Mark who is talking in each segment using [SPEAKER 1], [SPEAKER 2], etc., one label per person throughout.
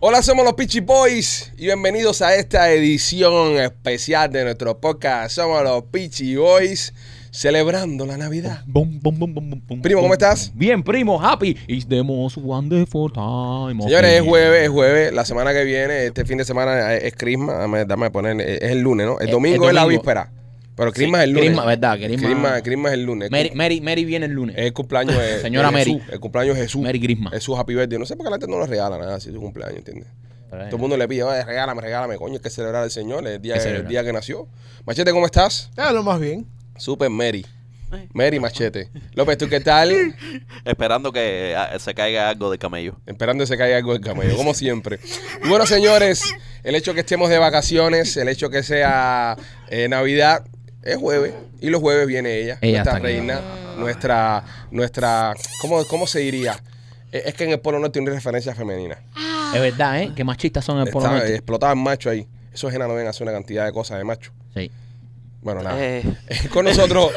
[SPEAKER 1] Hola, somos los Peachy Boys y bienvenidos a esta edición especial de nuestro podcast. Somos los Peachy Boys celebrando la Navidad.
[SPEAKER 2] Bum, bum, bum, bum, bum, bum,
[SPEAKER 1] Primo, ¿cómo
[SPEAKER 2] bum.
[SPEAKER 1] estás?
[SPEAKER 2] Bien, primo, happy. It's the most wonderful time. of
[SPEAKER 1] Señores,
[SPEAKER 2] the
[SPEAKER 1] es
[SPEAKER 2] year.
[SPEAKER 1] jueves, es jueves. La semana que viene, este fin de semana es, es Crisma. Dame, dame poner, es el lunes, ¿no? El
[SPEAKER 3] Es-
[SPEAKER 1] domingo es,
[SPEAKER 3] es
[SPEAKER 1] la
[SPEAKER 3] domingo.
[SPEAKER 1] víspera. Pero Crisma es el lunes.
[SPEAKER 3] Crisma, ¿verdad? Crisma.
[SPEAKER 1] Crisma, Crisma es el lunes.
[SPEAKER 3] Mary, Mary, Mary viene el lunes.
[SPEAKER 1] Es el cumpleaños de,
[SPEAKER 3] Señora
[SPEAKER 1] de Jesús.
[SPEAKER 3] Mary.
[SPEAKER 1] El cumpleaños de Jesús.
[SPEAKER 3] Mary Grisma.
[SPEAKER 1] Jesús Happy Birthday. No sé por qué la gente no le regala nada si es su cumpleaños, ¿entiendes? Todo el mundo le pide, "Oye, regálame, regálame, coño, hay que celebrar al Señor, el día,
[SPEAKER 3] Eh. Hay que
[SPEAKER 1] el
[SPEAKER 3] celebrar.
[SPEAKER 1] día que nació. Machete, ¿cómo estás?
[SPEAKER 4] Ya Ah, lo más bien.
[SPEAKER 1] Super Mary.
[SPEAKER 3] Eh.
[SPEAKER 1] Mary Machete. López, ¿tú qué tal?
[SPEAKER 5] Esperando que eh, se caiga algo de camello.
[SPEAKER 1] Esperando se caiga algo del camello, como siempre. Y bueno, señores, el hecho que estemos de vacaciones, el hecho que sea eh, Navidad, es jueves. Y los jueves viene ella,
[SPEAKER 3] Ella
[SPEAKER 1] nuestra
[SPEAKER 3] está aquí.
[SPEAKER 1] reina, nuestra, nuestra, ¿cómo, cómo se diría? Eh, Es que en el Polo Norte hay una referencia femenina.
[SPEAKER 3] Es verdad, ¿eh? Que machistas son en el Polo
[SPEAKER 1] Estaba-
[SPEAKER 3] Norte.
[SPEAKER 1] Explotaban macho ahí. Esos genas no ven a hacer una cantidad de cosas de macho.
[SPEAKER 3] Sí.
[SPEAKER 1] Bueno, nada.
[SPEAKER 5] Eh,
[SPEAKER 1] Con nosotros.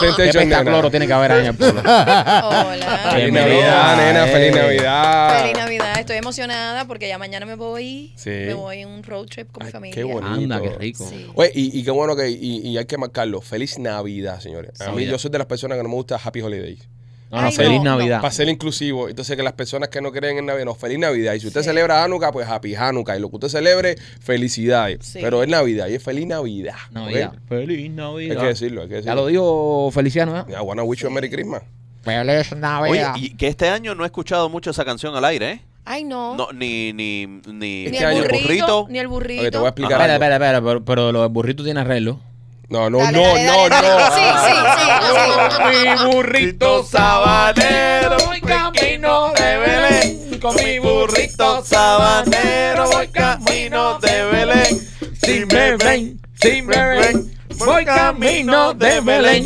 [SPEAKER 3] ¿Qué
[SPEAKER 1] PlayStation
[SPEAKER 3] pesta
[SPEAKER 1] Nena.
[SPEAKER 3] cloro tiene que haber ahí en el Polo?
[SPEAKER 6] Hola.
[SPEAKER 1] Feliz
[SPEAKER 3] Bien,
[SPEAKER 1] Navidad,
[SPEAKER 3] Navidad,
[SPEAKER 1] nena.
[SPEAKER 3] eh.
[SPEAKER 1] Feliz Navidad.
[SPEAKER 6] Feliz Navidad. Estoy emocionada porque ya mañana me voy.
[SPEAKER 1] Sí.
[SPEAKER 6] Me voy en un road trip con
[SPEAKER 1] Ay,
[SPEAKER 6] mi familia.
[SPEAKER 1] qué bonito.
[SPEAKER 3] Anda, qué rico.
[SPEAKER 6] Sí.
[SPEAKER 1] Oye, y, y qué bueno que y, y hay que marcarlo. Feliz Navidad, señores. A mí
[SPEAKER 3] Sí.
[SPEAKER 1] yo soy de las personas que no me gusta Happy Holidays.
[SPEAKER 3] No, no,
[SPEAKER 6] Ay,
[SPEAKER 3] feliz
[SPEAKER 6] no, no.
[SPEAKER 3] Navidad.
[SPEAKER 1] Para ser inclusivo, entonces que las personas que no creen en Navidad, no, feliz Navidad. Y si usted
[SPEAKER 6] Sí.
[SPEAKER 1] celebra Hanukkah, pues Happy Hanukkah. Y lo que usted celebre, felicidades.
[SPEAKER 6] Sí.
[SPEAKER 1] Pero es Navidad y es feliz Navidad. ¿ok?
[SPEAKER 3] Navidad. Feliz Navidad.
[SPEAKER 1] Hay que decirlo, hay que
[SPEAKER 3] Ya
[SPEAKER 1] decirlo.
[SPEAKER 3] lo dijo Feliciano, ¿eh?
[SPEAKER 1] I wanna wish you a Merry Christmas.
[SPEAKER 3] Feliz
[SPEAKER 6] Oh,
[SPEAKER 5] oye,
[SPEAKER 3] Navidad.
[SPEAKER 5] y que este año no he escuchado mucho esa canción al aire, ¿eh?
[SPEAKER 6] Ay, no.
[SPEAKER 5] No, ni, ni, ni,
[SPEAKER 6] Ni
[SPEAKER 1] este
[SPEAKER 6] el
[SPEAKER 1] año-
[SPEAKER 6] burrito. Ni el
[SPEAKER 1] Ok, te voy a
[SPEAKER 6] burrito.
[SPEAKER 1] explicar.
[SPEAKER 3] Espera,
[SPEAKER 1] algo.
[SPEAKER 3] espera, espera, pero, pero los burritos tienen arreglo.
[SPEAKER 1] No, no,
[SPEAKER 6] Dale,
[SPEAKER 1] no,
[SPEAKER 6] dale,
[SPEAKER 1] no,
[SPEAKER 6] dale,
[SPEAKER 1] no. Oh,
[SPEAKER 6] dale. Sí, sí, sí, sí.
[SPEAKER 1] Mi burrito
[SPEAKER 5] sabanero, voy camino de Belén. Con mi burrito sabanero, voy camino de Belén.
[SPEAKER 3] Si me ven, si me ven, voy camino de Belén.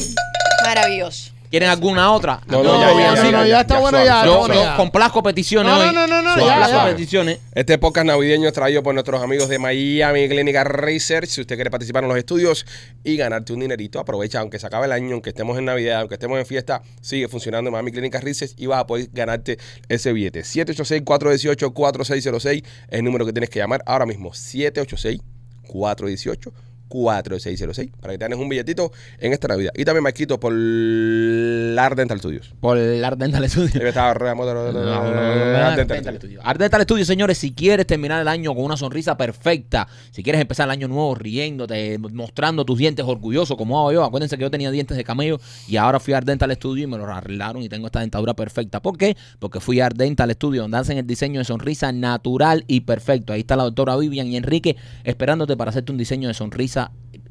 [SPEAKER 6] Maravilloso.
[SPEAKER 3] ¿Quieren alguna otra?
[SPEAKER 1] No, no, ya, ya, ya,
[SPEAKER 4] No, no,
[SPEAKER 1] ya,
[SPEAKER 4] ya está bueno,
[SPEAKER 1] suave,
[SPEAKER 4] ya,
[SPEAKER 1] suave,
[SPEAKER 4] está
[SPEAKER 3] Yo,
[SPEAKER 4] bueno,
[SPEAKER 1] suave.
[SPEAKER 3] yo complazco peticiones
[SPEAKER 4] No, no,
[SPEAKER 3] hoy.
[SPEAKER 4] no, no, no,
[SPEAKER 1] ya,
[SPEAKER 3] Complazco
[SPEAKER 1] ya.
[SPEAKER 3] peticiones.
[SPEAKER 1] Este podcast navideño es traído por nuestros amigos de Miami Clinical Research. Si usted quiere participar en los estudios y ganarte un dinerito, aprovecha, aunque se acabe el año, aunque estemos en Navidad, aunque estemos en fiesta, sigue funcionando Miami Clinical Research y vas a poder ganarte ese billete. 786-418-4606, el número que tienes que llamar ahora mismo. 786-418. 4606 para que te ganes un billetito en esta Navidad. Y también Marquito por Lar Dental Studios.
[SPEAKER 3] Por el Art Dental
[SPEAKER 1] Ahí
[SPEAKER 3] Studio.
[SPEAKER 1] estaba re- Lar Dental Studios.
[SPEAKER 3] Art Dental Studio, señores, si quieres terminar el año con una sonrisa perfecta, si quieres empezar el año nuevo riéndote, mostrando tus dientes orgulloso, como hago yo, acuérdense que yo tenía dientes de camello y ahora fui a Art Dental Studio y me los arreglaron y tengo esta dentadura perfecta. ¿Por qué? Porque fui a Art Dental Studio, donde hacen el diseño de sonrisa natural y perfecto. Ahí está la doctora Vivian y Enrique esperándote para hacerte un diseño de sonrisa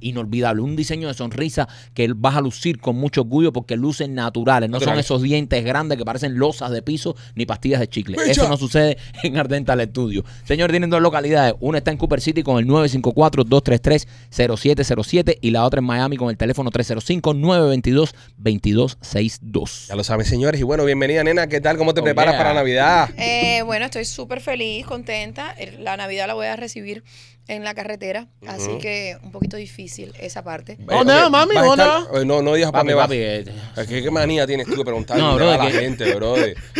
[SPEAKER 3] inolvidable, un diseño de sonrisa que vas a lucir con mucho orgullo porque lucen naturales, no son
[SPEAKER 1] Naturales.
[SPEAKER 3] esos dientes grandes que parecen losas de piso ni pastillas de chicle.
[SPEAKER 1] Picha.
[SPEAKER 3] Eso no sucede en Ardental Studio. Señor, tienen dos localidades. Una está en Cooper City con el 954-233-0707 y la otra en Miami con el teléfono 305-922-2262.
[SPEAKER 1] Ya lo saben, señores. Y bueno, bienvenida, nena. ¿Qué tal? ¿Cómo te
[SPEAKER 3] Oh,
[SPEAKER 1] preparas
[SPEAKER 3] yeah.
[SPEAKER 1] para Navidad?
[SPEAKER 6] Eh, bueno, estoy súper feliz, contenta. El- La Navidad la voy a recibir en la carretera. Así que un poquito difícil esa parte.
[SPEAKER 4] Oh, nada, mami,
[SPEAKER 1] Eh, ¿Vas a
[SPEAKER 4] oh,
[SPEAKER 1] estar-
[SPEAKER 4] nada.
[SPEAKER 1] Eh, No, no digas para
[SPEAKER 3] Papi,
[SPEAKER 1] dónde vas.
[SPEAKER 3] papi, eh,
[SPEAKER 1] Es que ¿Qué manía tienes tú de preguntarle
[SPEAKER 3] No,
[SPEAKER 1] dónde
[SPEAKER 3] bro,
[SPEAKER 1] va la
[SPEAKER 3] es que-
[SPEAKER 1] gente, bro?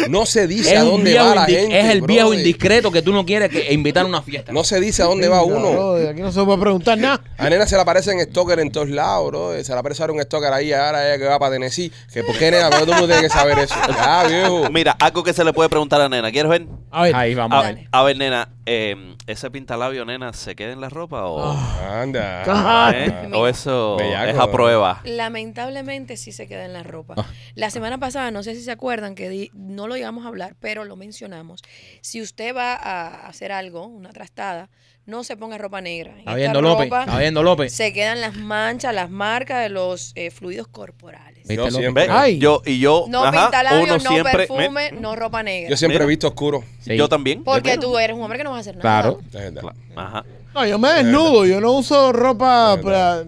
[SPEAKER 1] No se dice
[SPEAKER 3] es,
[SPEAKER 1] a
[SPEAKER 3] un
[SPEAKER 1] dónde
[SPEAKER 3] viejo
[SPEAKER 1] va la
[SPEAKER 3] indi-
[SPEAKER 1] gente.
[SPEAKER 3] es el viejo
[SPEAKER 1] brother.
[SPEAKER 3] indiscreto que tú no quieres que invitar a una fiesta.
[SPEAKER 1] No se dice a dónde va
[SPEAKER 4] Mira,
[SPEAKER 1] uno.
[SPEAKER 4] brother, aquí no se puede preguntar nada.
[SPEAKER 1] A nena se le aparecen stalker en todos lados, bro. Se le aparece ahora un stalker ahí, ahora ella que va para Tennessee. Que por qué, nena, pero todo el mundo tiene que saber eso. Ah, viejo.
[SPEAKER 5] Mira, algo que se le puede preguntar a nena. ¿Quieres ver?
[SPEAKER 4] A ver,
[SPEAKER 3] Ahí
[SPEAKER 5] A,
[SPEAKER 3] vamos.
[SPEAKER 6] Dale.
[SPEAKER 5] a ver, nena, eh, ¿ese pintalabio, nena, se queda en la ropa o,
[SPEAKER 6] Ah.
[SPEAKER 1] Anda.
[SPEAKER 4] Ajá.
[SPEAKER 5] eh? o eso
[SPEAKER 1] Bellaco.
[SPEAKER 5] es a prueba?
[SPEAKER 6] Lamentablemente sí se queda en la ropa.
[SPEAKER 3] Ah.
[SPEAKER 6] La semana pasada, no sé si se acuerdan, que di- no lo íbamos a hablar, pero lo mencionamos. Si usted va a hacer algo, una trastada, no se ponga ropa negra. En
[SPEAKER 3] Está
[SPEAKER 6] esta
[SPEAKER 3] viendo López,
[SPEAKER 6] ropa
[SPEAKER 3] está viendo López.
[SPEAKER 6] Se quedan las manchas, las marcas de los eh, fluidos corporales.
[SPEAKER 3] Ve-
[SPEAKER 1] Yo
[SPEAKER 3] Viste,
[SPEAKER 1] siempre,
[SPEAKER 5] ¿Ves?
[SPEAKER 4] Ay.
[SPEAKER 5] Yo, y yo,
[SPEAKER 6] No
[SPEAKER 5] ajá,
[SPEAKER 6] pintalabios,
[SPEAKER 5] uno
[SPEAKER 6] no
[SPEAKER 5] siempre,
[SPEAKER 6] perfume, no ropa negra.
[SPEAKER 1] yo siempre
[SPEAKER 5] Mira.
[SPEAKER 1] he visto oscuro.
[SPEAKER 3] Sí.
[SPEAKER 5] Yo también.
[SPEAKER 6] Porque
[SPEAKER 5] yo
[SPEAKER 6] tú eres un hombre que no va a hacer nada.
[SPEAKER 3] Claro.
[SPEAKER 1] Es verdad.
[SPEAKER 5] también. Ajá.
[SPEAKER 4] no, yo me desnudo, yo no uso ropa para...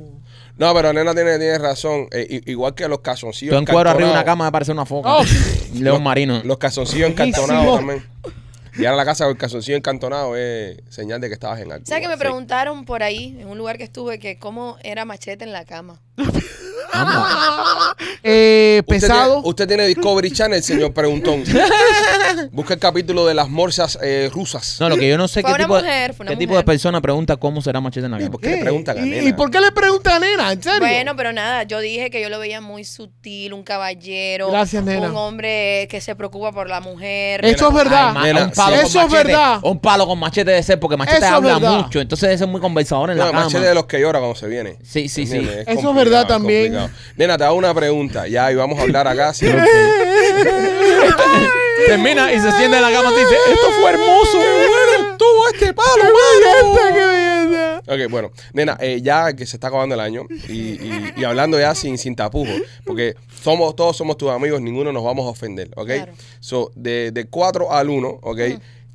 [SPEAKER 1] No, pero nena tiene, tiene razón. Eh, i- igual que los calzoncillos.
[SPEAKER 3] Tú en cuero arriba de una
[SPEAKER 1] encartonados.
[SPEAKER 3] cama me parece una foca.
[SPEAKER 4] Oh.
[SPEAKER 3] León Marino.
[SPEAKER 1] Los calzoncillos
[SPEAKER 4] Riquísimo.
[SPEAKER 1] encantonados también. Llegar a la casa con el calzoncillo encantonado es señal de que estabas en algo.
[SPEAKER 6] ¿Sabes que me
[SPEAKER 1] Sí.
[SPEAKER 6] preguntaron por ahí, en un lugar que estuve, que cómo era machete en la cama?
[SPEAKER 3] Anda.
[SPEAKER 4] Eh,
[SPEAKER 1] Usted
[SPEAKER 4] pesado.
[SPEAKER 1] tiene- usted tiene Discovery Channel, señor Preguntón. Busca el capítulo de las morsas eh, rusas.
[SPEAKER 3] No, lo que yo no sé
[SPEAKER 6] Fue
[SPEAKER 3] qué,
[SPEAKER 6] una
[SPEAKER 3] tipo, de-
[SPEAKER 6] mujer, fue una
[SPEAKER 3] qué tipo de
[SPEAKER 6] mujer.
[SPEAKER 3] persona pregunta cómo será Machete en la
[SPEAKER 1] Sí,
[SPEAKER 3] cama.
[SPEAKER 1] ¿Por qué le
[SPEAKER 4] Eh,
[SPEAKER 1] pregunta a la
[SPEAKER 4] ¿y-
[SPEAKER 1] nena?
[SPEAKER 4] ¿Y por qué le pregunta a nena? ¿En serio?
[SPEAKER 6] Bueno, pero nada, yo dije que yo lo veía muy sutil, un caballero,
[SPEAKER 4] Gracias, nena.
[SPEAKER 6] un hombre que se preocupa por la mujer.
[SPEAKER 4] Esto es verdad.
[SPEAKER 3] Ay, ma-
[SPEAKER 1] Nena,
[SPEAKER 3] un palo
[SPEAKER 1] sí.
[SPEAKER 3] con
[SPEAKER 4] Eso es
[SPEAKER 3] machete,
[SPEAKER 4] verdad.
[SPEAKER 1] Oh.
[SPEAKER 3] Un palo con machete de ser, porque machete
[SPEAKER 4] Eso es
[SPEAKER 3] habla
[SPEAKER 4] verdad.
[SPEAKER 3] mucho. Entonces ese es muy conversador en
[SPEAKER 1] No,
[SPEAKER 3] la cama.
[SPEAKER 1] machete de los que llora cuando se viene.
[SPEAKER 3] Sí, sí, sí.
[SPEAKER 1] ¿Entiendes?
[SPEAKER 4] Eso es
[SPEAKER 1] complicado,
[SPEAKER 4] verdad también.
[SPEAKER 1] complicado. Nena, te hago una pregunta. Ya, y vamos a hablar acá. si no-
[SPEAKER 3] Termina y se siente en la cama y dice, esto fue hermoso.
[SPEAKER 1] Tuvo este palo,
[SPEAKER 4] Esta, qué belleza.
[SPEAKER 1] Ok, bueno, nena, eh, ya que se está acabando el año y, y- y hablando ya sin, sin tapujos, porque somos todos somos tus amigos, ninguno nos vamos a ofender, ¿ok?
[SPEAKER 6] Claro.
[SPEAKER 1] So, de, de 4 al 1, ¿ok?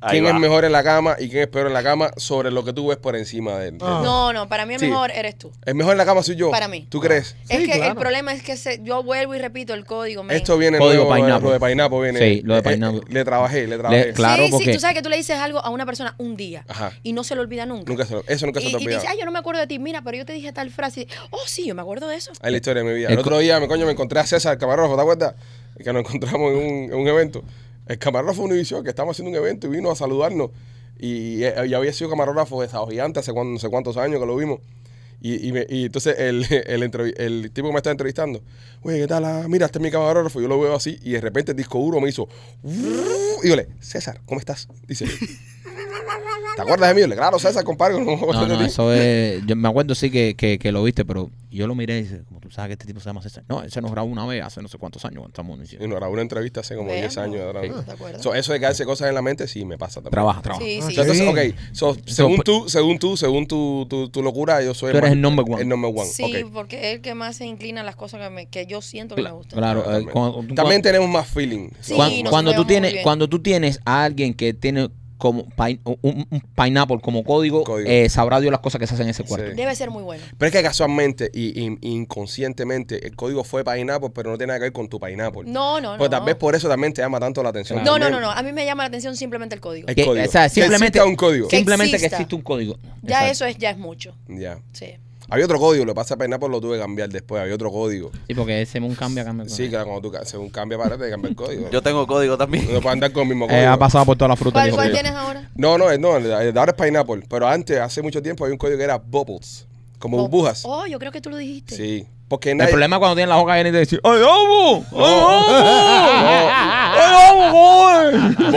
[SPEAKER 5] Ahí
[SPEAKER 1] ¿Quién
[SPEAKER 5] va.
[SPEAKER 1] es mejor en la cama y quién es peor en la cama sobre lo que tú ves por encima de él?
[SPEAKER 4] Ah.
[SPEAKER 6] No, no, para mí el
[SPEAKER 1] Sí.
[SPEAKER 6] mejor eres tú.
[SPEAKER 1] ¿El mejor en la cama soy yo?
[SPEAKER 6] Para mí.
[SPEAKER 1] ¿Tú crees?
[SPEAKER 6] es
[SPEAKER 4] Sí,
[SPEAKER 6] que el
[SPEAKER 4] claro.
[SPEAKER 6] problema es que se- yo vuelvo y repito el código. men.
[SPEAKER 1] Esto viene
[SPEAKER 3] Código
[SPEAKER 1] nuevo, eh,
[SPEAKER 3] Pineapple.
[SPEAKER 1] Lo de Painapo viene.
[SPEAKER 3] Sí, lo de
[SPEAKER 1] Eh, eh,
[SPEAKER 3] Pineapple.
[SPEAKER 1] le trabajé, le trabajé.
[SPEAKER 3] Le- claro,
[SPEAKER 6] sí,
[SPEAKER 3] porque-
[SPEAKER 6] sí, tú sabes que tú le dices algo a una persona un día
[SPEAKER 1] Ajá.
[SPEAKER 6] y no se lo olvida nunca.
[SPEAKER 1] Nunca se lo- eso nunca
[SPEAKER 6] y,
[SPEAKER 1] se te
[SPEAKER 6] y te
[SPEAKER 1] olvida.
[SPEAKER 6] dice, ay, yo no me acuerdo de ti, mira, pero yo te dije tal frase. Oh, sí, yo me acuerdo de eso.
[SPEAKER 1] Ahí la historia de mi vida. El
[SPEAKER 3] El co-
[SPEAKER 1] otro día, me coño, me encontré a César, el camarógrafo, ¿te acuerdas? Que nos encontramos en un, en un evento. El camarógrafo de Univision, que estábamos haciendo un evento y vino a saludarnos. Y eh, ya había sido camarógrafo de Sao Gigante hace cuan- no sé cuántos años que lo vimos. Y, y me- y entonces el, el, entrevi- el tipo que me está entrevistando, oye, ¿qué tal? Ah, mira, este es mi camarógrafo. Yo lo veo así y de repente el disco duro me hizo. "Wuuu". Y yo le, César, ¿cómo estás? Dice, ¿te acuerdas de mí? Yo le, claro, César, compadre. No, me acuerdo
[SPEAKER 3] No,
[SPEAKER 1] de
[SPEAKER 3] no,
[SPEAKER 1] ti".
[SPEAKER 3] eso es. Yo me acuerdo sí que, que, que lo viste, pero yo lo miré y dice, como tú sabes que este tipo se llama César. No, él se nos grabó una vez hace no sé cuántos años cuando estábamos en
[SPEAKER 1] Y
[SPEAKER 3] Univision.
[SPEAKER 1] nos grabó una entrevista hace como
[SPEAKER 6] Vean,
[SPEAKER 1] 10 años. de atrás,
[SPEAKER 6] sí.
[SPEAKER 1] ¿no?
[SPEAKER 6] ¿Te acuerdas?
[SPEAKER 1] So, eso de quedarse cosas en la mente, sí, me pasa también.
[SPEAKER 3] Trabaja, trabaja.
[SPEAKER 6] Sí, sí.
[SPEAKER 1] So, entonces,
[SPEAKER 4] bien.
[SPEAKER 1] ok, so, según tú, según tú, según tu, tu, tu locura, yo soy
[SPEAKER 3] Tú eres
[SPEAKER 1] más-
[SPEAKER 3] el number one.
[SPEAKER 1] El number one.
[SPEAKER 6] Sí,
[SPEAKER 1] ok.
[SPEAKER 6] porque es el que más se inclina a las cosas que, me- que yo siento que me gustan.
[SPEAKER 3] Claro, eh,
[SPEAKER 1] también.
[SPEAKER 3] cuando- tú-
[SPEAKER 1] También tenemos más feeling.
[SPEAKER 6] Sí,
[SPEAKER 3] Cuan-
[SPEAKER 6] nos
[SPEAKER 3] cuando tú
[SPEAKER 6] llevamos muy
[SPEAKER 3] tienes
[SPEAKER 6] bien.
[SPEAKER 3] cuando tú tienes a alguien que tiene como pine- un, un pineapple como código,
[SPEAKER 1] Código.
[SPEAKER 3] eh, sabrá Dios las cosas que se hacen en ese cuarto.
[SPEAKER 1] Sí.
[SPEAKER 6] Debe ser muy bueno.
[SPEAKER 1] Pero es que casualmente y, y- inconscientemente el código fue Pineapple, pero no tiene nada que ver con tu Pineapple.
[SPEAKER 6] No, no, no.
[SPEAKER 1] Pues tal vez por eso también te llama tanto la atención.
[SPEAKER 6] No, no,
[SPEAKER 1] también
[SPEAKER 6] no, no. A mí me llama la atención simplemente el código.
[SPEAKER 1] El
[SPEAKER 3] Que-
[SPEAKER 1] código.
[SPEAKER 3] o sea,
[SPEAKER 1] Que
[SPEAKER 3] simplemente-
[SPEAKER 1] exista un código.
[SPEAKER 6] Que
[SPEAKER 3] Simplemente que
[SPEAKER 6] exista.
[SPEAKER 3] existe un código.
[SPEAKER 6] Ya
[SPEAKER 3] Exacto.
[SPEAKER 6] eso es, ya es mucho.
[SPEAKER 1] Ya.
[SPEAKER 6] Sí.
[SPEAKER 1] Había otro código, lo que pasa a Pineapple lo tuve que cambiar después, había otro código.
[SPEAKER 3] Sí, porque ese un cambia, cambia.
[SPEAKER 1] Sí, claro, cuando tú ca- según cambia para te cambia el código.
[SPEAKER 5] Yo tengo código
[SPEAKER 1] No
[SPEAKER 5] también.
[SPEAKER 1] puedes andar con el mismo
[SPEAKER 2] Eh,
[SPEAKER 1] código.
[SPEAKER 2] ha pasado por todas las frutas.
[SPEAKER 6] ¿Cuál,
[SPEAKER 2] dijo
[SPEAKER 6] cuál
[SPEAKER 2] que-
[SPEAKER 6] tienes ahora?
[SPEAKER 1] No, no, no, el de ahora es Pineapple, pero antes, hace mucho tiempo había un código que era Bubbles, como burbujas.
[SPEAKER 6] Oh, yo creo que tú lo dijiste.
[SPEAKER 1] Sí, porque
[SPEAKER 3] El
[SPEAKER 1] nadie...
[SPEAKER 3] problema es cuando tienen la boca llena y te dicen, ¡ay, vamos! ¡Ay,
[SPEAKER 1] No,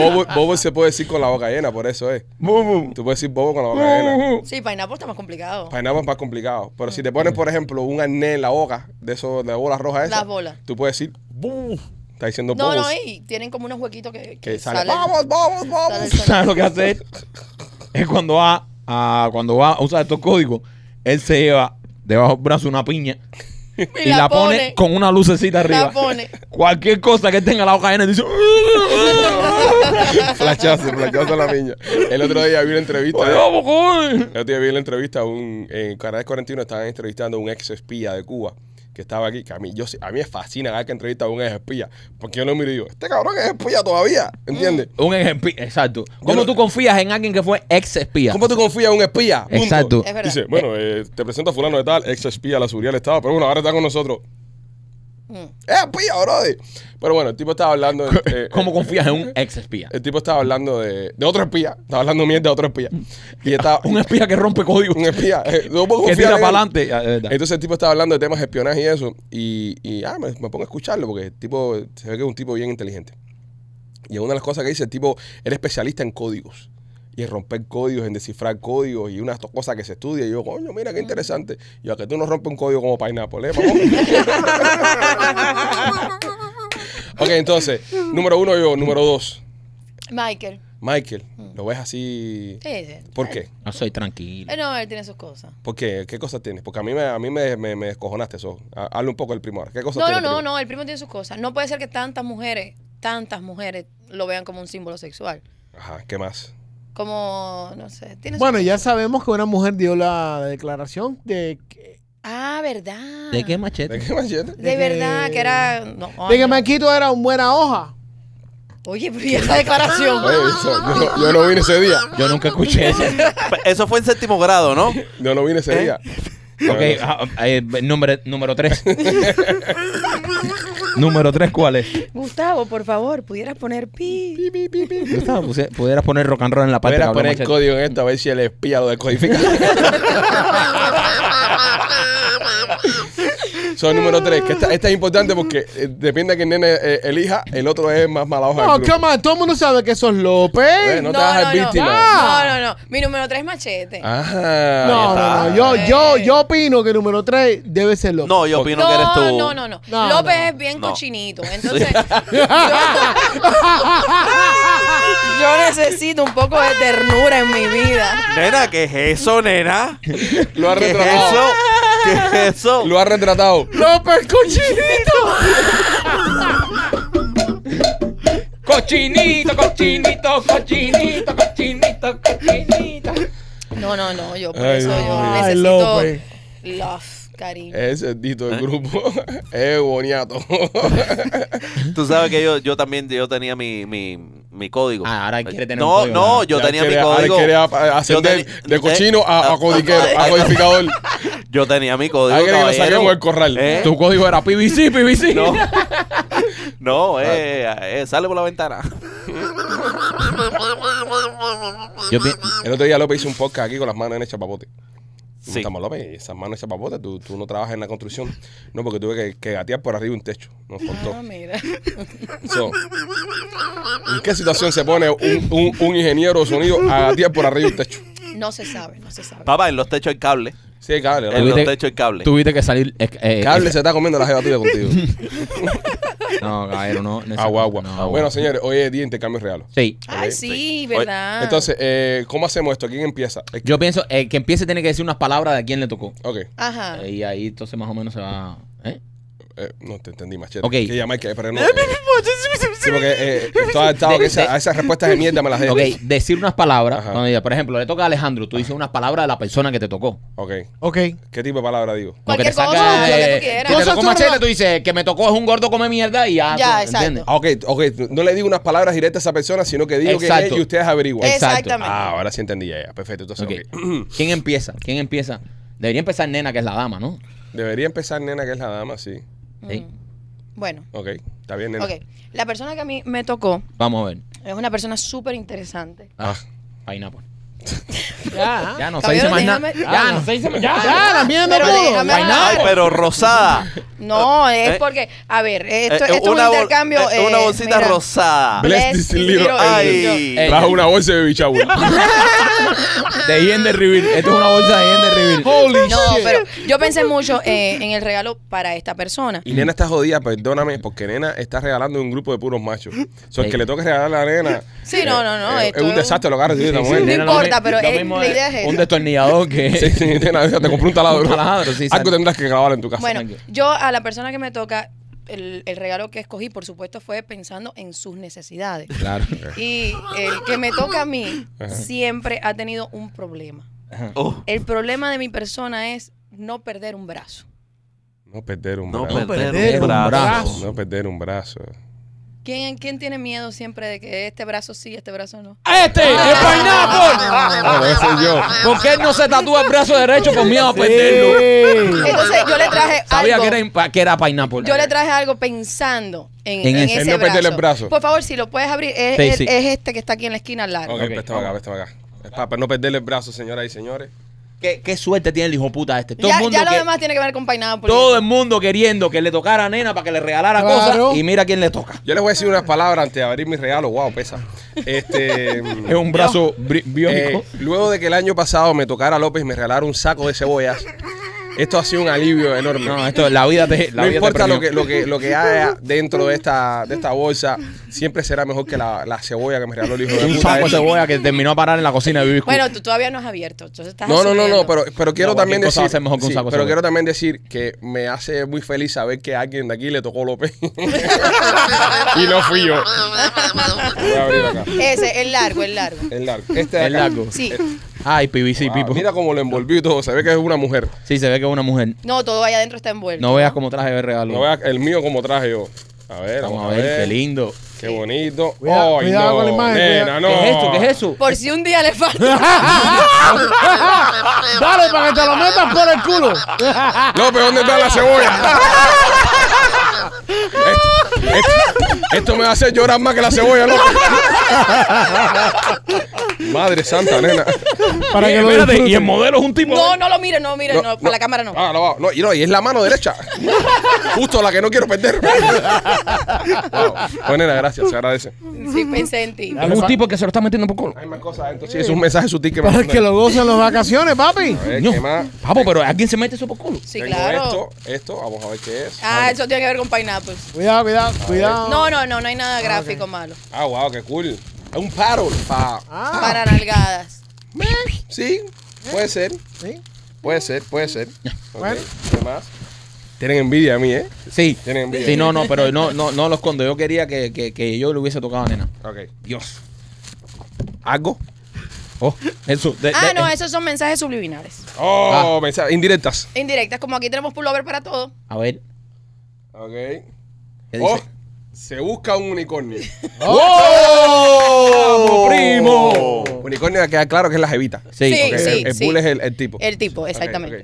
[SPEAKER 1] bobo, bobo se puede decir con la boca llena, por eso es. Tú puedes decir bobo con la boca llena.
[SPEAKER 6] Sí, Pineapple está más complicado.
[SPEAKER 1] Pineapple es más complicado. Pero si te pones, por ejemplo, un arnés en la boca, de esos, de bolas rojas esas,
[SPEAKER 6] Las bolas.
[SPEAKER 1] tú puedes decir bobo. Está diciendo
[SPEAKER 6] No,
[SPEAKER 1] bobos.
[SPEAKER 6] no, y tienen como unos huequitos que,
[SPEAKER 1] Que
[SPEAKER 6] que
[SPEAKER 1] sale,
[SPEAKER 6] salen.
[SPEAKER 1] vamos, vamos,
[SPEAKER 6] sale
[SPEAKER 1] vamos.
[SPEAKER 6] el
[SPEAKER 3] ¿Tú
[SPEAKER 6] sonido.
[SPEAKER 3] sabes lo que hace él? Es cuando va a, cuando va a usar estos códigos, él se lleva debajo del brazo una piña y, la, pone, con una lucecita arriba.
[SPEAKER 6] La pone.
[SPEAKER 3] Cualquier cosa que tenga la boca llena dice,
[SPEAKER 1] Flachazo, flachazo a la niña. El otro día vi una entrevista.
[SPEAKER 3] ¡ay, vamos, coño!
[SPEAKER 1] El otro día vi la entrevista, un, en Canal 41 estaban entrevistando a un ex espía de Cuba que estaba aquí, que a mí, yo, sí- a mí me fascina cada vez que entrevista a un ex espía, porque yo lo miro y digo, este cabrón es espía todavía, ¿entiendes?
[SPEAKER 3] Un ejemplo, exacto. ¿Cómo
[SPEAKER 1] no-
[SPEAKER 3] tú confías en alguien que fue ex espía?
[SPEAKER 1] ¿Cómo tú confías en un espía? Punto.
[SPEAKER 3] Exacto.
[SPEAKER 6] Es verdad.
[SPEAKER 1] Dice, bueno, eh, te presento a fulano de tal, ex espía de la seguridad del Estado, pero bueno, ahora está con nosotros.
[SPEAKER 6] Mm.
[SPEAKER 1] ¡Es espía, brother! Pero bueno, el tipo estaba hablando... de- eh,
[SPEAKER 3] ¿Cómo
[SPEAKER 1] eh,
[SPEAKER 3] confías en un ex espía?
[SPEAKER 1] El tipo estaba hablando de, de otro espía, estaba hablando mierda de otro espía. Y estaba...
[SPEAKER 3] Un espía que rompe códigos,
[SPEAKER 1] un espía. eh, no puedo
[SPEAKER 3] que
[SPEAKER 1] confiar
[SPEAKER 3] tira
[SPEAKER 1] en él.
[SPEAKER 3] para adelante. Ah, es verdad.
[SPEAKER 1] Entonces el tipo estaba hablando de temas de espionaje y eso. Y, y, ah, me, me pongo a escucharlo porque el tipo se ve que es un tipo bien inteligente. Y una de las cosas que dice el tipo era especialista en códigos. Y en romper códigos, en descifrar códigos y unas to- cosas que se estudia. Y yo, coño, mira qué interesante. Y yo, a que tú no rompes un código como Pineapple, ¿eh, mamón?" ok, entonces, número uno yo, número dos,
[SPEAKER 6] Michael.
[SPEAKER 1] Michael. ¿Lo ves así?
[SPEAKER 6] Sí, sí.
[SPEAKER 1] ¿Por qué?
[SPEAKER 3] No soy tranquilo.
[SPEAKER 6] Eh, no, él tiene sus cosas.
[SPEAKER 1] ¿Por qué? ¿Qué cosas tienes? Porque a mí me, a mí me, me, me descojonaste eso. Ha- Hazle un poco el primor. ¿Qué cosas
[SPEAKER 6] No, no,
[SPEAKER 1] tienes?
[SPEAKER 6] no,
[SPEAKER 1] primo?
[SPEAKER 6] no, el primo tiene sus cosas. No puede ser que tantas mujeres, tantas mujeres lo vean como un símbolo sexual.
[SPEAKER 1] Ajá, ¿qué más?
[SPEAKER 6] Como, no sé, tiene sus
[SPEAKER 4] Bueno, ya
[SPEAKER 6] cosas.
[SPEAKER 4] sabemos que una mujer dio la declaración de que,
[SPEAKER 6] Ah, ¿verdad?
[SPEAKER 3] ¿De qué machete?
[SPEAKER 1] ¿De qué machete?
[SPEAKER 6] De verdad, que era... No,
[SPEAKER 4] de
[SPEAKER 6] ay,
[SPEAKER 4] que
[SPEAKER 6] no.
[SPEAKER 4] Maquito era un buena hoja.
[SPEAKER 6] Oye, pero ¿y esa declaración?
[SPEAKER 1] Oye, eso, yo, no- yo no vine ese día.
[SPEAKER 3] Yo nunca escuché eso.
[SPEAKER 5] Eso fue en séptimo grado, ¿no?
[SPEAKER 1] Yo no vine ese día.
[SPEAKER 3] Ok, ah, ah, eh, número, número tres. número tres, ¿cuál es?
[SPEAKER 6] Gustavo, por favor, pudieras poner pi.
[SPEAKER 3] Gustavo, puse- pudieras poner rock and roll en la parte
[SPEAKER 1] Voy a
[SPEAKER 3] que habló
[SPEAKER 1] poner el
[SPEAKER 3] Machete.
[SPEAKER 1] código en esto a ver si el espía lo descodifica. Son número 3, que esta, esta es importante porque eh, depende de quién nene eh, elija, el otro es más mala hoja.
[SPEAKER 4] No,
[SPEAKER 1] del grupo.
[SPEAKER 4] come on, todo el mundo sabe que eso es López.
[SPEAKER 1] Bueno. No te vas a
[SPEAKER 6] no,
[SPEAKER 1] víctima.
[SPEAKER 6] no, no, no. Mi número tres es machete.
[SPEAKER 1] Ah, Ajá. Ah,
[SPEAKER 4] No,
[SPEAKER 1] ahí
[SPEAKER 4] no,
[SPEAKER 1] está.
[SPEAKER 4] no. Yo, yo,
[SPEAKER 6] Eh.
[SPEAKER 4] yo opino que número 3 debe ser López.
[SPEAKER 5] No, yo opino que eres tú.
[SPEAKER 6] No, no, no.
[SPEAKER 4] No,
[SPEAKER 6] López
[SPEAKER 4] no.
[SPEAKER 6] es bien
[SPEAKER 5] No.
[SPEAKER 6] cochinito. Entonces, yo, yo necesito un poco de ternura en mi vida.
[SPEAKER 5] Nena, ¿qué es eso, nena?
[SPEAKER 1] Lo ha
[SPEAKER 5] ¿Qué es
[SPEAKER 1] retratado.
[SPEAKER 5] eso? ¿Qué es eso?
[SPEAKER 1] Lo ha retratado.
[SPEAKER 4] López Cochinito.
[SPEAKER 2] Cochinito, cochinito, cochinito, cochinito, cochinito.
[SPEAKER 6] No, no, no. Yo por
[SPEAKER 1] Ay,
[SPEAKER 6] eso
[SPEAKER 1] Dios
[SPEAKER 6] yo
[SPEAKER 1] mío. Eh,
[SPEAKER 4] Ay,
[SPEAKER 6] necesito
[SPEAKER 4] López.
[SPEAKER 6] love, cariño.
[SPEAKER 1] Ese es Dito del grupo. Es boniato.
[SPEAKER 5] Tú sabes que yo, yo también yo tenía mi, mi, mi código.
[SPEAKER 3] Ah, ahora quiere tener
[SPEAKER 5] no,
[SPEAKER 3] un código,
[SPEAKER 5] No,
[SPEAKER 3] ¿no?
[SPEAKER 5] yo
[SPEAKER 1] Ya
[SPEAKER 5] tenía mi
[SPEAKER 1] quiere- ahora
[SPEAKER 5] código.
[SPEAKER 1] quiere ap- ascender
[SPEAKER 5] teni- Ah,
[SPEAKER 1] de cochino a, a codiquero, a codificador.
[SPEAKER 5] Yo tenía mi código.
[SPEAKER 1] Hay que lo
[SPEAKER 5] caballero.
[SPEAKER 1] saquemos del corral.
[SPEAKER 5] ah, ¿Eh?
[SPEAKER 1] Tu código era PVC, PVC.
[SPEAKER 5] No, no eh, eh, sale por la ventana.
[SPEAKER 3] Yo pi-
[SPEAKER 1] El otro día López hizo un podcast aquí con las manos en el chapapote. Y
[SPEAKER 5] Sí.
[SPEAKER 1] Estamos López, esas manos en chapapote, tú, tú no trabajas en la construcción. No, porque tuve que, que gatear por arriba un techo. Nos
[SPEAKER 6] Ah,
[SPEAKER 1] contó.
[SPEAKER 6] mira.
[SPEAKER 1] So, ¿En qué situación se pone un, un- un ingeniero de sonido a gatear por arriba un techo?
[SPEAKER 6] No se sabe, no se sabe.
[SPEAKER 5] Papá, en los techos hay cable.
[SPEAKER 1] Sí, cable.
[SPEAKER 5] En
[SPEAKER 1] ¿no?
[SPEAKER 5] los
[SPEAKER 3] Tuviste-
[SPEAKER 5] techos hay cable.
[SPEAKER 3] Tuviste que salir. eh, eh,
[SPEAKER 1] Cable
[SPEAKER 3] eh,
[SPEAKER 1] se está comiendo la jeva tuya contigo.
[SPEAKER 3] No, caballero, no. no es-
[SPEAKER 1] Agua, agua.
[SPEAKER 3] no, agua.
[SPEAKER 1] Bueno, señores, hoy es día de intercambio real.
[SPEAKER 3] Sí.
[SPEAKER 6] Ay,
[SPEAKER 1] Sí.
[SPEAKER 6] sí, verdad.
[SPEAKER 1] Entonces, eh, ¿cómo hacemos esto? ¿Quién empieza? Es que-
[SPEAKER 3] Yo pienso eh, que empiece tiene que decir unas palabras de a quién le tocó.
[SPEAKER 1] Ok,
[SPEAKER 6] Ajá.
[SPEAKER 3] Eh, Y ahí entonces más o menos se va. ¿eh?
[SPEAKER 1] eh, no te entendí, machete.
[SPEAKER 3] Ok.
[SPEAKER 1] Que llamar que pero no. eh, Sí, porque eh, estoy adaptado que esa- a esas respuestas de mierda me las den.
[SPEAKER 3] Ok, decir unas palabras.
[SPEAKER 1] Ajá.
[SPEAKER 3] cuando diga, por ejemplo, le toca a Alejandro, tú dices unas palabras de la persona que te tocó.
[SPEAKER 1] Ok.
[SPEAKER 4] Ok.
[SPEAKER 1] ¿Qué tipo de palabra digo?
[SPEAKER 3] Lo que te
[SPEAKER 6] Cualquier cosa,
[SPEAKER 3] saca,
[SPEAKER 6] lo que tú
[SPEAKER 3] eh,
[SPEAKER 6] quieras.
[SPEAKER 3] que te
[SPEAKER 4] Cosas
[SPEAKER 3] tocó machete,
[SPEAKER 4] turras.
[SPEAKER 3] tú dices que me tocó es un gordo come mierda y ya.
[SPEAKER 6] Ya,
[SPEAKER 3] tú-
[SPEAKER 6] exacto.
[SPEAKER 1] Ah, Ok, ok. No le digo unas palabras directas a esa persona, sino que digo que es
[SPEAKER 3] Exacto.
[SPEAKER 1] y ustedes averiguan.
[SPEAKER 3] Exacto.
[SPEAKER 6] Exactamente.
[SPEAKER 1] Ah, ahora sí entendí ya, ya. Perfecto. Entonces,
[SPEAKER 3] Ok.
[SPEAKER 1] ok.
[SPEAKER 3] ¿Quién empieza? ¿Quién empieza? Debería empezar Nena, que es la dama, ¿no?
[SPEAKER 1] Debería empezar, nena, que es la dama, sí.
[SPEAKER 6] Mm.
[SPEAKER 3] Sí.
[SPEAKER 6] Bueno,
[SPEAKER 1] Ok. Está bien, nena.
[SPEAKER 6] ok. La persona que a mí me tocó
[SPEAKER 3] Vamos a ver.
[SPEAKER 6] es una persona súper interesante.
[SPEAKER 3] Ah, Pineapple.
[SPEAKER 4] Ya.
[SPEAKER 3] Ya no se dice
[SPEAKER 6] Caballero,
[SPEAKER 3] más nada.
[SPEAKER 6] déjame-
[SPEAKER 3] Ya no se dice más ya.
[SPEAKER 4] Ah. Ya, la mía no
[SPEAKER 6] Pero
[SPEAKER 4] pudo.
[SPEAKER 6] déjame
[SPEAKER 3] Why not?
[SPEAKER 5] Ay, pero rosada.
[SPEAKER 6] No, es
[SPEAKER 5] Eh,
[SPEAKER 6] porque, a ver, esto,
[SPEAKER 5] Eh,
[SPEAKER 6] esto es
[SPEAKER 5] una
[SPEAKER 6] un
[SPEAKER 5] bol-
[SPEAKER 6] intercambio.
[SPEAKER 5] eh, una
[SPEAKER 6] eh,
[SPEAKER 5] bolsita
[SPEAKER 6] mira.
[SPEAKER 5] rosada.
[SPEAKER 1] Bless this little
[SPEAKER 5] angel.
[SPEAKER 6] angel.
[SPEAKER 3] Eh,
[SPEAKER 5] Ey.
[SPEAKER 1] Trajo una bolsa de bichagüe.
[SPEAKER 3] De Yender Reveal.
[SPEAKER 6] Ah.
[SPEAKER 3] Esto es una bolsa de Yender Reveal.
[SPEAKER 4] Holy
[SPEAKER 6] No,
[SPEAKER 4] shit.
[SPEAKER 6] pero yo pensé mucho eh, en el regalo para esta persona.
[SPEAKER 1] Y nena está jodida, perdóname, porque nena está regalando un grupo de puros machos. O sea, el que le toque regalar a la nena. eh,
[SPEAKER 6] Sí, no, no, no,
[SPEAKER 1] Es,
[SPEAKER 6] esto
[SPEAKER 1] es un
[SPEAKER 6] es
[SPEAKER 1] desastre lo que ha recibido esta
[SPEAKER 3] Sí, sí,
[SPEAKER 1] mujer.
[SPEAKER 3] nena,
[SPEAKER 6] No
[SPEAKER 3] lo
[SPEAKER 6] importa,
[SPEAKER 3] mi-
[SPEAKER 6] pero
[SPEAKER 3] lo
[SPEAKER 6] es-
[SPEAKER 3] mismo
[SPEAKER 6] la idea es
[SPEAKER 3] Un
[SPEAKER 6] esa.
[SPEAKER 3] destornillador que.
[SPEAKER 1] Sí, sí, nena, te compré un taladro.
[SPEAKER 3] Un taladro, sí,
[SPEAKER 1] Algo
[SPEAKER 3] sal-
[SPEAKER 1] tendrás que grabar en tu casa.
[SPEAKER 6] Bueno, yo a la persona que me toca, el, el regalo que escogí, por supuesto, fue pensando en sus necesidades.
[SPEAKER 3] Claro.
[SPEAKER 6] Y el que me toca a mí siempre ha tenido un problema.
[SPEAKER 5] Oh,
[SPEAKER 6] El problema de mi persona es no perder un brazo.
[SPEAKER 1] No perder un
[SPEAKER 5] no
[SPEAKER 1] brazo.
[SPEAKER 5] perder un brazo.
[SPEAKER 1] No perder un brazo.
[SPEAKER 6] ¿Quién, ¿Quién tiene miedo siempre de que este brazo sí, este brazo no?
[SPEAKER 3] ¡Este!
[SPEAKER 6] Ah.
[SPEAKER 3] ¡Es Pineapple!
[SPEAKER 1] No, ese soy yo.
[SPEAKER 3] ¿Por qué él no se tatúa el brazo derecho por miedo a perderlo?
[SPEAKER 4] Sí.
[SPEAKER 6] Entonces yo le traje
[SPEAKER 3] Sabía
[SPEAKER 6] algo.
[SPEAKER 3] que era, impa- que era Pineapple.
[SPEAKER 6] Yo le traje algo pensando en,
[SPEAKER 3] En
[SPEAKER 6] en
[SPEAKER 3] ese-
[SPEAKER 6] ese
[SPEAKER 1] en no
[SPEAKER 6] brazo.
[SPEAKER 1] perderle el brazo.
[SPEAKER 6] Por favor, si lo puedes abrir, es,
[SPEAKER 3] Sí,
[SPEAKER 6] es-
[SPEAKER 3] sí.
[SPEAKER 6] es este que está aquí en la esquina largo.
[SPEAKER 1] Ok, préstame acá, préstame acá. Es para no perderle el brazo, señoras y señores.
[SPEAKER 3] ¿Qué, qué suerte tiene el hijo puta este. Todo
[SPEAKER 6] ya
[SPEAKER 3] el mundo
[SPEAKER 6] ya lo
[SPEAKER 3] que-
[SPEAKER 6] demás tiene que ver con Pineapple.
[SPEAKER 3] todo el mundo queriendo que le tocara a nena para que le regalara
[SPEAKER 4] Claro.
[SPEAKER 3] cosas y mira quién le toca.
[SPEAKER 1] Yo les voy a decir unas palabras antes de abrir mi regalo. Wow, pesa. Este.
[SPEAKER 2] Es un brazo bri- biónico.
[SPEAKER 1] eh, luego de que el año pasado me tocara López y me regalara un saco de cebollas, esto ha sido un alivio enorme.
[SPEAKER 3] No, esto, la vida te. La
[SPEAKER 1] no
[SPEAKER 3] vida te
[SPEAKER 1] importa
[SPEAKER 3] premió.
[SPEAKER 1] lo que, lo, que, lo que haya dentro de esta, de esta bolsa, siempre será mejor que la, la cebolla que me regaló el hijo de
[SPEAKER 3] Un
[SPEAKER 1] puta
[SPEAKER 3] saco de
[SPEAKER 1] este.
[SPEAKER 3] cebolla que terminó a parar en la cocina de Bibi Cool.
[SPEAKER 6] Bueno, tú todavía no has abierto. Entonces estás
[SPEAKER 1] No, no, no,
[SPEAKER 6] asumiendo.
[SPEAKER 1] no, pero, pero quiero
[SPEAKER 3] No,
[SPEAKER 1] también
[SPEAKER 3] cualquier cosa va
[SPEAKER 1] decir.
[SPEAKER 3] a ser mejor que un
[SPEAKER 1] sí,
[SPEAKER 3] saco
[SPEAKER 1] pero
[SPEAKER 3] solo.
[SPEAKER 1] quiero también decir que me hace muy feliz saber que alguien de aquí le tocó López. y no fui yo. Voy a abrir acá.
[SPEAKER 6] Ese, el largo, el largo.
[SPEAKER 1] El largo. Este de
[SPEAKER 3] el
[SPEAKER 1] acá.
[SPEAKER 3] largo.
[SPEAKER 6] Sí.
[SPEAKER 3] Ay, PVC,
[SPEAKER 1] Ah,
[SPEAKER 3] Pipo.
[SPEAKER 1] mira cómo lo envolví y todo. Se ve que es una mujer.
[SPEAKER 3] Sí, se ve que es una mujer.
[SPEAKER 6] No, todo allá adentro está envuelto.
[SPEAKER 3] No veas cómo traje de regalo.
[SPEAKER 1] No veas el mío como traje yo. A ver,
[SPEAKER 3] Vamos a ver, qué lindo.
[SPEAKER 1] Qué bonito.
[SPEAKER 4] Cuidado-
[SPEAKER 1] Ay,
[SPEAKER 4] cuidado
[SPEAKER 1] no,
[SPEAKER 4] con la imagen,
[SPEAKER 1] nena,
[SPEAKER 4] cuidado.
[SPEAKER 1] no.
[SPEAKER 3] ¿Qué es esto? ¿Qué es eso?
[SPEAKER 6] Por si un día le falta.
[SPEAKER 4] Dale, para que te lo metas por el culo.
[SPEAKER 1] López, ¿dónde está la cebolla? Esto- esto- Esto me va a hacer llorar más que la cebolla, López. Madre santa, nena.
[SPEAKER 4] Para
[SPEAKER 3] Eh,
[SPEAKER 4] que lo
[SPEAKER 2] Espérate, y el
[SPEAKER 4] disfruten.
[SPEAKER 2] modelo es un tipo.
[SPEAKER 6] No, no lo mires, no mires,
[SPEAKER 1] No,
[SPEAKER 6] no,
[SPEAKER 1] no.
[SPEAKER 6] para la cámara no.
[SPEAKER 1] Ah, no, no, y no, y es la mano derecha. Justo la que no quiero perder. Wow. Pues nena, gracias, se agradece.
[SPEAKER 6] Sí, pensé en
[SPEAKER 3] Ah,
[SPEAKER 6] ti.
[SPEAKER 4] Dale, pa-
[SPEAKER 2] tipo que se lo está metiendo por culo.
[SPEAKER 1] Hay más cosas, entonces es un mensaje sutil que me
[SPEAKER 4] Para
[SPEAKER 1] mandan.
[SPEAKER 4] que lo gocen las vacaciones, papi.
[SPEAKER 1] A ver,
[SPEAKER 2] No.
[SPEAKER 1] ¿qué más?
[SPEAKER 2] Papo, pero ¿a quién se mete eso por culo?
[SPEAKER 6] Sí,
[SPEAKER 1] Tengo
[SPEAKER 6] claro.
[SPEAKER 1] Esto, esto, vamos a ver qué es.
[SPEAKER 6] Ah, eso tiene que ver con pues. pineapples.
[SPEAKER 4] Cuidado, cuidado, cuidado.
[SPEAKER 6] No, no, no, no hay nada gráfico malo.
[SPEAKER 1] Ah, wow, qué cool. Es un paddle. Pa.
[SPEAKER 4] Ah,
[SPEAKER 6] Para nalgadas.
[SPEAKER 1] Sí, puede ser,
[SPEAKER 4] sí.
[SPEAKER 1] puede ser, puede ser. Ok,
[SPEAKER 4] Bueno.
[SPEAKER 1] ¿Qué más? Tienen envidia a mí, ¿eh?
[SPEAKER 3] Sí.
[SPEAKER 1] Tienen envidia.
[SPEAKER 3] Sí, no, no, pero no, no, no lo escondo. Yo quería que, que, que yo le hubiese tocado a nena.
[SPEAKER 1] Ok.
[SPEAKER 3] Dios.
[SPEAKER 1] ¿Algo?
[SPEAKER 3] Oh, eso. de-
[SPEAKER 6] Ah,
[SPEAKER 3] de-
[SPEAKER 6] no,
[SPEAKER 3] eh.
[SPEAKER 6] esos son mensajes subliminales.
[SPEAKER 1] Oh, mensajes indirectas.
[SPEAKER 6] Indirectas, como aquí tenemos pullover para todo.
[SPEAKER 3] A ver.
[SPEAKER 1] Ok.
[SPEAKER 3] ¿Qué
[SPEAKER 1] Oh,
[SPEAKER 3] dice?
[SPEAKER 1] se busca un unicornio.
[SPEAKER 5] Oh,
[SPEAKER 2] ¡Vamos, primo!
[SPEAKER 1] ¡Oh! Unicornio queda claro que es la jevita.
[SPEAKER 3] Sí,
[SPEAKER 6] Sí,
[SPEAKER 1] Ok,
[SPEAKER 3] ok.
[SPEAKER 6] sí.
[SPEAKER 1] el, el bull es el, el tipo.
[SPEAKER 6] El tipo, exactamente.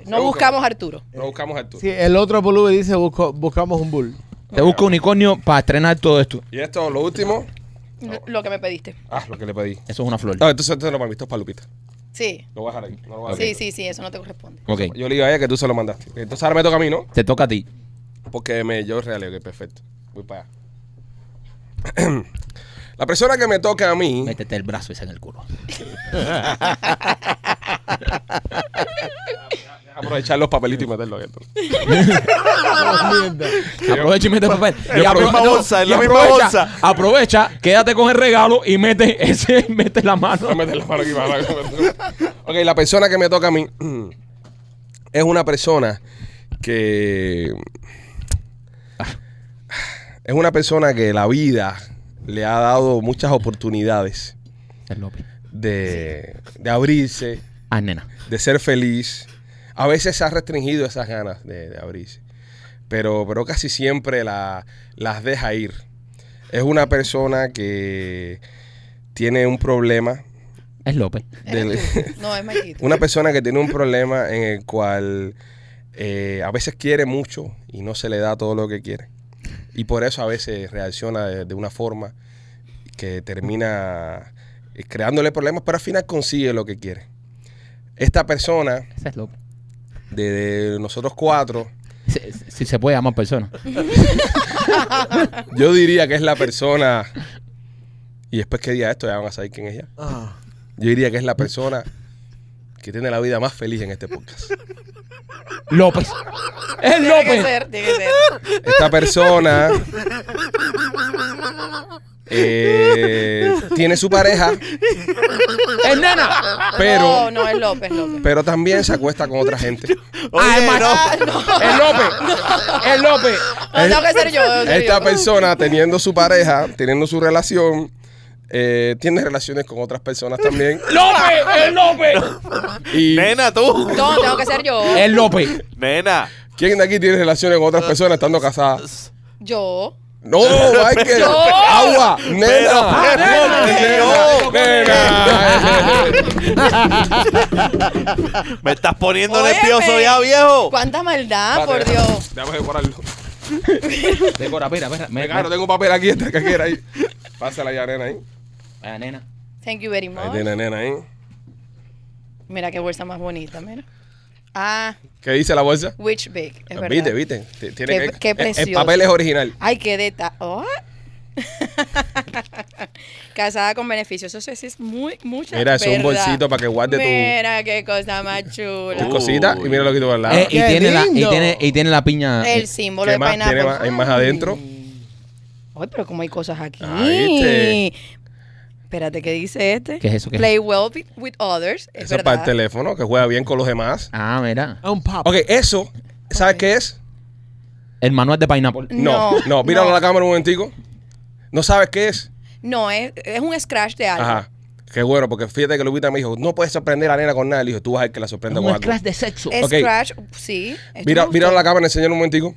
[SPEAKER 1] ok.
[SPEAKER 6] No
[SPEAKER 1] Se busca-
[SPEAKER 6] buscamos a Arturo.
[SPEAKER 1] No buscamos al tú.
[SPEAKER 4] Sí, el otro Pulube dice busco- buscamos un bull.
[SPEAKER 3] Te busco unicornio para estrenar todo esto.
[SPEAKER 1] Y esto, lo último.
[SPEAKER 6] Lo- Lo que me pediste.
[SPEAKER 1] Ah, lo que le pedí.
[SPEAKER 3] Eso es una flor.
[SPEAKER 1] No, entonces esto lo para mí, esto es para Lupita.
[SPEAKER 6] Sí.
[SPEAKER 1] Lo voy a dejar ahí. No lo voy a
[SPEAKER 6] Sí,
[SPEAKER 1] abrir.
[SPEAKER 6] sí, sí, eso no te corresponde.
[SPEAKER 3] Ok.
[SPEAKER 1] Yo le digo a ella que tú se lo mandaste. Entonces ahora me toca a mí, ¿no?
[SPEAKER 3] Te toca a ti.
[SPEAKER 1] Porque me, yo realeo que perfecto. Voy para allá. La persona que me toca a mí.
[SPEAKER 3] Métete el brazo ese en el culo.
[SPEAKER 1] Aprovechar los papelitos y meterlos ahí. entonces.
[SPEAKER 6] Ah.
[SPEAKER 3] Aprovecha y mete el papel.
[SPEAKER 5] Es
[SPEAKER 3] Y
[SPEAKER 5] la
[SPEAKER 3] apro-
[SPEAKER 5] misma
[SPEAKER 3] no,
[SPEAKER 5] bolsa, es
[SPEAKER 3] y
[SPEAKER 5] la misma
[SPEAKER 3] aprovecha,
[SPEAKER 5] bolsa.
[SPEAKER 3] aprovecha, quédate con el regalo y mete ese, mete la mano.
[SPEAKER 1] Voy a meter la mano aquí para Ok, la persona que me toca a mí es una persona que. Es una persona que la vida le ha dado muchas oportunidades
[SPEAKER 3] El López.
[SPEAKER 1] de, de abrirse,
[SPEAKER 3] Ah, nena.
[SPEAKER 1] de ser feliz. A veces se ha restringido esas ganas de, de abrirse, pero, pero casi siempre la- las deja ir. Es una persona que tiene un problema,
[SPEAKER 3] Es López.
[SPEAKER 6] Eres
[SPEAKER 1] Del-
[SPEAKER 6] tú. No, es Maikito.
[SPEAKER 1] una persona que tiene un problema en el cual eh, a veces quiere mucho y no se le da todo lo que quiere. Y por eso a veces reacciona de, de una forma que termina eh, creándole problemas, pero al final consigue lo que quiere. Esta persona
[SPEAKER 3] Ese es López.
[SPEAKER 1] de, de nosotros cuatro,
[SPEAKER 3] Si, si se puede llamar persona.
[SPEAKER 1] yo diría que es la persona. Y después que diga esto, ya van a saber quién es ella.
[SPEAKER 4] Ah.
[SPEAKER 1] Yo diría que es la persona que tiene la vida más feliz en este podcast.
[SPEAKER 3] López. Es
[SPEAKER 6] Tiene que
[SPEAKER 3] López.
[SPEAKER 6] ser, tiene que ser.
[SPEAKER 1] Esta persona eh, tiene su pareja,
[SPEAKER 3] Es nena.
[SPEAKER 1] pero,
[SPEAKER 6] No, no, es López, López.
[SPEAKER 1] pero también se acuesta con otra gente.
[SPEAKER 3] Ah, es
[SPEAKER 5] Oye,
[SPEAKER 3] macho.
[SPEAKER 5] no.
[SPEAKER 3] Es López. Es López.
[SPEAKER 6] No, tengo que ser yo. tengo que ser
[SPEAKER 1] Esta
[SPEAKER 6] yo.
[SPEAKER 1] persona teniendo su pareja, teniendo su relación, eh, tiene relaciones con otras personas también.
[SPEAKER 3] López. Es López.
[SPEAKER 1] Y
[SPEAKER 5] eh, Nena, tú.
[SPEAKER 6] No, tengo que ser yo.
[SPEAKER 3] Es López.
[SPEAKER 5] Nena.
[SPEAKER 1] ¿Quién de aquí tiene relaciones con otras personas estando casadas?
[SPEAKER 6] Yo.
[SPEAKER 1] No, Michael.
[SPEAKER 6] No.
[SPEAKER 1] Agua, nena.
[SPEAKER 5] pero,
[SPEAKER 1] nena,
[SPEAKER 5] pero,
[SPEAKER 1] nena.
[SPEAKER 5] Me estás poniendo
[SPEAKER 6] Óyeme.
[SPEAKER 5] nervioso ya, viejo.
[SPEAKER 6] Cuánta maldad, Ah, por Dios.
[SPEAKER 1] Déjame decorarlo.
[SPEAKER 3] Decora, mira, mira.
[SPEAKER 1] Me caro, tengo un papel aquí, esta cajera ahí. Pásala ya, nena, ahí.
[SPEAKER 3] Ah, nena.
[SPEAKER 6] Thank you very
[SPEAKER 1] Ahí
[SPEAKER 6] much.
[SPEAKER 1] tiene, nena, ahí.
[SPEAKER 6] Mira qué bolsa más bonita, mira. Ah,
[SPEAKER 1] ¿Qué dice la bolsa?
[SPEAKER 6] Which Big. Es verdad.
[SPEAKER 1] Viste, viste. T- Tiene
[SPEAKER 6] Qué-
[SPEAKER 1] que,
[SPEAKER 6] qué
[SPEAKER 1] el- El,
[SPEAKER 6] precioso.
[SPEAKER 1] papel es original.
[SPEAKER 6] Ay, qué oh. detalle. Casada con beneficio. Eso sí es muy, mucha
[SPEAKER 1] Mira, eso es un
[SPEAKER 6] verdad.
[SPEAKER 1] bolsito para que guarde tu-
[SPEAKER 6] Mira, qué cosa más chula.
[SPEAKER 1] Tus cositas y mira lo que tuvo al lado.
[SPEAKER 3] Eh, y,
[SPEAKER 4] ¡Qué
[SPEAKER 3] tiene la, y,
[SPEAKER 4] lindo!
[SPEAKER 3] tiene, y tiene la piña. Eh,
[SPEAKER 6] El
[SPEAKER 1] ¿Qué
[SPEAKER 6] símbolo de
[SPEAKER 1] más?
[SPEAKER 6] Pineapple.
[SPEAKER 1] ¿Tiene más? ¿Hay más adentro?
[SPEAKER 6] Ay, pero como hay cosas aquí.
[SPEAKER 1] Ah, ¿viste?
[SPEAKER 6] Espérate, ¿qué dice este?
[SPEAKER 3] ¿Qué es eso? ¿Qué es
[SPEAKER 6] Play well with- with others. Es
[SPEAKER 1] Eso es para el
[SPEAKER 6] verdad.
[SPEAKER 1] teléfono, que juega bien con los demás.
[SPEAKER 3] Ah, mira.
[SPEAKER 4] Es un papo.
[SPEAKER 1] Ok, eso, ¿sabes qué es?
[SPEAKER 3] El manual de Pineapple.
[SPEAKER 1] No,
[SPEAKER 6] No,
[SPEAKER 1] no, míralo
[SPEAKER 6] no.
[SPEAKER 1] a la cámara un momentico. ¿No sabes qué es?
[SPEAKER 6] no, es, es un scratch de algo.
[SPEAKER 1] Ajá. Qué bueno, porque fíjate que Lupita me dijo, no puedes sorprender a la nena con nada. Le dijo, tú vas a ver que la sorprenda con
[SPEAKER 3] Un
[SPEAKER 1] algo.
[SPEAKER 3] clase de sexo.
[SPEAKER 6] Es
[SPEAKER 1] Ok.
[SPEAKER 6] Scratch, sí. esto
[SPEAKER 1] Mira,
[SPEAKER 6] me
[SPEAKER 1] mira
[SPEAKER 6] gustó.
[SPEAKER 1] la cámara, enseñalo un momentico.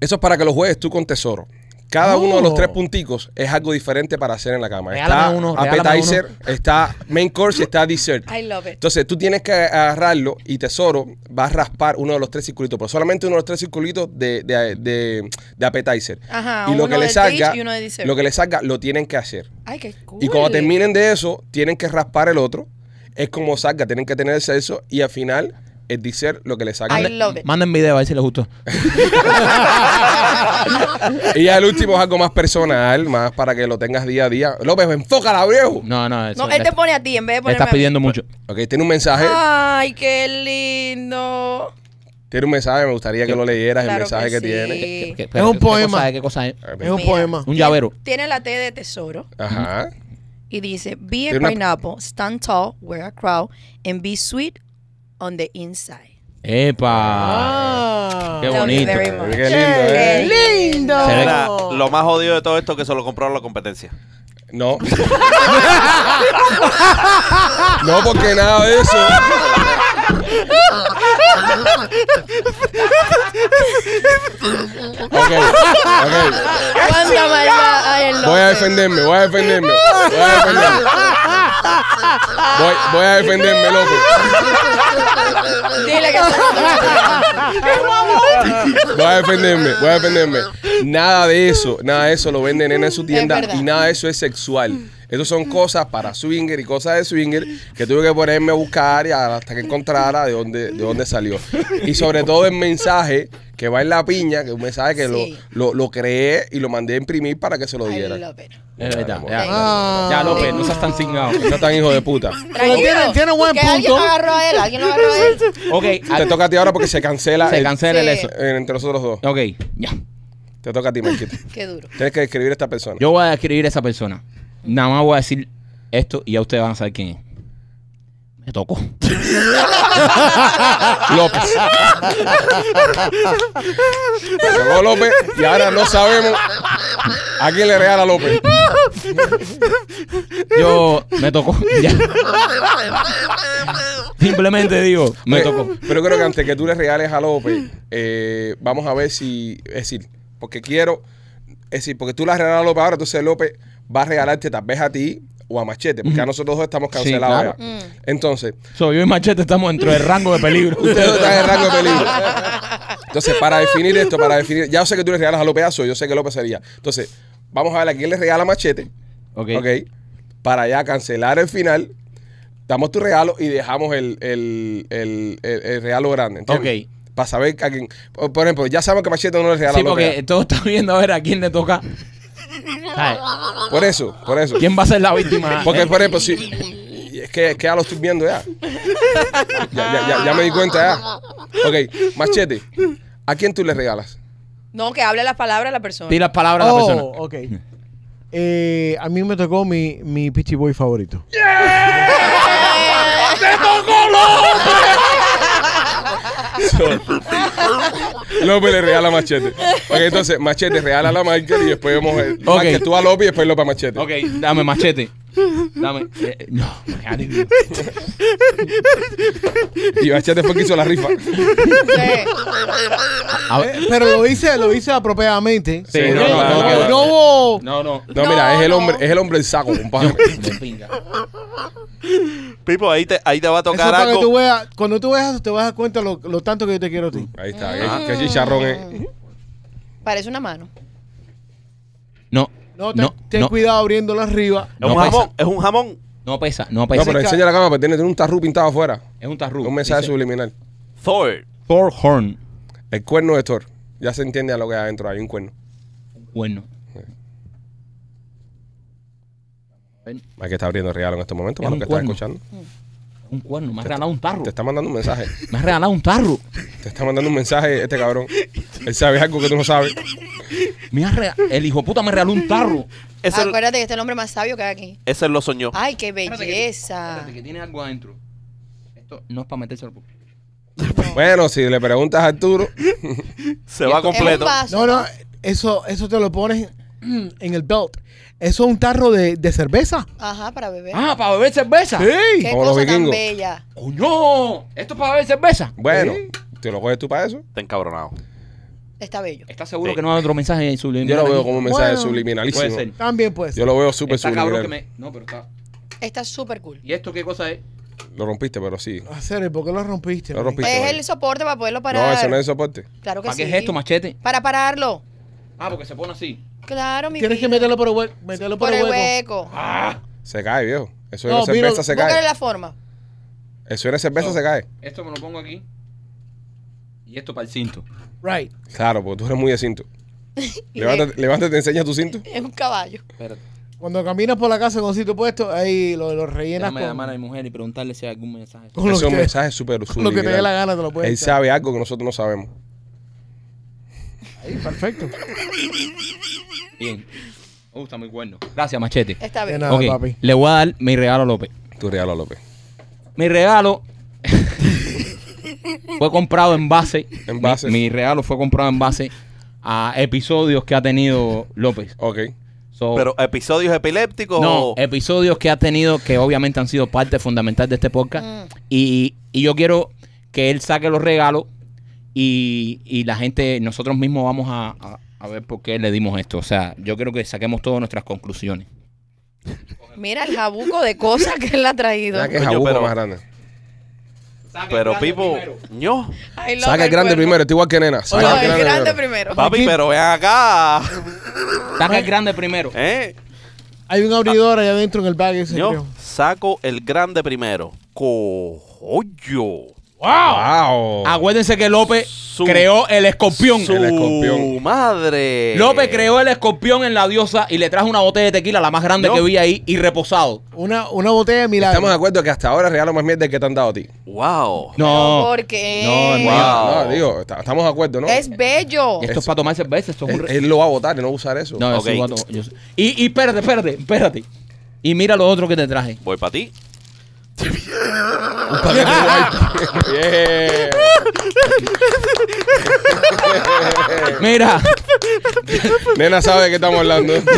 [SPEAKER 1] Eso es para que lo juegues tú con tesoro. Cada uno de los
[SPEAKER 4] Oh.
[SPEAKER 1] tres punticos es algo diferente para hacer en la cama. Está
[SPEAKER 3] Regálame uno, regálame
[SPEAKER 1] appetizer, está main course y está dessert.
[SPEAKER 6] I love it.
[SPEAKER 1] Entonces tú tienes que agarrarlo y Tesoro va a raspar uno de los tres circulitos, pero solamente uno de los tres circulitos de, de, de, de appetizer.
[SPEAKER 6] Ajá,
[SPEAKER 1] y lo
[SPEAKER 6] uno
[SPEAKER 1] que le
[SPEAKER 6] de
[SPEAKER 1] salga,
[SPEAKER 6] dish y uno de dessert.
[SPEAKER 1] lo que le salga lo tienen que hacer.
[SPEAKER 6] Ay, qué cool.
[SPEAKER 1] Y cuando terminen de eso, tienen que raspar el otro. Es como salga, tienen que tener el sexo y al final el dessert lo que le salga.
[SPEAKER 6] I love it.
[SPEAKER 3] Manden video a ver si les gustó.
[SPEAKER 1] Y ya el último es algo más personal, más para que lo tengas día a día. López, enfócala, viejo.
[SPEAKER 3] No, no, eso,
[SPEAKER 6] No, él
[SPEAKER 3] le-
[SPEAKER 6] te pone a ti en vez de
[SPEAKER 3] le
[SPEAKER 6] ponerme
[SPEAKER 3] estás
[SPEAKER 6] a mí.
[SPEAKER 3] pidiendo mucho.
[SPEAKER 1] Ok, tiene un mensaje.
[SPEAKER 6] Ah. Ay, qué lindo.
[SPEAKER 1] Tiene un mensaje, me gustaría que lo leyeras, el
[SPEAKER 6] Claro
[SPEAKER 1] mensaje que,
[SPEAKER 6] que sí.
[SPEAKER 1] tiene.
[SPEAKER 6] Sí.
[SPEAKER 3] ¿Qué- qué-
[SPEAKER 4] Es un
[SPEAKER 3] qué cosa
[SPEAKER 4] poema.
[SPEAKER 3] es? ¿Qué cosa es?
[SPEAKER 1] A ver,
[SPEAKER 4] Es un
[SPEAKER 6] Mira.
[SPEAKER 4] poema.
[SPEAKER 3] Un llavero.
[SPEAKER 6] Tiene la T de tesoro
[SPEAKER 1] Ajá.
[SPEAKER 6] y dice, be a
[SPEAKER 1] Tiene una-
[SPEAKER 6] pineapple, stand tall, wear a crown, and be sweet on the inside.
[SPEAKER 3] Epa.
[SPEAKER 4] Ah.
[SPEAKER 3] Qué
[SPEAKER 6] Love you
[SPEAKER 3] bonito.
[SPEAKER 6] very much.
[SPEAKER 1] Qué lindo, ¿eh?
[SPEAKER 4] Qué lindo.
[SPEAKER 3] Se ve-
[SPEAKER 5] Mira, lo más jodido de todo esto es que se lo compraron la competencia.
[SPEAKER 1] No. no, porque nada de eso. Ok, ok.
[SPEAKER 6] Cuánta maldad hay en
[SPEAKER 1] Voy a
[SPEAKER 6] López.
[SPEAKER 1] defenderme, voy a defenderme. Voy a defenderme. Voy, voy a defenderme, López.
[SPEAKER 6] Dile que se-
[SPEAKER 1] Voy a defenderme, voy a defenderme. Nada de eso, nada de eso lo venden en su tienda
[SPEAKER 6] verdad.
[SPEAKER 1] y nada de eso es sexual. Esas son cosas para swinger y cosas de swinger que tuve que ponerme a buscar y hasta que encontrara de dónde, de dónde salió. Y sobre todo el mensaje que va en la piña, que es un mensaje que lo-
[SPEAKER 6] Sí.
[SPEAKER 1] lo, lo, creé y lo mandé a imprimir para que se lo
[SPEAKER 6] I
[SPEAKER 1] dieran.
[SPEAKER 6] love it.
[SPEAKER 3] Es verdad. Ya,
[SPEAKER 4] Ah.
[SPEAKER 2] Ya, López, no seas tan cingado.
[SPEAKER 1] No tan hijo de puta.
[SPEAKER 6] Tranquilo,
[SPEAKER 4] tiene- tiene buen
[SPEAKER 6] que Alguien lo
[SPEAKER 4] punto.
[SPEAKER 6] agarró a él, alguien lo agarró a él.
[SPEAKER 3] Ok, ah,
[SPEAKER 1] Te toca a ti ahora porque se cancela,
[SPEAKER 3] se
[SPEAKER 1] el-
[SPEAKER 3] cancela el
[SPEAKER 6] Sí.
[SPEAKER 3] eso.
[SPEAKER 1] eh, entre nosotros dos.
[SPEAKER 3] Ok, ya.
[SPEAKER 1] Te toca a ti, Marquito.
[SPEAKER 6] Qué duro.
[SPEAKER 1] Tienes que describir a esta persona.
[SPEAKER 3] Yo voy a describir a esa persona. Nada más voy a decir esto y ya ustedes van a saber quién es. Me tocó.
[SPEAKER 1] López. Llegó López y ahora no sabemos a quién le regala López.
[SPEAKER 3] Yo me tocó. Ya. Simplemente digo, me
[SPEAKER 1] Eh,
[SPEAKER 3] tocó.
[SPEAKER 1] Pero creo que antes que tú le regales a López, eh, vamos a ver si. Es decir, porque quiero. Es decir, porque tú le has regalado a López ahora, entonces López va a regalarte tal vez a ti o a Machete, porque a nosotros dos estamos cancelados.
[SPEAKER 3] claro.
[SPEAKER 1] ya.
[SPEAKER 6] Mm.
[SPEAKER 1] Entonces,
[SPEAKER 3] Soy yo y Machete estamos dentro del rango de peligro.
[SPEAKER 1] ustedes dos están en rango de peligro. Entonces, para definir esto, para definir. Ya sé que tú le regalas a López Azo, yo sé que López sería. Entonces, vamos a ver a quién le regala Machete.
[SPEAKER 3] Ok.
[SPEAKER 1] Ok. Para ya cancelar el final, damos tu regalo y dejamos el, el, el, el- el regalo grande. ¿entiendes? Para saber a quién. Por por ejemplo, ya sabemos que Machete no le regala
[SPEAKER 3] Sí,
[SPEAKER 1] lo que
[SPEAKER 3] porque todo está viendo a ver a quién le toca. ¿Sabes?
[SPEAKER 1] da. Por eso, por eso.
[SPEAKER 3] ¿Quién va a ser la víctima? Eh,
[SPEAKER 1] Porque, por ejemplo, si. y Es que, es que ya lo estoy viendo ya. Ya, ya, ya- ya me di cuenta ya. Ok, Machete, ¿a quién tú le regalas?
[SPEAKER 6] No, que hable las palabras la persona.
[SPEAKER 3] Di las palabras a la
[SPEAKER 4] Oh,
[SPEAKER 3] persona.
[SPEAKER 4] ok. Eh, a mí me tocó mi, mi Peachy Boy favorito.
[SPEAKER 1] López le regala a Machete. Ok, entonces, Machete regala a la Michael y después vemos. El,
[SPEAKER 3] Ok.
[SPEAKER 1] Michael, tú a López y después López a Machete.
[SPEAKER 3] Ok, dame machete. Dame. eh, no, Mariano, Dios.
[SPEAKER 1] Y Machete fue quien hizo la rifa.
[SPEAKER 6] Sí.
[SPEAKER 3] A ver.
[SPEAKER 4] Eh, pero lo hice, lo hice apropiadamente.
[SPEAKER 3] Sí,
[SPEAKER 1] no,
[SPEAKER 4] Ok,
[SPEAKER 1] no,
[SPEAKER 4] no,
[SPEAKER 1] no, no.
[SPEAKER 4] no hubo-
[SPEAKER 3] No, no.
[SPEAKER 1] No,
[SPEAKER 6] No,
[SPEAKER 1] mira, es el
[SPEAKER 6] no.
[SPEAKER 1] hombre, es el hombre del saco, compadre.
[SPEAKER 3] De pinga.
[SPEAKER 5] Pipo, ahí te, ahí te va a
[SPEAKER 4] Eso es
[SPEAKER 5] tocar
[SPEAKER 4] para que
[SPEAKER 5] algo.
[SPEAKER 4] tú veas, cuando tú veas eso, te vas a dar cuenta lo, lo tanto que yo te quiero a ti.
[SPEAKER 1] Ahí
[SPEAKER 6] Mm.
[SPEAKER 1] está, qué- qué chicharrón es.
[SPEAKER 6] Parece una mano.
[SPEAKER 3] No.
[SPEAKER 4] No,
[SPEAKER 3] No,
[SPEAKER 4] ten,
[SPEAKER 3] no,
[SPEAKER 4] ten
[SPEAKER 3] no,
[SPEAKER 4] cuidado abriéndolo arriba.
[SPEAKER 5] Es un
[SPEAKER 3] No pesa.
[SPEAKER 5] jamón, es un jamón.
[SPEAKER 3] pesa, no
[SPEAKER 1] No,
[SPEAKER 3] pesa.
[SPEAKER 1] pero enseña la cámara, porque tiene, tiene un tarru pintado afuera.
[SPEAKER 3] es un tarru.
[SPEAKER 1] Un mensaje
[SPEAKER 3] Pues Dice,
[SPEAKER 1] subliminal.
[SPEAKER 5] Thor.
[SPEAKER 3] Thor Horn.
[SPEAKER 1] El cuerno de Thor. Ya se entiende a lo que hay adentro, hay un cuerno.
[SPEAKER 3] Bueno.
[SPEAKER 1] Hay que está abriendo el regalo en este momento
[SPEAKER 3] Es
[SPEAKER 1] para
[SPEAKER 3] un
[SPEAKER 1] los que están
[SPEAKER 3] cuerno.
[SPEAKER 1] escuchando.
[SPEAKER 3] Un cuerno. Me has regalado un tarro.
[SPEAKER 1] Te está mandando un mensaje.
[SPEAKER 3] Me has regalado un tarro.
[SPEAKER 1] Te está mandando un mensaje este cabrón. Él sabe algo que tú no sabes.
[SPEAKER 3] Me has rega- El hijo de puta me regaló un tarro.
[SPEAKER 5] Ese,
[SPEAKER 6] Acuérdate que este es el hombre más sabio que hay aquí.
[SPEAKER 5] ese lo soñó.
[SPEAKER 6] Ay, qué belleza.
[SPEAKER 3] que tiene algo adentro. Esto no es para meterse al pulpo.
[SPEAKER 1] Bueno, si le preguntas a Arturo,
[SPEAKER 5] Se va
[SPEAKER 6] Es un
[SPEAKER 5] completo.
[SPEAKER 6] vaso.
[SPEAKER 4] No, no, eso, eso te lo pones en el belt. Eso es un tarro de, de cerveza.
[SPEAKER 6] Ajá, para beber.
[SPEAKER 3] Ah, para beber cerveza.
[SPEAKER 6] Qué
[SPEAKER 1] como los
[SPEAKER 6] cosa tan
[SPEAKER 1] vikingos.
[SPEAKER 6] bella.
[SPEAKER 3] ¡Coño! ¿Esto es para beber cerveza?
[SPEAKER 1] bueno, te lo coges tú para eso.
[SPEAKER 5] Está encabronado.
[SPEAKER 6] Está bello.
[SPEAKER 3] ¿Estás seguro
[SPEAKER 5] Sí.
[SPEAKER 3] que no hay otro mensaje subliminal?
[SPEAKER 1] Yo lo veo
[SPEAKER 3] aquí?
[SPEAKER 1] como un mensaje
[SPEAKER 4] Bueno,
[SPEAKER 1] subliminalísimo.
[SPEAKER 3] puede ser.
[SPEAKER 4] También pues.
[SPEAKER 1] Yo lo veo súper
[SPEAKER 3] Está cabrón
[SPEAKER 1] subliminal.
[SPEAKER 3] que me. No, pero está.
[SPEAKER 6] Está súper cool.
[SPEAKER 3] ¿Y esto qué cosa es?
[SPEAKER 1] Lo rompiste, pero sí.
[SPEAKER 4] Hacer, ¿por qué lo rompiste?
[SPEAKER 1] Lo
[SPEAKER 4] man?
[SPEAKER 1] rompiste.
[SPEAKER 6] Es
[SPEAKER 1] vale.
[SPEAKER 6] el soporte para poderlo parar.
[SPEAKER 1] No, eso no es soporte.
[SPEAKER 6] Claro que
[SPEAKER 3] pues, ¿Para qué
[SPEAKER 6] sí.
[SPEAKER 3] es esto, machete?
[SPEAKER 6] Para pararlo.
[SPEAKER 3] Ah, porque se pone así.
[SPEAKER 6] Claro, mi
[SPEAKER 4] Tienes que
[SPEAKER 6] vida.
[SPEAKER 4] meterlo por el hueco. Meterlo por, el hueco.
[SPEAKER 1] Se cae, viejo. Eso
[SPEAKER 4] No,
[SPEAKER 1] en cerveza
[SPEAKER 4] mira,
[SPEAKER 1] Ah, se
[SPEAKER 6] Búscale
[SPEAKER 1] cae.
[SPEAKER 6] la forma.
[SPEAKER 1] Eso en cerveza
[SPEAKER 3] No.
[SPEAKER 1] se cae.
[SPEAKER 3] Esto me lo pongo aquí. Y esto para el cinto.
[SPEAKER 4] Right.
[SPEAKER 1] Claro, porque tú eres muy de cinto.
[SPEAKER 6] Y
[SPEAKER 1] Levántate, levántate, enseña tu cinto.
[SPEAKER 6] Es un caballo.
[SPEAKER 3] Espérate.
[SPEAKER 4] Cuando caminas por la casa con sitio puesto, ahí lo, lo rellenas
[SPEAKER 3] Déjame
[SPEAKER 4] con,
[SPEAKER 3] llamar a mi mujer y preguntarle si hay algún mensaje.
[SPEAKER 4] con lo
[SPEAKER 1] Ese es un
[SPEAKER 4] que te-
[SPEAKER 1] mensaje súper
[SPEAKER 4] con lo que te dé la
[SPEAKER 1] subliminal.
[SPEAKER 4] gana, te lo puedes
[SPEAKER 1] Él
[SPEAKER 4] echar.
[SPEAKER 1] sabe algo que nosotros no sabemos.
[SPEAKER 4] Ahí, perfecto.
[SPEAKER 3] Bien. Uh, está muy bueno. Gracias, machete.
[SPEAKER 6] Está
[SPEAKER 4] De
[SPEAKER 6] bien.
[SPEAKER 4] nada,
[SPEAKER 3] Ok,
[SPEAKER 4] papi.
[SPEAKER 3] Le voy a dar mi regalo a López.
[SPEAKER 1] Tu regalo, López.
[SPEAKER 3] Mi regalo fue comprado en base.
[SPEAKER 1] En base.
[SPEAKER 3] Mi, mi regalo fue comprado en base a episodios que ha tenido López.
[SPEAKER 1] Ok.
[SPEAKER 3] So,
[SPEAKER 5] Pero episodios epilépticos
[SPEAKER 3] no,
[SPEAKER 5] o-
[SPEAKER 3] episodios que ha tenido que obviamente han sido parte fundamental de este podcast.
[SPEAKER 6] Mm.
[SPEAKER 3] Y, y yo quiero que él saque los regalos y, y la gente, nosotros mismos vamos a, a- a ver por qué le dimos esto. O sea, yo quiero que saquemos todas nuestras conclusiones.
[SPEAKER 6] Mira el jabuco de cosas que él ha traído.
[SPEAKER 1] Mira que
[SPEAKER 5] Coño,
[SPEAKER 1] jabuco
[SPEAKER 5] pero-
[SPEAKER 1] más grande.
[SPEAKER 5] Pero Pipo, ño.
[SPEAKER 6] I love
[SPEAKER 1] Saca el grande
[SPEAKER 6] cuerpo.
[SPEAKER 1] primero. Estoy igual que nena. Saca
[SPEAKER 6] No,
[SPEAKER 1] el grande,
[SPEAKER 6] el grande
[SPEAKER 1] primero.
[SPEAKER 6] primero.
[SPEAKER 5] Papi, pero ven acá.
[SPEAKER 3] Saca el grande primero.
[SPEAKER 5] ¿Eh?
[SPEAKER 4] Hay un abridor allá adentro en el bag ese,
[SPEAKER 5] Yo
[SPEAKER 4] creo.
[SPEAKER 5] saco el grande primero. Cojoyo.
[SPEAKER 1] ¡Wow!
[SPEAKER 3] Acuérdense que López
[SPEAKER 5] Su-
[SPEAKER 3] creó el escorpión.
[SPEAKER 5] Su
[SPEAKER 1] El escorpión.
[SPEAKER 5] madre.
[SPEAKER 3] López creó el escorpión en la diosa y le trajo una botella de tequila, la más grande
[SPEAKER 5] No.
[SPEAKER 3] que vi ahí, y reposado.
[SPEAKER 4] Una, una botella de milagro.
[SPEAKER 1] Estamos de acuerdo que hasta ahora el regalo más mierda es el que te han dado a ti.
[SPEAKER 5] Wow.
[SPEAKER 3] No.
[SPEAKER 6] ¿Por qué?
[SPEAKER 3] No, hermano.
[SPEAKER 5] Wow.
[SPEAKER 1] No, digo, está- estamos de acuerdo, ¿no?
[SPEAKER 6] Es bello.
[SPEAKER 3] Esto es para tomar cerveza. Esto es un
[SPEAKER 1] Él,
[SPEAKER 3] re-
[SPEAKER 1] él lo va a votar y no va a usar eso.
[SPEAKER 3] No,
[SPEAKER 5] Eh, Ok.
[SPEAKER 3] eso es guato, yo sé. y, y espérate, espérate, espérate. Y mira lo otro que te traje.
[SPEAKER 5] Voy para ti.
[SPEAKER 1] Bien.
[SPEAKER 3] Mira,
[SPEAKER 1] Nena sabe de qué estamos hablando.
[SPEAKER 6] Yo no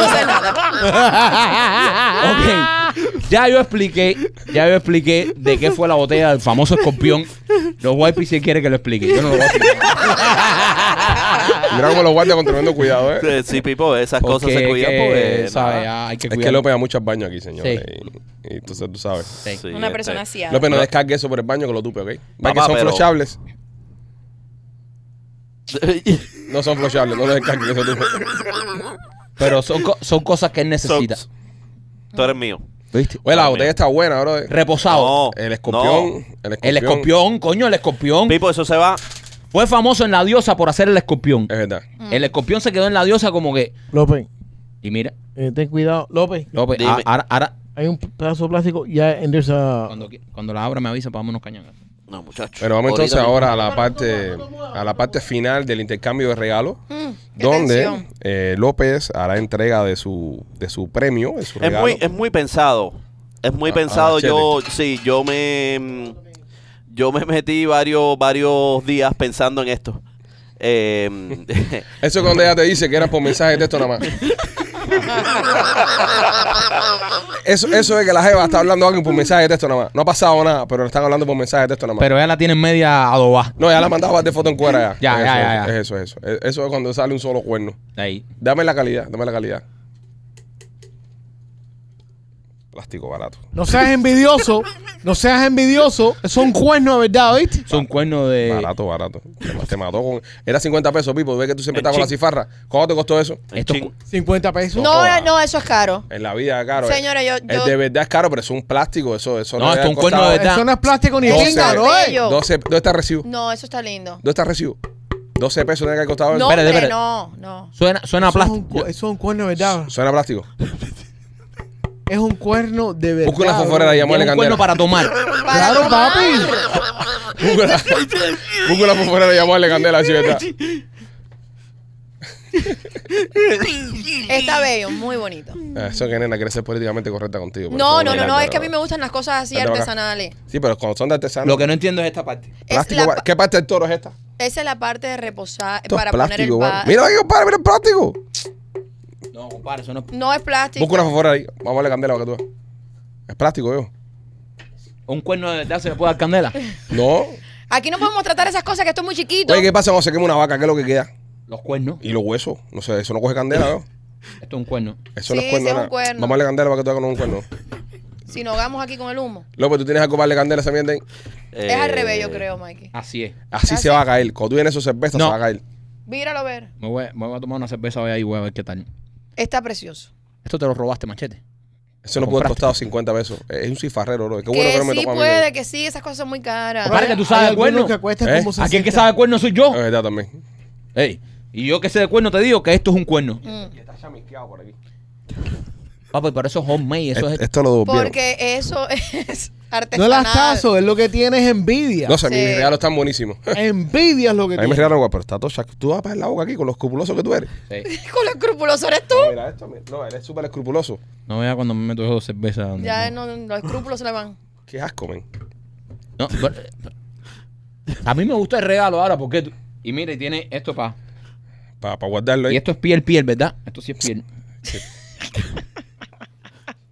[SPEAKER 6] sé nada.
[SPEAKER 3] ok. Ya yo expliqué, ya yo expliqué de qué fue la botella del famoso escorpión. Los YPC si quiere que lo explique. Yo no lo voy a explicar.
[SPEAKER 1] Mira cómo lo guarda con tremendo cuidado, ¿eh?
[SPEAKER 5] Eh, Sí, Pipo, esas
[SPEAKER 3] Porque
[SPEAKER 5] cosas se cuidan
[SPEAKER 3] que,
[SPEAKER 5] porque.
[SPEAKER 3] ¿sabes?
[SPEAKER 5] nada.
[SPEAKER 3] Ah, hay que
[SPEAKER 1] Es
[SPEAKER 3] cuidar.
[SPEAKER 1] que López da muchos baños aquí, señor.
[SPEAKER 3] Sí.
[SPEAKER 1] Y, y entonces tú sabes.
[SPEAKER 3] Sí.
[SPEAKER 5] Sí,
[SPEAKER 6] Una
[SPEAKER 5] este,
[SPEAKER 6] persona así.
[SPEAKER 1] López, no descargue eso por el baño que lo tupe, ¿ok? Va que
[SPEAKER 5] Papá,
[SPEAKER 1] son
[SPEAKER 5] pero-
[SPEAKER 1] flochables. No son flochables, no lo descargues que eso tupe.
[SPEAKER 3] Pero son, co- son cosas que él
[SPEAKER 5] Son-
[SPEAKER 3] necesita.
[SPEAKER 5] Tú eres mío.
[SPEAKER 3] ¿Viste?
[SPEAKER 1] Oye, la
[SPEAKER 5] Ay,
[SPEAKER 1] botella
[SPEAKER 5] mira.
[SPEAKER 1] está buena, bro.
[SPEAKER 3] Reposado.
[SPEAKER 5] No.
[SPEAKER 1] El escorpión, el escorpión.
[SPEAKER 3] El escorpión, coño, el escorpión.
[SPEAKER 5] Pipo, eso se va.
[SPEAKER 3] Fue famoso en la diosa por hacer el escorpión.
[SPEAKER 1] Es verdad.
[SPEAKER 3] El escorpión se quedó en la diosa como que.
[SPEAKER 4] López,
[SPEAKER 3] Y mira,
[SPEAKER 4] eh, ten cuidado. López,
[SPEAKER 3] López,
[SPEAKER 5] Dime.
[SPEAKER 3] a- ahora, ahora-
[SPEAKER 4] hay un pedazo de plástico. Ya, en esa...
[SPEAKER 3] cuando, qui- cuando la abra me avisa para vámonos cañón.
[SPEAKER 5] No, muchacho.
[SPEAKER 1] Bueno, vamos entonces
[SPEAKER 5] Ahorita-
[SPEAKER 1] ahora a la parte a la parte final del intercambio de regalos,
[SPEAKER 6] Mm, qué
[SPEAKER 1] donde
[SPEAKER 6] tensión.
[SPEAKER 1] eh, López hará entrega de su de su premio, de su
[SPEAKER 5] Es
[SPEAKER 1] regalo.
[SPEAKER 5] muy, es muy pensado. Es muy
[SPEAKER 1] Ah,
[SPEAKER 5] pensado.
[SPEAKER 1] ah,
[SPEAKER 5] yo, sí, yo me. mm, Yo me metí varios, varios días pensando en esto. Eh,
[SPEAKER 1] Eso es cuando ella te dice que eran por mensaje de texto nada más. Eso, eso es que la jeva está hablando a alguien por mensaje de texto nada más. No ha pasado nada, pero le están hablando por mensaje de texto nada más.
[SPEAKER 3] Pero ella la tiene en media adobada.
[SPEAKER 1] no, ya la mandaba de foto en cuera
[SPEAKER 3] Ya,
[SPEAKER 1] Es eso,
[SPEAKER 3] ya, ya, ya.
[SPEAKER 1] Es eso, es eso. Es- Eso es cuando sale un solo cuerno.
[SPEAKER 3] Ahí.
[SPEAKER 1] Dame la calidad, dame la calidad. Plástico barato.
[SPEAKER 4] No seas envidioso. no seas envidioso. Son cuernos, de ¿verdad? ¿Oíste?
[SPEAKER 3] Son cuernos de.
[SPEAKER 1] Barato, barato. Te, ma- te mató con. Era 50 pesos, Pipo. Ves que tú siempre
[SPEAKER 5] El
[SPEAKER 1] estás con la
[SPEAKER 5] chin.
[SPEAKER 1] cifarra. ¿Cuánto te costó eso?
[SPEAKER 3] Esto-
[SPEAKER 5] chin.
[SPEAKER 4] 50 pesos.
[SPEAKER 6] No,
[SPEAKER 1] joda.
[SPEAKER 6] no, eso es caro.
[SPEAKER 1] En la vida, caro. eh.
[SPEAKER 6] Señora, yo-
[SPEAKER 1] Es-
[SPEAKER 6] yo-
[SPEAKER 1] es de verdad es caro, pero es un plástico. Eso, eso
[SPEAKER 3] No, esto
[SPEAKER 1] debe
[SPEAKER 3] es un
[SPEAKER 1] haber
[SPEAKER 3] cuerno
[SPEAKER 1] costado
[SPEAKER 3] de-
[SPEAKER 4] Eso no es plástico ni
[SPEAKER 1] Doce.
[SPEAKER 4] pinga, ¿no?
[SPEAKER 6] Bello.
[SPEAKER 4] eh?
[SPEAKER 1] 12, ¿Dónde está el recibo?
[SPEAKER 6] No, eso está lindo.
[SPEAKER 1] ¿Dónde está el recibo? 12 pesos tiene que haber costado. eso.
[SPEAKER 6] No,
[SPEAKER 3] Espérate,
[SPEAKER 6] hombre,
[SPEAKER 3] espérate.
[SPEAKER 6] no, no.
[SPEAKER 3] Suena, suena a
[SPEAKER 4] Eso es un
[SPEAKER 3] plástico.
[SPEAKER 4] cu- Eso es un cuerno, de ¿verdad?
[SPEAKER 1] Suena plástico.
[SPEAKER 4] Es un cuerno de verdad.
[SPEAKER 1] Busca una
[SPEAKER 4] bro.
[SPEAKER 1] fofora y
[SPEAKER 3] Tiene
[SPEAKER 1] llámale
[SPEAKER 3] un cuerno
[SPEAKER 1] candela.
[SPEAKER 3] para tomar.
[SPEAKER 6] Para
[SPEAKER 4] Claro,
[SPEAKER 6] tomar.
[SPEAKER 4] papi.
[SPEAKER 1] Busca una- Busca una fofora y llámale candela, si verdad.
[SPEAKER 6] Está bello, muy bonito.
[SPEAKER 1] Ah, Eso que nena quiere ser políticamente correcta contigo. por
[SPEAKER 6] No,
[SPEAKER 1] eso
[SPEAKER 6] no, no, no,
[SPEAKER 1] candela,
[SPEAKER 6] es que a mí
[SPEAKER 1] ¿no?
[SPEAKER 6] me gustan las cosas así
[SPEAKER 1] Vente para acá.
[SPEAKER 6] artesanales.
[SPEAKER 1] Sí, pero cuando son de artesanos.
[SPEAKER 3] Lo que no entiendo es esta parte.
[SPEAKER 1] Plástico,
[SPEAKER 6] es la
[SPEAKER 1] ba- ¿Qué parte del toro es esta?
[SPEAKER 6] Esa es la parte de reposar
[SPEAKER 1] Esto
[SPEAKER 6] para
[SPEAKER 1] es
[SPEAKER 6] poner el
[SPEAKER 1] plástico,
[SPEAKER 6] pa-
[SPEAKER 1] bueno. Mira, aquí, compadre, mira el plástico.
[SPEAKER 3] No, compadre, eso no es.
[SPEAKER 6] No es plástico.
[SPEAKER 1] Busca una fofora ahí. Vamos a darle candela para que tú veas. Es plástico, yo.
[SPEAKER 3] Un cuerno de verdad se le puede dar candela.
[SPEAKER 1] No.
[SPEAKER 6] Aquí no podemos tratar esas cosas que esto es muy chiquito.
[SPEAKER 1] Oye, ¿qué pasa cuando se quema una vaca? ¿Qué es lo que queda?
[SPEAKER 3] Los cuernos.
[SPEAKER 1] Y los huesos. No sé, eso no coge candela, ¿no?
[SPEAKER 3] Esto es un cuerno.
[SPEAKER 1] Eso no
[SPEAKER 6] Sí,
[SPEAKER 1] es
[SPEAKER 6] ese es
[SPEAKER 1] cuerno.
[SPEAKER 6] un
[SPEAKER 1] nada.
[SPEAKER 6] cuerno.
[SPEAKER 1] Vamos a darle candela para que tú hagas un cuerno.
[SPEAKER 6] Si nos hagamos aquí con el humo.
[SPEAKER 1] López, ¿tú tienes algo para darle candela a esa mierda ahí?
[SPEAKER 6] Es al
[SPEAKER 5] Eh,
[SPEAKER 6] revés,
[SPEAKER 1] Eh.
[SPEAKER 6] yo creo, Mikey.
[SPEAKER 3] Así es.
[SPEAKER 1] Así se va a caer. Cuando tú vienes su cerveza,
[SPEAKER 3] No.
[SPEAKER 1] se va a caer.
[SPEAKER 6] Míralo a ver.
[SPEAKER 3] Me voy, me voy a tomar una cerveza hoy ahí y voy a ver qué tal.
[SPEAKER 6] Está precioso.
[SPEAKER 3] Esto te lo robaste, machete.
[SPEAKER 1] Eso no
[SPEAKER 3] Lo
[SPEAKER 1] puede
[SPEAKER 3] compraste.
[SPEAKER 1] costar 50 pesos. Es un cifarrero, bro. Qué bueno que,
[SPEAKER 6] que
[SPEAKER 1] no me
[SPEAKER 6] sí
[SPEAKER 1] tocó a mí.
[SPEAKER 6] puede, que sí, esas cosas son muy caras.
[SPEAKER 3] Compadre, que tú sabes
[SPEAKER 4] Hay algunos
[SPEAKER 3] cuerno.
[SPEAKER 4] que cuestan
[SPEAKER 1] ¿Eh?
[SPEAKER 4] como
[SPEAKER 1] ¿A
[SPEAKER 3] Aquí el que
[SPEAKER 4] 60.
[SPEAKER 3] sabe cuerno soy yo.
[SPEAKER 1] Es verdad también.
[SPEAKER 3] Ey, y yo que sé de cuerno te digo que esto es un cuerno.
[SPEAKER 6] Mm.
[SPEAKER 1] Está chamisqueado por aquí.
[SPEAKER 3] Papi, pero eso es homemade, eso es...
[SPEAKER 1] Esto lo devolvieron.
[SPEAKER 6] Porque eso es
[SPEAKER 4] No
[SPEAKER 6] artesanal.
[SPEAKER 4] las tazo, es lo que tienes envidia.
[SPEAKER 1] No sé,
[SPEAKER 6] Sí.
[SPEAKER 1] mis regalos están buenísimos.
[SPEAKER 4] Envidia es lo que
[SPEAKER 1] A mí me
[SPEAKER 4] tienes.
[SPEAKER 1] regalaron agua, pero está todo chac- Tú vas a pagar la boca aquí con lo escrupuloso que tú eres.
[SPEAKER 3] Sí.
[SPEAKER 6] Con lo escrupuloso eres tú.
[SPEAKER 1] Mira esto, mira. No, eres súper escrupuloso.
[SPEAKER 3] No vea cuando me meto dos cervezas. donde
[SPEAKER 6] Ya
[SPEAKER 3] no.
[SPEAKER 6] no, los escrúpulos se le van.
[SPEAKER 1] Qué asco, men.
[SPEAKER 3] No, pero- a mí me gusta el regalo ahora porque... tú- Y mire, tiene esto para...
[SPEAKER 1] Para guardarlo
[SPEAKER 3] Y
[SPEAKER 1] ahí.
[SPEAKER 3] esto es piel, piel, ¿verdad? Esto sí es piel.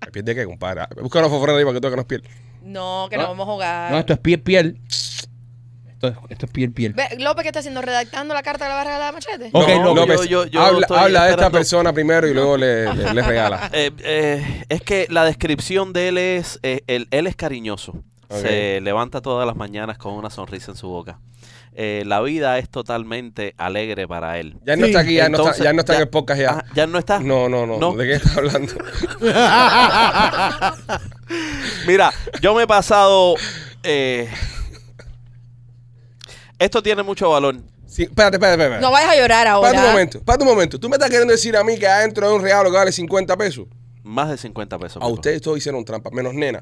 [SPEAKER 1] ¿Me pierde qué, compadre? Ah, Busca una fofrera ahí para que tú que nos pierde.
[SPEAKER 6] No, que
[SPEAKER 3] No.
[SPEAKER 6] no, vamos a jugar.
[SPEAKER 3] No, esto es piel, piel. Esto es, esto es piel, piel.
[SPEAKER 6] Ve, López, ¿qué está haciendo? ¿Redactando la carta que le va a regalar a Machete?
[SPEAKER 3] Ok,
[SPEAKER 5] No,
[SPEAKER 3] López.
[SPEAKER 5] yo- yo- yo
[SPEAKER 1] habla
[SPEAKER 5] estoy
[SPEAKER 1] habla de esta
[SPEAKER 5] esperando-
[SPEAKER 1] persona primero y luego le, le- le regala.
[SPEAKER 5] Eh, eh, es que la descripción de él es, eh, él, él es cariñoso. Se levanta todas las mañanas con una sonrisa en su boca. Eh, la vida es totalmente alegre para él.
[SPEAKER 1] Ya no
[SPEAKER 4] Sí,
[SPEAKER 1] está aquí, ya, no, está,
[SPEAKER 5] entonces,
[SPEAKER 1] ya no está en
[SPEAKER 5] ya-
[SPEAKER 1] el podcast ya.
[SPEAKER 5] Ah, ¿Ya no está?
[SPEAKER 1] No, no, no,
[SPEAKER 5] No.
[SPEAKER 1] ¿De qué estás hablando?
[SPEAKER 5] Mira, yo me he pasado... eh, esto tiene mucho valor.
[SPEAKER 1] Sí, espérate, espérate, espérate.
[SPEAKER 6] No vayas a llorar ahora.
[SPEAKER 1] Espérate un momento, espérate un momento. ¿Tú me estás queriendo decir a mí que adentro de un regalo que vale 50 pesos?
[SPEAKER 5] Más de 50 pesos.
[SPEAKER 1] A
[SPEAKER 5] mi
[SPEAKER 1] ustedes todos hicieron trampa, menos nena.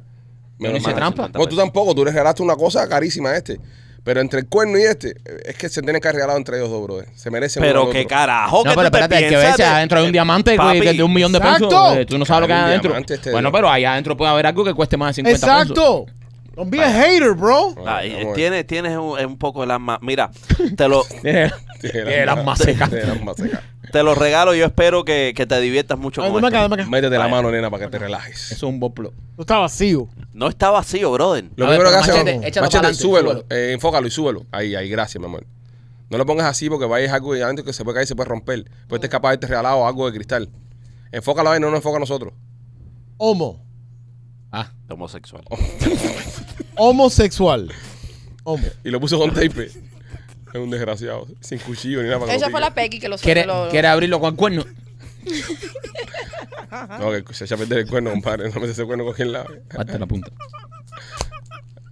[SPEAKER 3] Yo no
[SPEAKER 1] Menos
[SPEAKER 3] hice
[SPEAKER 5] Más de
[SPEAKER 1] nena.
[SPEAKER 3] trampa. pues.
[SPEAKER 5] 50
[SPEAKER 1] No, tú
[SPEAKER 5] pesos.
[SPEAKER 1] tampoco, tú le regalaste una cosa carísima a este. Pero entre el cuerno y este, eh, es que se tienen que haber regalado entre ellos dos, brother. Se merecen uno
[SPEAKER 5] Pero
[SPEAKER 1] al
[SPEAKER 5] qué
[SPEAKER 1] otro.
[SPEAKER 5] carajo
[SPEAKER 3] No,
[SPEAKER 5] que
[SPEAKER 3] pero
[SPEAKER 5] tú te
[SPEAKER 3] espérate, hay que ver
[SPEAKER 5] piensas
[SPEAKER 3] si
[SPEAKER 5] de-
[SPEAKER 3] adentro hay un diamante que-
[SPEAKER 5] Papi,
[SPEAKER 3] que de un millón de
[SPEAKER 4] exacto.
[SPEAKER 3] pesos. eh, Tú no sabes lo que hay
[SPEAKER 1] Hay un
[SPEAKER 3] adentro.
[SPEAKER 1] diamante este
[SPEAKER 3] bueno,
[SPEAKER 1] día.
[SPEAKER 3] pero allá adentro puede haber algo que cueste más de 50 pesos.
[SPEAKER 4] Exacto. Don't be a hater, bro.
[SPEAKER 5] Ah, y-
[SPEAKER 1] Vamos a ver.
[SPEAKER 5] tienes tienes un, un poco el alma. Mira, te lo,
[SPEAKER 1] Tiene
[SPEAKER 3] Tiene las más secas.
[SPEAKER 1] tiene las más secas.
[SPEAKER 5] te lo regalo. Yo espero que, que te diviertas mucho
[SPEAKER 4] Ay,
[SPEAKER 5] con
[SPEAKER 4] dame acá,
[SPEAKER 5] esto.
[SPEAKER 4] dame acá.
[SPEAKER 1] Métete la mano, nena, para que te relajes.
[SPEAKER 3] Eso es un boplo.
[SPEAKER 4] No está vacío.
[SPEAKER 5] No está vacío, brother.
[SPEAKER 1] Lo
[SPEAKER 3] A ver,
[SPEAKER 1] primero que
[SPEAKER 3] pero
[SPEAKER 1] hace
[SPEAKER 3] machete,
[SPEAKER 1] vamos,
[SPEAKER 3] échalo
[SPEAKER 1] machete,
[SPEAKER 3] para adelante,
[SPEAKER 1] súbelo,
[SPEAKER 3] súbelo.
[SPEAKER 1] eh, enfócalo y súbelo. Ahí, ahí, gracias, mi amor. No lo pongas así porque vayas algo de adentro que se puede caer y se puede romper. Pues te es capaz de te regalado algo de cristal. Enfócalo ahí, no nos enfoca a nosotros.
[SPEAKER 4] Homo.
[SPEAKER 3] Ah,
[SPEAKER 5] Homosexual.
[SPEAKER 4] Homosexual. Homo.
[SPEAKER 1] Y lo puso con tape. Es un desgraciado. Sin cuchillo ni nada para que
[SPEAKER 6] Esa
[SPEAKER 1] lo
[SPEAKER 6] fue
[SPEAKER 1] pique.
[SPEAKER 6] la Pequi que lo
[SPEAKER 3] ¿quiere,
[SPEAKER 6] lo- lo-
[SPEAKER 3] quiere abrirlo con el cuerno?
[SPEAKER 1] No, que se echa a perder el cuerno, compadre. No me ese cuerno con quien lado.
[SPEAKER 3] Parte la punta.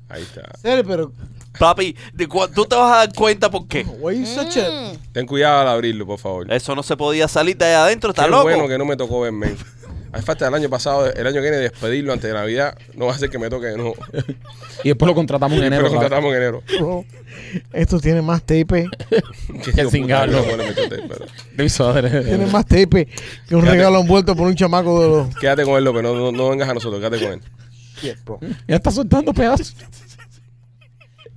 [SPEAKER 1] Ahí está.
[SPEAKER 4] Serio, pero.
[SPEAKER 5] Papi, de cua- tú te vas a dar cuenta por qué.
[SPEAKER 4] Why you such a.
[SPEAKER 6] Mm.
[SPEAKER 1] Ten cuidado al abrirlo, por favor.
[SPEAKER 5] Eso no se podía salir de ahí adentro, está
[SPEAKER 1] Qué
[SPEAKER 5] loco.
[SPEAKER 1] bueno que no me tocó verme. Hay falta del año pasado, el año que viene, despedirlo antes de Navidad. No va a ser que me toque de nuevo.
[SPEAKER 3] Y después lo contratamos en
[SPEAKER 1] Pero
[SPEAKER 3] enero.
[SPEAKER 1] lo
[SPEAKER 3] otra vez.
[SPEAKER 1] contratamos en enero.
[SPEAKER 4] Bro. Esto tiene más tape.
[SPEAKER 1] Qué
[SPEAKER 3] cingado, loco. Tiene
[SPEAKER 4] Tiene más tape que un regalo envuelto por un chamaco de los.
[SPEAKER 1] Quédate con él, López. No, no, no vengas a nosotros. Quédate con él.
[SPEAKER 3] Ya está soltando pedazos.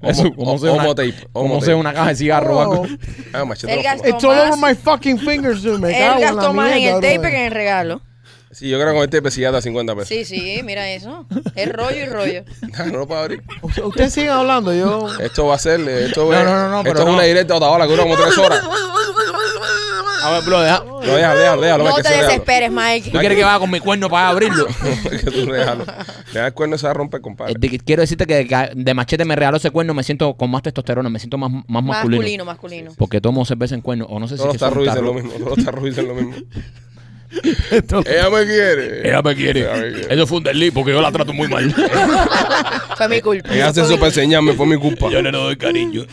[SPEAKER 3] Eso,
[SPEAKER 1] Homo-
[SPEAKER 3] como sea
[SPEAKER 1] homo
[SPEAKER 3] una,
[SPEAKER 1] tape, homo
[SPEAKER 3] como sea
[SPEAKER 1] tape.
[SPEAKER 3] una caja de cigarro o algo.
[SPEAKER 4] Oh,
[SPEAKER 1] Ah, machete.
[SPEAKER 6] El
[SPEAKER 1] no
[SPEAKER 6] gas-
[SPEAKER 1] fuma.
[SPEAKER 4] It's all
[SPEAKER 6] Tomás.
[SPEAKER 4] over my fucking fingers, dude. Me cago
[SPEAKER 6] Él
[SPEAKER 4] en la
[SPEAKER 6] gastó más en
[SPEAKER 4] mierda,
[SPEAKER 6] el tape
[SPEAKER 4] brother.
[SPEAKER 6] que en el regalo.
[SPEAKER 1] Sí, yo creo que con este pesillado a 50 pesos.
[SPEAKER 6] Sí, sí, mira eso. Es rollo y rollo.
[SPEAKER 1] Ah, no lo puedo abrir.
[SPEAKER 4] Usted- Ustedes siguen hablando, yo.
[SPEAKER 1] Esto va a ser. Esto,
[SPEAKER 3] No,
[SPEAKER 1] es-
[SPEAKER 3] no, no, no,
[SPEAKER 1] esto
[SPEAKER 3] pero
[SPEAKER 1] es
[SPEAKER 3] no.
[SPEAKER 1] una directa a Otavala que dura como tres horas.
[SPEAKER 3] A ver, bro, deja.
[SPEAKER 1] No, déjalo, déjalo, déjalo.
[SPEAKER 6] No
[SPEAKER 1] que
[SPEAKER 6] te
[SPEAKER 1] se regalo.
[SPEAKER 6] desesperes, Mike.
[SPEAKER 3] ¿Tú quieres que vaya con mi cuerno para abrirlo?
[SPEAKER 1] que es un regalo. Le da el cuerno y se va a romper, compadre.
[SPEAKER 3] Eh, de- Quiero decirte que que de machete me regaló ese cuerno, me siento con más testosterona, me siento más, más masculino.
[SPEAKER 6] Masculino, masculino.
[SPEAKER 3] Porque tomo cerveza en cuerno, o no sé si
[SPEAKER 1] Todos
[SPEAKER 3] es
[SPEAKER 1] los
[SPEAKER 3] que
[SPEAKER 1] tarros
[SPEAKER 3] son
[SPEAKER 1] dicen lo
[SPEAKER 3] tarros.
[SPEAKER 1] mismo. Todos los tarros dicen lo mismo. Ella me quiere.
[SPEAKER 2] Ella me quiere.
[SPEAKER 1] Ella me quiere.
[SPEAKER 2] Eso fue un desliz porque yo la trato muy mal.
[SPEAKER 6] Fue mi culpa.
[SPEAKER 1] Ella Eh, hace
[SPEAKER 6] Fue mi-
[SPEAKER 1] eso para enseñarme, fue mi culpa.
[SPEAKER 2] Yo le doy cariño.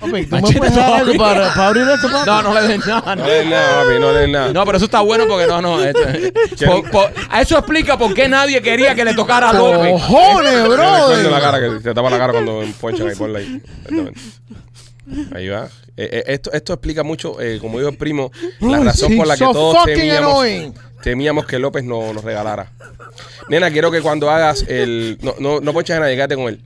[SPEAKER 4] Hombre, ¿tú me
[SPEAKER 3] Machete,
[SPEAKER 4] puedes
[SPEAKER 3] no.
[SPEAKER 4] dar algo para, para abrir esto, papá?
[SPEAKER 3] No, no le den nada.
[SPEAKER 1] No
[SPEAKER 3] No.
[SPEAKER 1] le des nada, papi, no le des nada.
[SPEAKER 3] No, pero eso está bueno porque no, no. esto- por- por- a eso explica por qué nadie quería que le tocara a
[SPEAKER 1] Ah,
[SPEAKER 3] López.
[SPEAKER 4] ¡Cojones,
[SPEAKER 1] Yo recuerdo eh, la
[SPEAKER 4] brother!
[SPEAKER 1] cara que te tapa la cara cuando ponchan ahí, ponla ahí. Exactamente. Ahí va. Eh, eh, esto, esto explica mucho, eh, como dijo el primo, la
[SPEAKER 4] Uy,
[SPEAKER 1] razón
[SPEAKER 4] sí,
[SPEAKER 1] por la que
[SPEAKER 4] so
[SPEAKER 1] todos
[SPEAKER 4] fucking
[SPEAKER 1] temíamos,
[SPEAKER 4] annoying.
[SPEAKER 1] temíamos que López no, nos regalara. Nena, quiero que cuando hagas el. No, no, no ponches a nadie, quédate con él.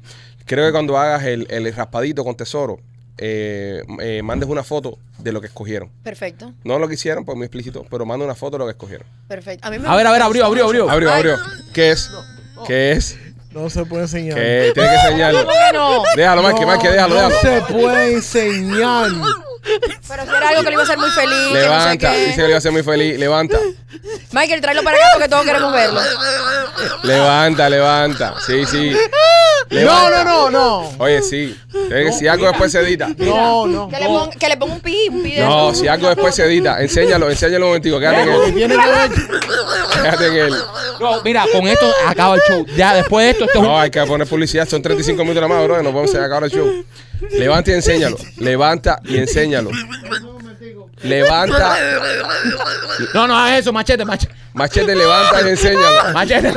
[SPEAKER 1] Quiero que cuando hagas el, el raspadito con tesoro, eh, eh, mandes una foto de lo que escogieron.
[SPEAKER 6] Perfecto,
[SPEAKER 1] No lo que hicieron, pues muy explícito, pero manda una foto de lo que escogieron.
[SPEAKER 6] perfecto. A mí me
[SPEAKER 3] A ver, a ver, abrió, abrió, abrió.
[SPEAKER 1] Abrió,
[SPEAKER 6] Ay.
[SPEAKER 1] abrió. ¿Qué es? ¿Qué es?
[SPEAKER 4] No se puede enseñar.
[SPEAKER 1] Que tiene que enseñarlo.
[SPEAKER 6] ¿Cómo que no?
[SPEAKER 1] Déjalo, Mike, Mike, déjalo,
[SPEAKER 4] no
[SPEAKER 1] déjalo.
[SPEAKER 4] se puede enseñar.
[SPEAKER 6] Pero si era algo que le iba a hacer muy feliz, que no sé
[SPEAKER 1] Levanta, dice que
[SPEAKER 6] qué.
[SPEAKER 1] le iba a hacer muy feliz. Levanta,
[SPEAKER 6] Michael, tráelo para acá porque todos queremos verlo.
[SPEAKER 1] levanta, levanta. Sí, sí.
[SPEAKER 4] No,
[SPEAKER 1] Levanta.
[SPEAKER 4] no, no, no.
[SPEAKER 1] Oye, sí. Tiene que- Si algo después se edita.
[SPEAKER 4] No, no.
[SPEAKER 6] Que le, ponga, que le ponga un pi, un pi de
[SPEAKER 1] No,
[SPEAKER 6] eso.
[SPEAKER 1] si algo después se edita. Enséñalo, enséñalo un momentico. Quédate en
[SPEAKER 4] Porque
[SPEAKER 1] él.
[SPEAKER 4] tiene que ver.
[SPEAKER 1] Quédate en él.
[SPEAKER 3] No, mira, con esto acaba el show. Ya después de esto, esto es un
[SPEAKER 1] No, hay que poner publicidad. Son 35 minutos nada más, bro. Nos vamos a acabar el show. Levanta y enséñalo. Levanta y enséñalo. Levanta.
[SPEAKER 3] No, no hagas eso, machete, machete.
[SPEAKER 1] Machete, levanta y enséñalo.
[SPEAKER 3] Machete.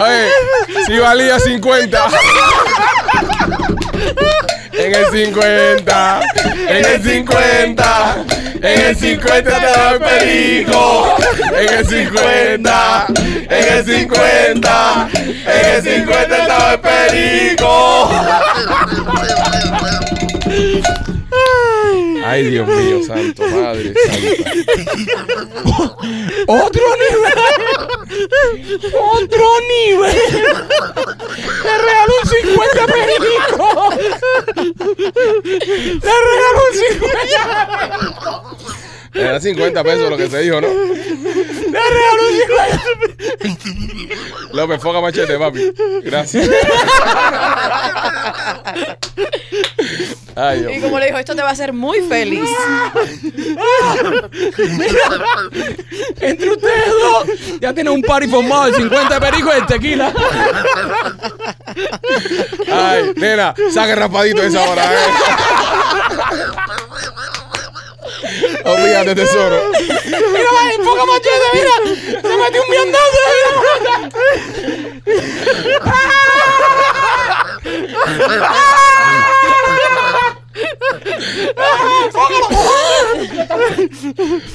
[SPEAKER 1] Oye, si valía 50. En el 50, en el 50, en el 50 te doy perico. En el 50, en el 50, en el 50 te doy perico. Ay, Dios mío, santo, madre santa.
[SPEAKER 3] Otro nivel. Otro nivel. Le regaló un 50 perico. Le regaló un 50.
[SPEAKER 1] Era 50 pesos lo que se dijo, ¿no? López, foca machete, papi. Gracias. Ay, Dios
[SPEAKER 6] Y
[SPEAKER 1] mío.
[SPEAKER 6] como le dijo, esto te va a hacer muy feliz.
[SPEAKER 3] Entre ustedes dos. Ya tiene un party formado de 50 perico y de tequila.
[SPEAKER 1] Ay, nena, saque raspadito esa hora, ¿eh? Olvídate, tesoro.
[SPEAKER 3] Mira, vale, poca machete, mira. Se metió un viandazo. Mira.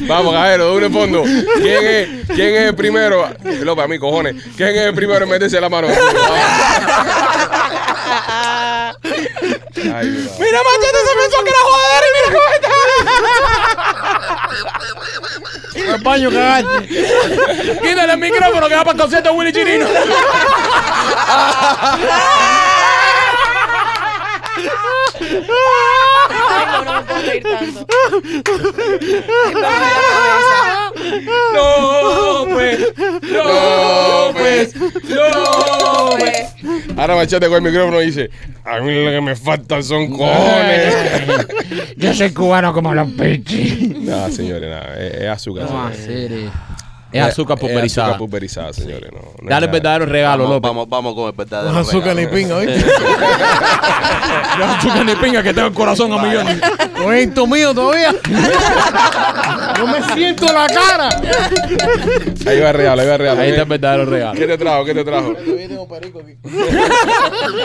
[SPEAKER 1] Vamos, cajero, doble fondo. ¿Quién es, ¿Quién es el primero? López, a mí, cojones. ¿Quién es el primero en meterse la mano? Ay, mira.
[SPEAKER 3] Mira, machete, se pensó que era joder y mira cómo está.
[SPEAKER 4] Al baño, cagarte.
[SPEAKER 3] Quítale el micrófono que va para el concierto de Willy Chirino.
[SPEAKER 6] Ay, no, no me puedo reír tanto.
[SPEAKER 3] Oh, López, López, López.
[SPEAKER 6] Pues,
[SPEAKER 1] Ahora machete con el micrófono y dice, a mí lo que me faltan son cojones.
[SPEAKER 3] Yo soy cubano como los pichis.
[SPEAKER 1] no, señores, nada, es, es azúcar.
[SPEAKER 3] Eh,
[SPEAKER 1] señores.
[SPEAKER 3] Es azúcar
[SPEAKER 1] Es azúcar
[SPEAKER 3] pulverizada.
[SPEAKER 1] pulverizada, señores. No, no es
[SPEAKER 3] Dale
[SPEAKER 1] nada.
[SPEAKER 3] el verdadero regalo,
[SPEAKER 5] Vamos,
[SPEAKER 3] López.
[SPEAKER 5] vamos, vamos con el verdadero.
[SPEAKER 4] Azúcar y
[SPEAKER 5] regalo.
[SPEAKER 4] pinga, ¿viste?
[SPEAKER 3] Dale azúcar ni pinga que tengo el corazón a millones.
[SPEAKER 4] Cuento mío todavía. No me siento la cara.
[SPEAKER 1] Ahí va el regalo, ahí va el regalo.
[SPEAKER 3] Ahí está el
[SPEAKER 1] ¿Qué,
[SPEAKER 3] verdadero regalo.
[SPEAKER 1] qué te trajo? ¿Qué te trajo?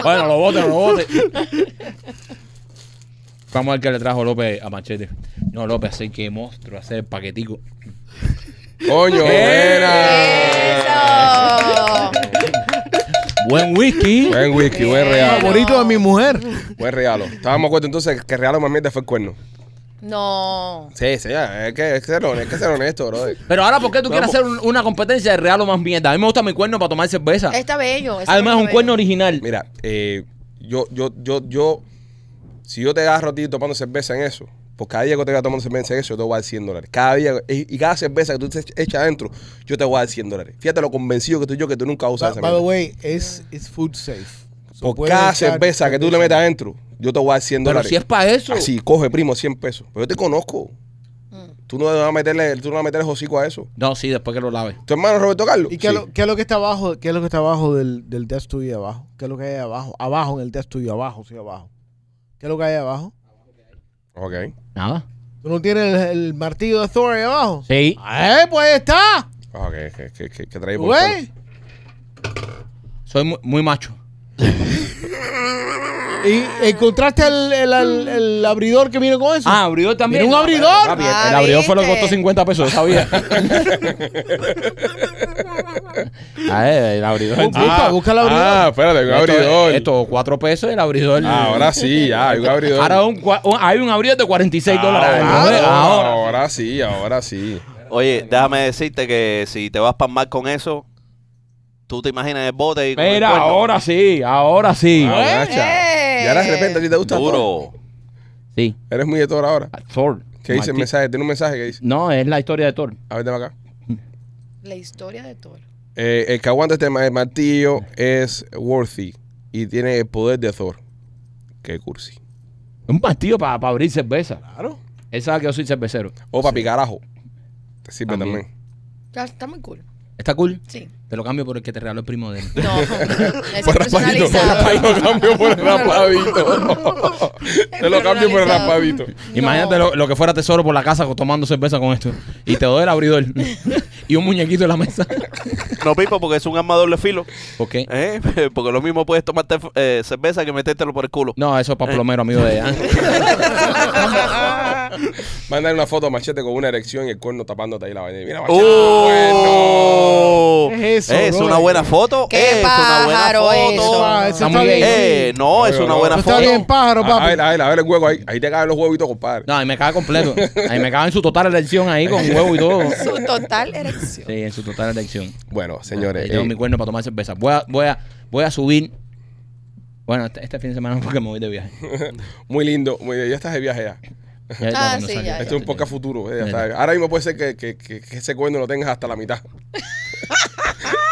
[SPEAKER 3] Bueno, lo bote, no lo bote. Vamos a ver qué le trajo López a Machete. No, López, así que monstruo, hacer el paquetico.
[SPEAKER 1] Coño, buena.
[SPEAKER 6] eso.
[SPEAKER 3] Buen whisky.
[SPEAKER 1] Buen whisky, buen regalo.
[SPEAKER 4] Favorito de mi mujer.
[SPEAKER 1] Buen regalo. Estábamos de acuerdo entonces que el regalo más mierda fue el cuerno.
[SPEAKER 6] No.
[SPEAKER 1] Sí, sí, ya, es que, es que ser honesto, es que ser honesto, brother.
[SPEAKER 3] Pero ahora, ¿por qué tú quieres hacer un- una competencia de regalo más mierda? A mí me gusta mi cuerno para tomar cerveza.
[SPEAKER 6] Está bello. ese
[SPEAKER 3] Además, es un
[SPEAKER 6] está
[SPEAKER 3] cuerno
[SPEAKER 6] bello.
[SPEAKER 3] original.
[SPEAKER 1] Mira, eh, yo, yo, yo, yo, si yo te agarro a ti tomando cerveza en eso, pues cada día que te vaya tomando cerveza en eso, yo te voy a dar 100 dólares. Cada día, y, y cada cerveza que tú te echas adentro, yo te voy a dar 100 dólares. Fíjate lo convencido que estoy yo que tú nunca usas esa
[SPEAKER 4] By by the
[SPEAKER 1] mierda.
[SPEAKER 4] way, es it's food safe. So
[SPEAKER 1] Por
[SPEAKER 4] puedes
[SPEAKER 1] cada
[SPEAKER 4] echar
[SPEAKER 1] cerveza que tú le metas adentro, yo te voy a dar 100
[SPEAKER 3] Pero
[SPEAKER 1] dólares.
[SPEAKER 3] si es para eso.
[SPEAKER 1] Así, coge, primo, 100 pesos. Pero yo te conozco. Tú no vas a meterle, tú no vas a meterle hocico a eso.
[SPEAKER 3] No, sí, después que lo lave.
[SPEAKER 1] ¿Tu hermano Roberto Carlos?
[SPEAKER 4] ¿Y qué,
[SPEAKER 1] Sí.
[SPEAKER 4] es lo, qué es lo que está abajo? ¿Qué es lo que está abajo del, del desk tuyo de abajo? ¿Qué es lo que hay abajo? Abajo en el desk tuyo, abajo, sí, abajo. ¿Qué es lo que hay abajo?
[SPEAKER 1] Ok.
[SPEAKER 3] Nada.
[SPEAKER 4] ¿Tú no tienes el, el martillo de Thor ahí abajo?
[SPEAKER 3] Sí.
[SPEAKER 4] ¡Eh, pues ahí está!
[SPEAKER 1] Ok, ¿qué, qué, qué, qué trae por
[SPEAKER 4] Güey.
[SPEAKER 3] Soy muy, muy macho.
[SPEAKER 4] ¿Y encontraste el, el, el- el abridor que viene con eso?
[SPEAKER 3] Ah, abridor también.
[SPEAKER 4] ¿Mira un abridor?
[SPEAKER 3] Papi, el-
[SPEAKER 6] Ah,
[SPEAKER 3] el abridor fue lo que
[SPEAKER 6] ¿viste?
[SPEAKER 3] costó 50 pesos, yo sabía. Ah, eh, el abridor.
[SPEAKER 4] Un
[SPEAKER 3] Esto-
[SPEAKER 4] Busca- busca el abridor.
[SPEAKER 1] Ah, espérate, un abridor.
[SPEAKER 3] Esto, cuatro pesos el abridor.
[SPEAKER 1] Ah, ahora sí, ya, hay un abridor.
[SPEAKER 3] Ahora un cua- un- hay un abridor de
[SPEAKER 1] Ah,
[SPEAKER 3] 46 dólares.
[SPEAKER 1] Ahora,
[SPEAKER 3] ¿no?
[SPEAKER 1] ahora,
[SPEAKER 3] Ahora.
[SPEAKER 1] ahora sí, ahora sí.
[SPEAKER 5] Oye, déjame decirte que si te vas a palmar con eso, tú te imaginas el bote y. con el
[SPEAKER 2] Espera,
[SPEAKER 5] cuerno.
[SPEAKER 2] ahora sí, ahora sí.
[SPEAKER 1] Ah, guacha. Y ahora de repente a ti te gusta Thor.
[SPEAKER 5] Duro.
[SPEAKER 7] Sí,
[SPEAKER 1] Eres muy de Thor ahora.
[SPEAKER 7] Thor.
[SPEAKER 1] ¿Qué dice el
[SPEAKER 7] Martín.
[SPEAKER 1] mensaje? Tiene un mensaje que dice.
[SPEAKER 7] No, es la historia de Thor.
[SPEAKER 1] A ver, dame acá.
[SPEAKER 6] La historia de Thor.
[SPEAKER 1] Eh, el que aguanta este ma- el martillo es Worthy y tiene el poder de Thor. Qué cursi.
[SPEAKER 7] Un partido para abrir cerveza.
[SPEAKER 4] Claro.
[SPEAKER 7] Él sabe que yo soy cervecero.
[SPEAKER 1] O para picar ajo. Oh, Te sirve
[SPEAKER 7] También.
[SPEAKER 1] también.
[SPEAKER 6] Está, está muy cool.
[SPEAKER 3] Está cool.
[SPEAKER 6] Sí.
[SPEAKER 7] Te lo cambio por el que te regaló el primo de él.
[SPEAKER 6] No, ese
[SPEAKER 1] Por
[SPEAKER 6] es
[SPEAKER 1] rapadito. Por
[SPEAKER 6] personalizado.
[SPEAKER 1] rapadito cambio por el rapadito. Te lo cambio por el
[SPEAKER 6] Personalizado.
[SPEAKER 1] rapadito.
[SPEAKER 6] No.
[SPEAKER 3] Imagínate lo, lo que fuera tesoro por la casa tomando cerveza con esto. Y te doy el abridor. y un muñequito en la mesa.
[SPEAKER 5] No pipo porque es un arma de doble filo.
[SPEAKER 3] ¿Por qué?
[SPEAKER 5] ¿eh? Porque lo mismo puedes tomarte eh, cerveza que metértelo por el culo.
[SPEAKER 3] No, eso es para plomero, amigo de ella.
[SPEAKER 1] Mandar una foto a Machete con una erección y el cuerno tapándote ahí la vaina. Mira,
[SPEAKER 5] Uh.
[SPEAKER 1] Machete.
[SPEAKER 5] ¡Oh!
[SPEAKER 4] bueno. Es eso,
[SPEAKER 5] Es
[SPEAKER 4] bro.
[SPEAKER 5] una buena foto.
[SPEAKER 6] ¡Qué
[SPEAKER 5] es una buena
[SPEAKER 6] pájaro
[SPEAKER 5] foto.
[SPEAKER 4] Ah,
[SPEAKER 6] eso!
[SPEAKER 4] eso
[SPEAKER 3] Está
[SPEAKER 4] está
[SPEAKER 3] muy
[SPEAKER 4] bien.
[SPEAKER 3] bien.
[SPEAKER 5] Eh, no, es
[SPEAKER 1] Oye,
[SPEAKER 5] una
[SPEAKER 1] bro.
[SPEAKER 5] buena
[SPEAKER 4] Eso está
[SPEAKER 5] foto.
[SPEAKER 4] bien, pájaro,
[SPEAKER 1] bueno. A ver,
[SPEAKER 4] papi.
[SPEAKER 1] Ah, a ver, a ver el hueco ahí. Ahí te caen los huevos y todo, compadre.
[SPEAKER 3] No, ahí me caga completo. Ahí me caga en su total elección ahí con huevo y todo. Sí,
[SPEAKER 6] Su total erección.
[SPEAKER 3] en su total elección.
[SPEAKER 1] Bueno, señores.
[SPEAKER 3] Ahí tengo
[SPEAKER 1] eh,
[SPEAKER 3] Ah, mi cuerno para tomar cerveza. Voy a, voy a, voy a subir. Bueno, este, este fin de semana porque me voy de viaje.
[SPEAKER 1] muy lindo. Muy, ya estás de viaje ya.
[SPEAKER 3] Ya,
[SPEAKER 6] Ah,
[SPEAKER 3] no
[SPEAKER 6] sí,
[SPEAKER 3] salgo.
[SPEAKER 6] ya, ya.
[SPEAKER 1] Esto es un poco futuro. eh, ya
[SPEAKER 3] Mira.
[SPEAKER 1] está. Ahora mismo puede ser que, que- que- que ese cuerno lo tengas hasta la mitad.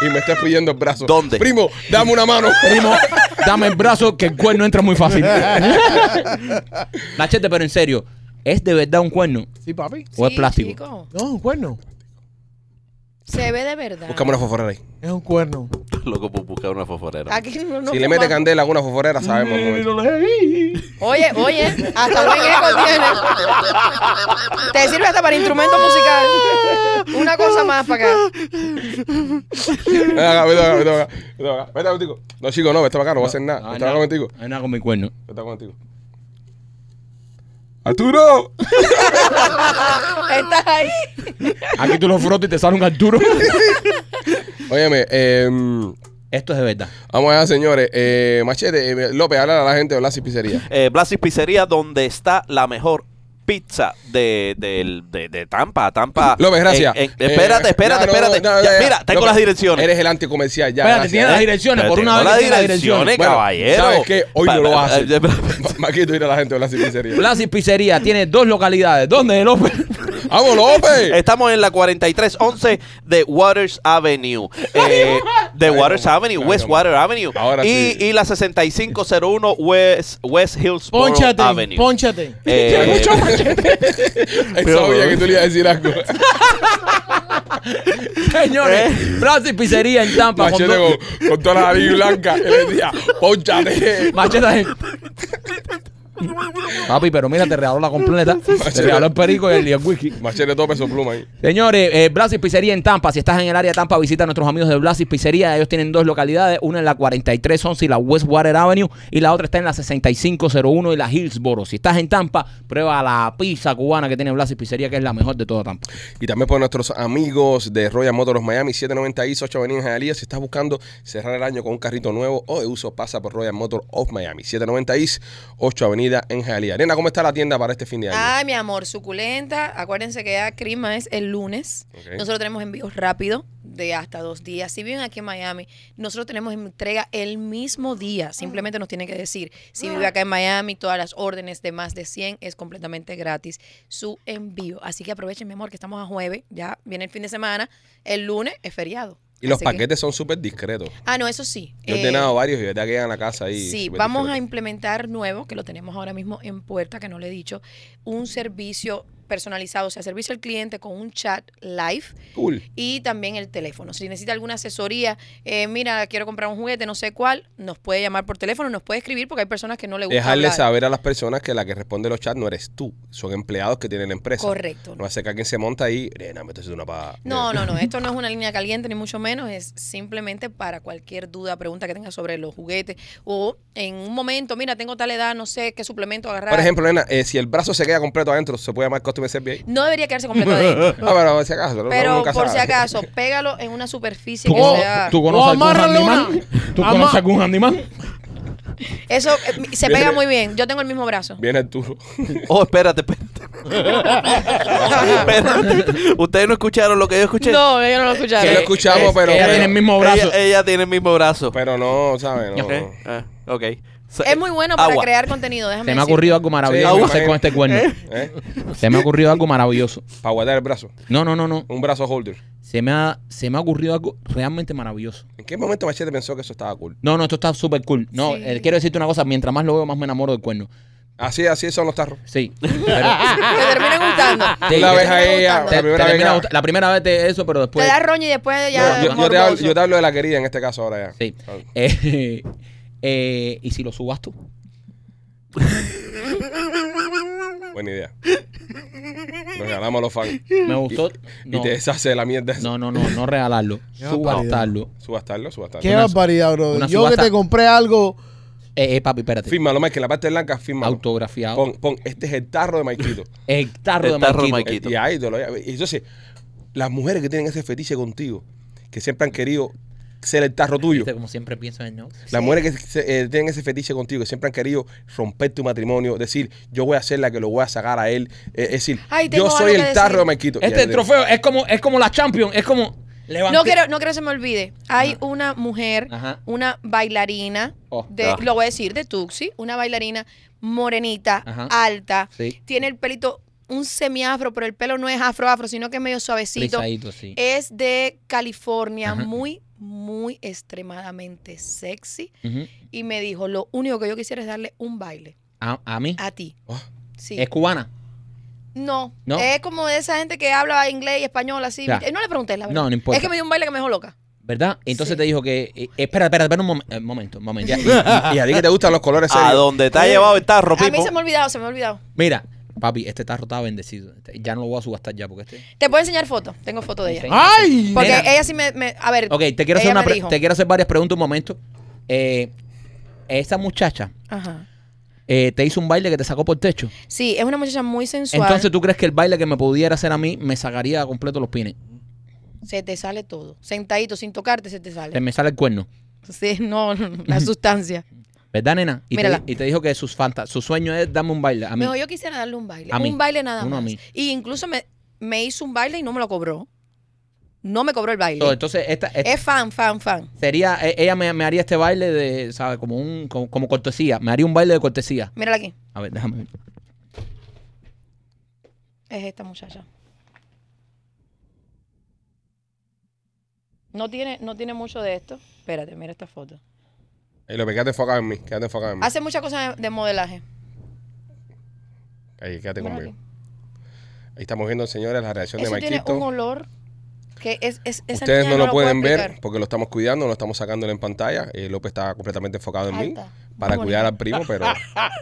[SPEAKER 1] y me estés pidiendo el brazo.
[SPEAKER 5] ¿Dónde?
[SPEAKER 1] Primo, dame una mano.
[SPEAKER 3] Primo, dame el brazo que el cuerno entra muy fácil. Machete, pero en serio, ¿es de verdad un cuerno?
[SPEAKER 4] Sí, papi.
[SPEAKER 3] ¿O es
[SPEAKER 6] Sí,
[SPEAKER 3] plástico?
[SPEAKER 6] chico.
[SPEAKER 4] No, es un cuerno.
[SPEAKER 6] Se ve de verdad.
[SPEAKER 1] Buscame una foforera ahí.
[SPEAKER 4] Es un cuerno.
[SPEAKER 5] Loco por buscar una foforera.
[SPEAKER 6] Aquí no, no
[SPEAKER 1] si le mete
[SPEAKER 6] fumamos.
[SPEAKER 1] candela a una foforera, sabemos. el momento.
[SPEAKER 6] Oye, oye, hasta buen eco tiene. Te sirve hasta para instrumento musical. Una cosa más para acá.
[SPEAKER 1] Ven acá, ven acá, ven acá, ven acá. Vete contigo. No, chico, no, vete para acá, no va a hacer nada. Vete acá contigo.
[SPEAKER 3] Hay nada con mi cuerno.
[SPEAKER 1] Vete contigo. ¡Arturo!
[SPEAKER 6] Estás ahí.
[SPEAKER 3] Aquí tú lo frotas y te sale un Arturo.
[SPEAKER 1] Óyeme, eh.
[SPEAKER 3] Esto es de verdad.
[SPEAKER 1] Vamos allá, señores. Eh, machete, eh, López, habla a la gente de Blas y Pizzería.
[SPEAKER 5] Eh, Blasis Pizzería, donde está la mejor pizza de, del- de- de Tampa. Tampa.
[SPEAKER 1] López, gracias.
[SPEAKER 5] En- en- espérate,
[SPEAKER 1] Eh,
[SPEAKER 5] espérate,
[SPEAKER 1] no, no,
[SPEAKER 5] espérate.
[SPEAKER 1] no, no,
[SPEAKER 5] Ya,
[SPEAKER 1] ya,
[SPEAKER 5] mira, tengo
[SPEAKER 1] López,
[SPEAKER 5] las direcciones.
[SPEAKER 1] Eres el anticomercial, ya.
[SPEAKER 3] Espérate,
[SPEAKER 1] gracias.
[SPEAKER 3] tiene las
[SPEAKER 1] Eh,
[SPEAKER 3] direcciones.
[SPEAKER 5] Pero
[SPEAKER 3] Por una
[SPEAKER 5] tengo
[SPEAKER 3] vez
[SPEAKER 5] las
[SPEAKER 3] que tiene las
[SPEAKER 5] direcciones,
[SPEAKER 3] direcciones.
[SPEAKER 1] Bueno,
[SPEAKER 5] caballero.
[SPEAKER 1] ¿Sabes qué? Hoy
[SPEAKER 5] Pa-
[SPEAKER 1] no lo
[SPEAKER 5] pa-
[SPEAKER 1] hace.
[SPEAKER 5] eh,
[SPEAKER 1] Ma- Maquito, ir a la gente de Blas y Pizzería.
[SPEAKER 3] Blasis Pizzería tiene dos localidades. ¿Dónde, López?
[SPEAKER 1] ¡Vamos, López!
[SPEAKER 5] Estamos en la 4311 de Waters Avenue. Eh, de Waters Avenue,
[SPEAKER 1] Ay,
[SPEAKER 5] West
[SPEAKER 1] mamá.
[SPEAKER 5] Water Avenue.
[SPEAKER 1] Ahora
[SPEAKER 5] y,
[SPEAKER 1] sí.
[SPEAKER 5] y la 6501 West, West Hills
[SPEAKER 4] Pónchate,
[SPEAKER 5] Avenue.
[SPEAKER 4] pónchate.
[SPEAKER 5] Eh,
[SPEAKER 1] Él sabía que tú le ibas a decir algo.
[SPEAKER 3] Señores, Blasis Pizzería en Tampa. con
[SPEAKER 1] Eh. Machete
[SPEAKER 3] dos-
[SPEAKER 1] con, con toda la nariz blanca. Él le decía, ponchate.
[SPEAKER 3] Machete. Papi, pero mira, te regaló la completa. Te regaló el perico y el, y el whisky.
[SPEAKER 1] Machete tope su pluma ahí.
[SPEAKER 3] Señores, eh, Blasis Pizzería en Tampa. Si estás en el área de Tampa, visita a nuestros amigos de Blasis Pizzería. Ellos tienen dos localidades, una en la 4311 y la Westwater Avenue, y la otra está en la 6501 y la Hillsboro. Si estás en Tampa, prueba la pizza cubana que tiene Blasis Pizzería, que es la mejor de toda Tampa.
[SPEAKER 1] Y también por nuestros amigos de Royal Motors Miami, 790 East, 8 Avenida en Hialeah. Si estás buscando cerrar el año con un carrito nuevo o de uso, pasa por Royal Motors of Miami, 790 East, 8 Avenida en Hialeah. Nena, ¿cómo está la tienda para este fin de año?
[SPEAKER 6] Ay, mi amor, suculenta. Acuérdense que ya Crima es el lunes.
[SPEAKER 1] Ok.
[SPEAKER 6] Nosotros tenemos envíos rápido de hasta dos días. Si viven aquí en Miami, nosotros tenemos entrega el mismo día. Simplemente nos tienen que decir. Si vive acá en Miami, todas las órdenes de más de 100 es completamente gratis su envío. Así que aprovechen, mi amor, que estamos a jueves. Ya viene el fin de semana. El lunes es feriado.
[SPEAKER 1] y los
[SPEAKER 6] Así que-
[SPEAKER 1] paquetes son súper discretos.
[SPEAKER 6] Ah, no, eso sí.
[SPEAKER 1] Yo he
[SPEAKER 6] Eh,
[SPEAKER 1] ordenado varios y de verdad que llegan a la casa ahí.
[SPEAKER 6] Sí,
[SPEAKER 1] súper
[SPEAKER 6] vamos a
[SPEAKER 1] discretos.
[SPEAKER 6] implementar nuevo, que lo tenemos ahora mismo en puerta, que no le he dicho, un servicio personalizado, o sea, servicio al cliente con un chat live
[SPEAKER 1] Cool.
[SPEAKER 6] y también el teléfono. Si necesita alguna asesoría, eh, mira, quiero comprar un juguete, no sé cuál, nos puede llamar por teléfono, nos puede escribir porque hay personas que no le gusta
[SPEAKER 1] Dejarle
[SPEAKER 6] hablar.
[SPEAKER 1] saber a las personas que la que responde los chats no eres tú, son empleados que tienen la empresa.
[SPEAKER 6] Correcto.
[SPEAKER 1] No hace que alguien se monta ahí, nena, me estoy haciendo una paga.
[SPEAKER 6] No, no, no, esto no es una línea caliente ni mucho menos, es simplemente para cualquier duda, pregunta que tenga sobre los juguetes o en un momento, mira, tengo tal edad, no sé qué suplemento agarrar.
[SPEAKER 1] Por ejemplo, nena, eh, si el brazo se queda completo adentro, se puede llamar tú me servías ahí.
[SPEAKER 6] No debería quedarse completo adentro.
[SPEAKER 1] Ah, pero por si acaso. uno
[SPEAKER 6] Pero
[SPEAKER 1] nunca
[SPEAKER 6] por si
[SPEAKER 1] sabe.
[SPEAKER 6] acaso, pégalo en una superficie
[SPEAKER 3] ¿Tú,
[SPEAKER 6] que sea.
[SPEAKER 3] tú
[SPEAKER 4] O
[SPEAKER 3] conoces algún
[SPEAKER 4] amárrale una.
[SPEAKER 3] animal? ¿Tú
[SPEAKER 4] Amá-
[SPEAKER 3] conoces algún animal?
[SPEAKER 6] Eso eh, se
[SPEAKER 1] Viene-
[SPEAKER 6] pega muy bien. Yo tengo el mismo brazo.
[SPEAKER 1] Viene Arturo.
[SPEAKER 5] Oh, espérate,
[SPEAKER 1] Ah,
[SPEAKER 5] espérate. Espérate. Ustedes no escucharon lo que yo escuché.
[SPEAKER 6] No, ellos no lo
[SPEAKER 1] Sí lo Eh,
[SPEAKER 6] escucharon.
[SPEAKER 1] escuchamos, pero.
[SPEAKER 3] Ella tiene el mismo brazo.
[SPEAKER 5] Ella, ella tiene el mismo brazo.
[SPEAKER 1] Pero no, ¿sabes? Pues, No.
[SPEAKER 5] Eh, eh, ok. So- eh,
[SPEAKER 6] Es muy bueno para
[SPEAKER 5] Agua.
[SPEAKER 6] crear contenido, déjame
[SPEAKER 3] Se me ha
[SPEAKER 6] decirte.
[SPEAKER 3] ocurrido algo
[SPEAKER 1] Sí,
[SPEAKER 3] maravilloso que
[SPEAKER 1] me
[SPEAKER 3] hacer con este cuerno. Se me ha ocurrido algo maravilloso.
[SPEAKER 1] Para ¿eh? guardar el brazo.
[SPEAKER 3] No, no, no, no.
[SPEAKER 1] Un brazo holder.
[SPEAKER 3] Se me ha, se me ha ocurrido algo realmente maravilloso.
[SPEAKER 1] ¿En qué momento Machete pensó que eso estaba cool?
[SPEAKER 3] No, no, esto está súper cool. No,
[SPEAKER 6] Sí.
[SPEAKER 3] eh, quiero decirte una cosa. Mientras más lo veo, más me enamoro del cuerno.
[SPEAKER 1] Así, así son los tarros.
[SPEAKER 3] Sí. pero-
[SPEAKER 6] Te termina gustando.
[SPEAKER 3] Te-
[SPEAKER 1] la
[SPEAKER 3] te
[SPEAKER 1] ves
[SPEAKER 6] termina
[SPEAKER 1] a ella, la
[SPEAKER 6] gustando.
[SPEAKER 3] te- te
[SPEAKER 1] primera vez.
[SPEAKER 3] termina
[SPEAKER 1] que-
[SPEAKER 3] gusta- la primera vez de eso, pero
[SPEAKER 6] Te
[SPEAKER 3] después...
[SPEAKER 6] da roña y después de ya.
[SPEAKER 1] yo, yo te hablo,
[SPEAKER 6] morboso.
[SPEAKER 1] yo te hablo de la querida en este caso ahora ya.
[SPEAKER 3] Sí.
[SPEAKER 1] Ah,
[SPEAKER 3] Eh, eh, ¿Y si lo subasto?
[SPEAKER 1] Buena idea. Nos regalamos a los fans.
[SPEAKER 3] Me gustó.
[SPEAKER 1] Y
[SPEAKER 3] No,
[SPEAKER 1] te deshace de la mierda. esa.
[SPEAKER 3] no, no, no, no regalarlo.
[SPEAKER 4] Qué
[SPEAKER 3] subastarlo.
[SPEAKER 1] Subastarlo, subastarlo.
[SPEAKER 4] Qué
[SPEAKER 3] Una-
[SPEAKER 4] barbaridad, bro.
[SPEAKER 3] una
[SPEAKER 4] Yo que
[SPEAKER 3] subasta-
[SPEAKER 4] te compré algo.
[SPEAKER 3] Eh, eh, papi, espérate.
[SPEAKER 1] Fírmalo, Mike, en la parte blanca, fírmalo.
[SPEAKER 3] Autografiado.
[SPEAKER 1] Pon, pon, este es el tarro de Maikito.
[SPEAKER 3] El tarro de
[SPEAKER 5] El tarro
[SPEAKER 3] Marquito.
[SPEAKER 5] de Marquito. Quito.
[SPEAKER 1] Y ahí te lo y Entonces, las mujeres que tienen ese fetiche contigo, que siempre han querido ser el tarro tuyo,
[SPEAKER 3] Viste, Como siempre pienso en no.
[SPEAKER 1] las mujeres que se- eh, tienen ese fetiche contigo, que siempre han querido romper tu matrimonio, decir, yo voy a ser la que lo voy a sacar a él, eh, es decir,
[SPEAKER 6] Ay, tengo
[SPEAKER 1] yo soy
[SPEAKER 6] algo
[SPEAKER 1] el
[SPEAKER 6] que
[SPEAKER 1] tarro de
[SPEAKER 6] decir.
[SPEAKER 1] Maikito.
[SPEAKER 3] Este
[SPEAKER 1] Ya,
[SPEAKER 3] es el trofeo es como, es como la Champions. Es como... levanté-
[SPEAKER 6] No quiero, no quiero que se me olvide. Hay una mujer,
[SPEAKER 3] Ajá.
[SPEAKER 6] una bailarina,
[SPEAKER 3] Oh,
[SPEAKER 6] de,
[SPEAKER 5] ah.
[SPEAKER 6] lo voy a decir, de Tuxi, una bailarina morenita,
[SPEAKER 3] Ajá.
[SPEAKER 6] alta,
[SPEAKER 3] Sí.
[SPEAKER 6] tiene el pelito, un semiafro, pero el pelo no es afro-afro, sino que es medio suavecito.
[SPEAKER 3] Frisadito, sí.
[SPEAKER 6] Es de California,
[SPEAKER 3] Ajá.
[SPEAKER 6] muy, muy extremadamente sexy.
[SPEAKER 3] Ujú.
[SPEAKER 6] Y me dijo, lo único que yo quisiera es darle un baile
[SPEAKER 3] a, a mí.
[SPEAKER 6] a ti.
[SPEAKER 1] Oh.
[SPEAKER 6] Sí.
[SPEAKER 3] Es cubana.
[SPEAKER 6] No,
[SPEAKER 3] ¿No?
[SPEAKER 6] es como de esa gente que habla inglés y español así.
[SPEAKER 3] Ya.
[SPEAKER 6] Eh, No le pregunté, la verdad.
[SPEAKER 3] No, no importa.
[SPEAKER 6] Es que me dio un baile que me dejó loca.
[SPEAKER 3] ¿Verdad? Entonces
[SPEAKER 6] Sí.
[SPEAKER 3] te dijo que. eh, espera, espera, espera un momen- eh, momento, un momento.
[SPEAKER 1] Y a ti que te gustan los colores
[SPEAKER 5] A
[SPEAKER 1] serios.
[SPEAKER 5] donde te ha llevado el tarro,
[SPEAKER 6] A mí
[SPEAKER 5] Pipo.
[SPEAKER 6] se me ha olvidado, se me ha olvidado.
[SPEAKER 3] Mira, papi, este tarro está bendecido. Este- Ya no lo voy a subastar ya porque este.
[SPEAKER 6] Te puedo enseñar fotos. Tengo fotos de ella.
[SPEAKER 4] ¡Ay!
[SPEAKER 6] Porque
[SPEAKER 3] Nena.
[SPEAKER 6] ella sí me, me- A ver.
[SPEAKER 3] Ok, te quiero hacer
[SPEAKER 6] ella
[SPEAKER 3] una
[SPEAKER 6] me
[SPEAKER 3] pre-
[SPEAKER 6] dijo.
[SPEAKER 3] te quiero hacer varias preguntas un momento. Eh, esa muchacha
[SPEAKER 6] Ajá.
[SPEAKER 3] eh, te hizo un baile que te sacó por techo.
[SPEAKER 6] Sí, es una muchacha muy sensual.
[SPEAKER 3] Entonces tú crees que el baile que me pudiera hacer a mí me sacaría completo los pines.
[SPEAKER 6] Se te sale todo. Sentadito, sin tocarte, se te
[SPEAKER 3] Se
[SPEAKER 6] sale.
[SPEAKER 3] Eh, me sale el cuerno.
[SPEAKER 6] Sí, no, no, no, la sustancia.
[SPEAKER 3] ¿Verdad, nena? Y, te,
[SPEAKER 6] Mírala.
[SPEAKER 3] y te dijo que sus fanta su sueño es darme un baile a mí.
[SPEAKER 6] Mejor yo quisiera darle un baile.
[SPEAKER 3] A mí.
[SPEAKER 6] Un baile nada
[SPEAKER 3] Uno a
[SPEAKER 6] más.
[SPEAKER 3] mí.
[SPEAKER 6] Y incluso me, me hizo un baile y no me lo cobró. No me cobró el baile.
[SPEAKER 3] So, Entonces, esta, esta-
[SPEAKER 6] es fan, fan, fan.
[SPEAKER 3] sería, eh, ella me, me haría este baile de, ¿sabes? Como un, como, como cortesía. Me haría un baile de cortesía.
[SPEAKER 6] Mírala aquí.
[SPEAKER 3] A ver, déjame ver.
[SPEAKER 6] Es esta muchacha. No tiene, no tiene mucho de esto. Espérate, mira esta foto.
[SPEAKER 1] Y Eh, lo que quédate enfocado en mí, quédate enfocado en mí.
[SPEAKER 6] Hace muchas cosas de, de modelaje.
[SPEAKER 1] Ahí, quédate
[SPEAKER 6] Mira
[SPEAKER 1] conmigo.
[SPEAKER 6] aquí.
[SPEAKER 1] Ahí estamos viendo, señores, la reacción Este de
[SPEAKER 6] Eso tiene un
[SPEAKER 1] Maikito.
[SPEAKER 6] olor que es, es esa
[SPEAKER 1] Ustedes
[SPEAKER 6] niña
[SPEAKER 1] no lo
[SPEAKER 6] puedo
[SPEAKER 1] pueden ver
[SPEAKER 6] explicar.
[SPEAKER 1] porque lo estamos cuidando, lo estamos sacando en pantalla. Eh, López está completamente enfocado en mí
[SPEAKER 6] Alta, muy
[SPEAKER 1] para
[SPEAKER 6] bonita.
[SPEAKER 1] cuidar al primo, pero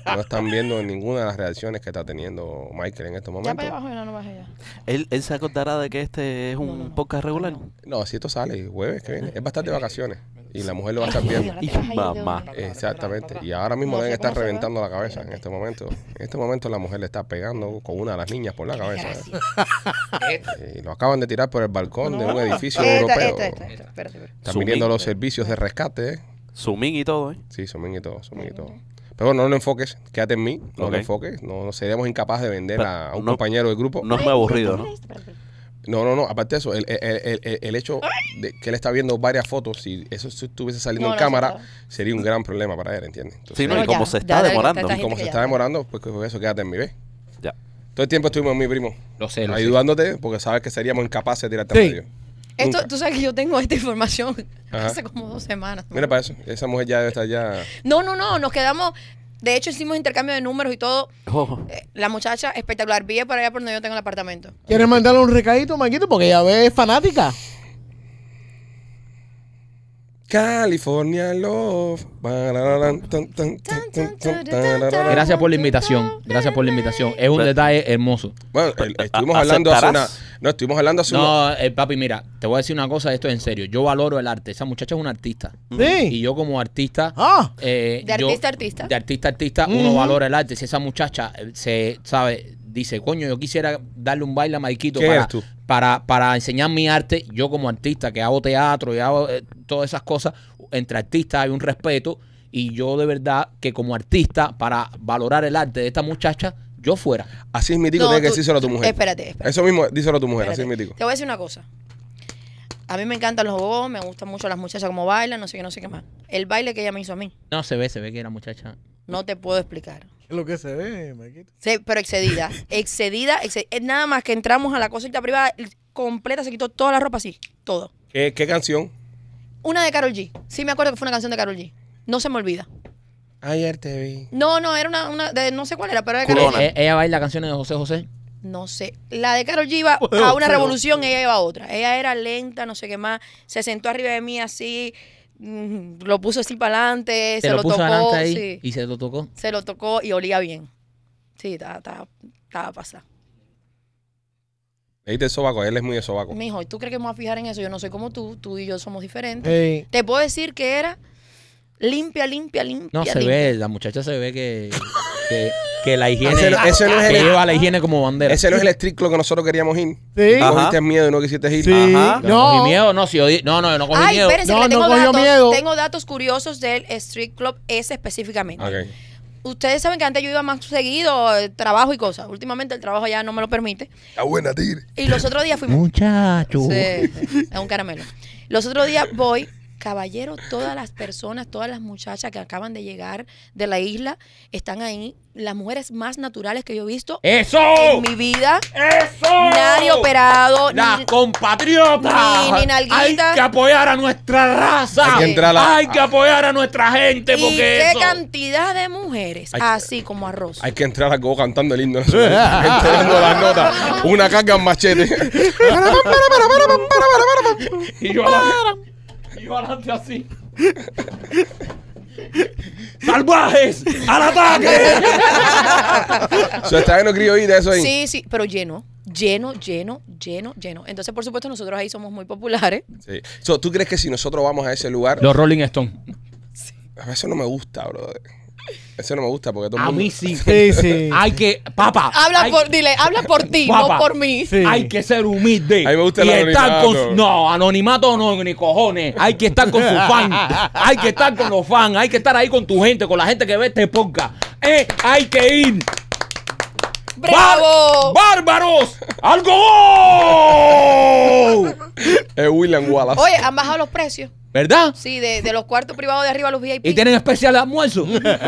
[SPEAKER 1] no están viendo ninguna de las reacciones que está teniendo Michael en este estos
[SPEAKER 6] Ya para
[SPEAKER 1] momentos.
[SPEAKER 6] allá abajo y no, no más allá.
[SPEAKER 5] ¿Él, él se acordará de que este es un
[SPEAKER 6] No, no, no.
[SPEAKER 5] podcast regular.
[SPEAKER 6] No.
[SPEAKER 1] No, si esto sale el jueves que viene, él va a estar de vacaciones y la mujer lo va a estar
[SPEAKER 6] Y
[SPEAKER 1] viendo.
[SPEAKER 6] ahora te vas a ir de
[SPEAKER 5] Mamá.
[SPEAKER 6] una.
[SPEAKER 1] Exactamente. Y ahora mismo le
[SPEAKER 6] No sé
[SPEAKER 1] deben estar
[SPEAKER 6] cómo se va.
[SPEAKER 1] reventando la cabeza en este momento. En este momento la mujer le está pegando con una de las niñas por la cabeza. eh,
[SPEAKER 6] Gracias.
[SPEAKER 1] Y lo acaban de tirar por el balcón de un edificio
[SPEAKER 6] Esta,
[SPEAKER 1] europeo.
[SPEAKER 6] esta, esta, esta. Espérate, espérate.
[SPEAKER 1] Están
[SPEAKER 5] Sumín.
[SPEAKER 1] viniendo los servicios de rescate, ¿eh?
[SPEAKER 5] Sumín y todo, ¿eh?
[SPEAKER 1] Sí, Sumín y todo, Sumín y todo. Pero bueno, no lo enfoques, quédate en mí, no
[SPEAKER 5] Ok.
[SPEAKER 1] lo enfoques, no, no seríamos incapaces de vender
[SPEAKER 5] Pero
[SPEAKER 1] a un
[SPEAKER 5] no-
[SPEAKER 1] compañero del grupo.
[SPEAKER 5] No es muy aburrido, ¿no?
[SPEAKER 1] No, no, no. Aparte de eso, el, el- el- el- el hecho de que él está viendo varias fotos, si eso estuviese saliendo
[SPEAKER 6] No,
[SPEAKER 1] en
[SPEAKER 6] no,
[SPEAKER 1] cámara,
[SPEAKER 6] eso no.
[SPEAKER 1] sería un gran problema para él, ¿entiendes? Entonces,
[SPEAKER 5] Sí, no,
[SPEAKER 6] No,
[SPEAKER 5] y
[SPEAKER 6] ya,
[SPEAKER 5] como se
[SPEAKER 6] ya,
[SPEAKER 5] está
[SPEAKER 6] ya, ya,
[SPEAKER 5] demorando.
[SPEAKER 6] ya, ya.
[SPEAKER 1] como se está demorando, pues por eso quédate en mi vez.
[SPEAKER 5] Ya.
[SPEAKER 1] Todo el tiempo estuvimos en mi primo,
[SPEAKER 3] Lo sé, lo sé.
[SPEAKER 1] ayudándote, porque sabes que seríamos incapaces de tirarte
[SPEAKER 4] Sí.
[SPEAKER 1] a medio.
[SPEAKER 6] Esto,
[SPEAKER 1] Nunca.
[SPEAKER 6] tú sabes que yo tengo esta información
[SPEAKER 1] Ajá.
[SPEAKER 6] hace como dos semanas.
[SPEAKER 1] Mira para eso, esa mujer ya debe estar ya.
[SPEAKER 6] No, no, no, nos quedamos. De hecho, hicimos intercambio de números y todo.
[SPEAKER 5] Oh,
[SPEAKER 6] Eh, La muchacha espectacular. Vive para allá por donde yo tengo el apartamento.
[SPEAKER 4] ¿Quieres mandarle un recadito, Maquito? Porque ella ve es fanática.
[SPEAKER 1] California Love. Bararán, tan, tan, tan, tan, tan, tararán.
[SPEAKER 3] Gracias por la invitación. Gracias por la invitación. Es un detalle hermoso.
[SPEAKER 1] Bueno, el- estuvimos hablando hace una.
[SPEAKER 5] ¿Aceptarás?
[SPEAKER 1] No, estuvimos hablando hace una.
[SPEAKER 3] No, eh, papi, mira, te voy a decir una cosa, esto es en serio. Yo valoro el arte. Esa muchacha es una artista. Y
[SPEAKER 4] Sí.
[SPEAKER 3] yo como artista...
[SPEAKER 4] Ah,
[SPEAKER 3] eh,
[SPEAKER 6] De
[SPEAKER 3] yo-
[SPEAKER 6] artista a artista.
[SPEAKER 3] De artista a artista, uno valora el arte. Si esa muchacha eh, se, sabe, dice, coño, yo quisiera darle un baile a Maikito
[SPEAKER 1] ¿Qué
[SPEAKER 3] para,
[SPEAKER 1] eres tú?
[SPEAKER 3] para, para enseñar mi arte, yo como artista que hago teatro y hago eh, todas esas cosas, entre artistas hay un respeto y yo de verdad que como artista, para valorar el arte de esta muchacha, yo fuera.
[SPEAKER 1] Así es mi tico,
[SPEAKER 6] No,
[SPEAKER 1] tienes que
[SPEAKER 6] tú-
[SPEAKER 1] decírselo a tu mujer.
[SPEAKER 6] Espérate, espérate.
[SPEAKER 1] Eso mismo, díselo a tu mujer, así es mi
[SPEAKER 6] Espérate,
[SPEAKER 1] tico.
[SPEAKER 6] Te voy a decir una cosa. A mí me encantan los bobos, me gustan mucho las muchachas como bailan, no sé qué, no sé qué más. El baile que ella me hizo a mí,
[SPEAKER 3] No, se ve, se ve que era muchacha.
[SPEAKER 6] no te puedo explicar.
[SPEAKER 4] Es lo que se ve, Maquito.
[SPEAKER 6] Sí, pero excedida, excedida, exce- eh, Nada más que entramos a la cosita privada l- completa, se quitó toda la ropa así, todo.
[SPEAKER 1] ¿Qué, qué canción?
[SPEAKER 6] Una de Carol G. Sí, me acuerdo que fue una canción de Carol G. No se me olvida.
[SPEAKER 1] Ayer te vi.
[SPEAKER 6] No, no, era una, una de no sé cuál era, pero era de Karol
[SPEAKER 5] Culona.
[SPEAKER 6] G.
[SPEAKER 3] E- ella baila canciones de José José.
[SPEAKER 6] No sé. La de Carol G iba a una revolución, ella iba a otra. Ella era lenta, no sé qué más. Se sentó arriba de mí así, mm, lo puso así para adelante, se
[SPEAKER 3] Se lo,
[SPEAKER 6] lo,
[SPEAKER 3] puso
[SPEAKER 6] tocó,
[SPEAKER 3] delante ahí
[SPEAKER 6] sí.
[SPEAKER 3] y se lo tocó.
[SPEAKER 6] se lo tocó y olía bien. Sí, estaba, estaba, estaba pasada.
[SPEAKER 1] Leíste el sobaco, él es muy de sobaco.
[SPEAKER 6] Me dijo, ¿tú crees que me voy a fijar en eso? Yo no soy como tú, tú y yo somos diferentes.
[SPEAKER 4] Hey,
[SPEAKER 6] Te puedo decir que era limpia, limpia, limpia.
[SPEAKER 3] No, se
[SPEAKER 6] limpia.
[SPEAKER 3] ve, la muchacha se ve que, que, que la higiene.
[SPEAKER 1] Ese no- ese no es
[SPEAKER 3] que
[SPEAKER 1] el-
[SPEAKER 3] lleva la higiene como bandera.
[SPEAKER 1] Ese no es el strip club que nosotros queríamos ir.
[SPEAKER 4] sí,
[SPEAKER 1] Tú
[SPEAKER 5] Ajá.
[SPEAKER 1] Cogiste miedo y no quisiste ir.
[SPEAKER 4] sí.
[SPEAKER 5] Ajá.
[SPEAKER 3] Yo no cogí
[SPEAKER 4] No,
[SPEAKER 3] miedo, no, si yo di- no, no, yo no cogí
[SPEAKER 6] Ay,
[SPEAKER 3] miedo.
[SPEAKER 6] espérense,
[SPEAKER 4] No,
[SPEAKER 6] que le
[SPEAKER 4] no
[SPEAKER 6] tengo,
[SPEAKER 4] cogió
[SPEAKER 6] datos,
[SPEAKER 4] miedo.
[SPEAKER 6] tengo datos curiosos del Street Club ese específicamente.
[SPEAKER 1] Ok.
[SPEAKER 6] Ustedes saben que antes yo iba más seguido, eh, trabajo y cosas. Últimamente el trabajo ya no me lo permite.
[SPEAKER 1] Está buena, tigre.
[SPEAKER 6] Y los otros días fuimos.
[SPEAKER 3] Muchacho.
[SPEAKER 6] Sí, sí, es un caramelo. Los otros días voy, caballero, todas las personas, todas las muchachas que acaban de llegar de la isla están ahí. Las mujeres más naturales que yo he visto
[SPEAKER 3] ¡Eso!
[SPEAKER 6] en mi vida.
[SPEAKER 3] ¡Eso!
[SPEAKER 6] Nadie operado, ni-
[SPEAKER 3] ¡Las compatriotas!
[SPEAKER 6] ni- ni nalguita.
[SPEAKER 3] ¡Hay que apoyar a nuestra raza!
[SPEAKER 1] Hay que entrar a-
[SPEAKER 3] ¡Hay que apoyar a nuestra gente!
[SPEAKER 6] y
[SPEAKER 3] Porque
[SPEAKER 6] qué
[SPEAKER 3] eso-
[SPEAKER 6] cantidad de mujeres,
[SPEAKER 1] Ay,
[SPEAKER 6] así como arroz.
[SPEAKER 1] Hay que entrar a Go cantando el himno. Entrando las notas. Una carga en machete.
[SPEAKER 2] Y yo adelante, y yo adelante así. ¡Salvajes! ¡Al ataque!
[SPEAKER 1] Eso está en los criollitas, eso ahí.
[SPEAKER 6] Sí, sí, pero lleno, lleno, lleno, lleno, lleno. Entonces, por supuesto, nosotros ahí somos muy populares.
[SPEAKER 1] Sí. So, ¿Tú crees que si nosotros vamos a ese lugar?
[SPEAKER 2] Los Rolling Stones.
[SPEAKER 1] A Eso no me gusta, brother. Eso no me gusta porque todo el
[SPEAKER 2] A
[SPEAKER 1] mundo...
[SPEAKER 2] mí sí.
[SPEAKER 4] sí, sí.
[SPEAKER 2] Hay que, papá.
[SPEAKER 6] Habla
[SPEAKER 2] hay,
[SPEAKER 6] por, dile, habla por ti, no
[SPEAKER 2] Ah, Guapa.
[SPEAKER 6] por mí.
[SPEAKER 4] Sí.
[SPEAKER 2] hay que ser humilde.
[SPEAKER 1] A mí me gusta el
[SPEAKER 2] y estar
[SPEAKER 1] anonimato.
[SPEAKER 2] con, su- No, anonimato no, ni cojones. Hay que estar con sus fans. Hay que estar con los fans. Hay que estar ahí con tu gente, con la gente que ve este podcast. Eh, hay que ir.
[SPEAKER 6] ¡Bravo!
[SPEAKER 2] Bár- ¡Bárbaros! ¡Algo!
[SPEAKER 1] Es William Wallace.
[SPEAKER 6] Oye, han bajado los precios.
[SPEAKER 2] ¿Verdad?
[SPEAKER 6] Sí, de, de los cuartos privados de arriba a los VIP.
[SPEAKER 2] Y tienen especial almuerzo.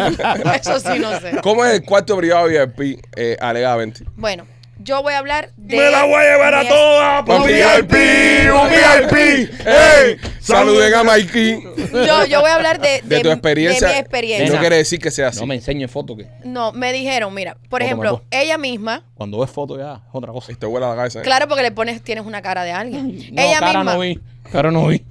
[SPEAKER 6] Eso sí, no sé.
[SPEAKER 1] ¿Cómo es el cuarto privado VIP, eh, alegadamente?
[SPEAKER 6] Bueno, yo voy a hablar de.
[SPEAKER 2] Me la voy a llevar
[SPEAKER 6] mi-
[SPEAKER 2] a todas
[SPEAKER 1] Un VIP, un VIP. ¡Ey! Saluden a Mikey.
[SPEAKER 6] Yo, yo voy a hablar de,
[SPEAKER 1] De tu experiencia.
[SPEAKER 6] de mi experiencia.
[SPEAKER 1] No quiere decir que sea así.
[SPEAKER 3] No me enseñes fotos que
[SPEAKER 6] No, me dijeron, mira, por
[SPEAKER 3] No,
[SPEAKER 6] ejemplo,
[SPEAKER 3] tomando.
[SPEAKER 6] ella misma,
[SPEAKER 3] cuando ves fotos ya es otra cosa.
[SPEAKER 1] Te vuela la cabeza. ¿eh?
[SPEAKER 6] claro porque le pones, tienes una cara de alguien.
[SPEAKER 2] No,
[SPEAKER 6] ella
[SPEAKER 2] cara
[SPEAKER 6] misma,
[SPEAKER 2] no vi. Cara no vi.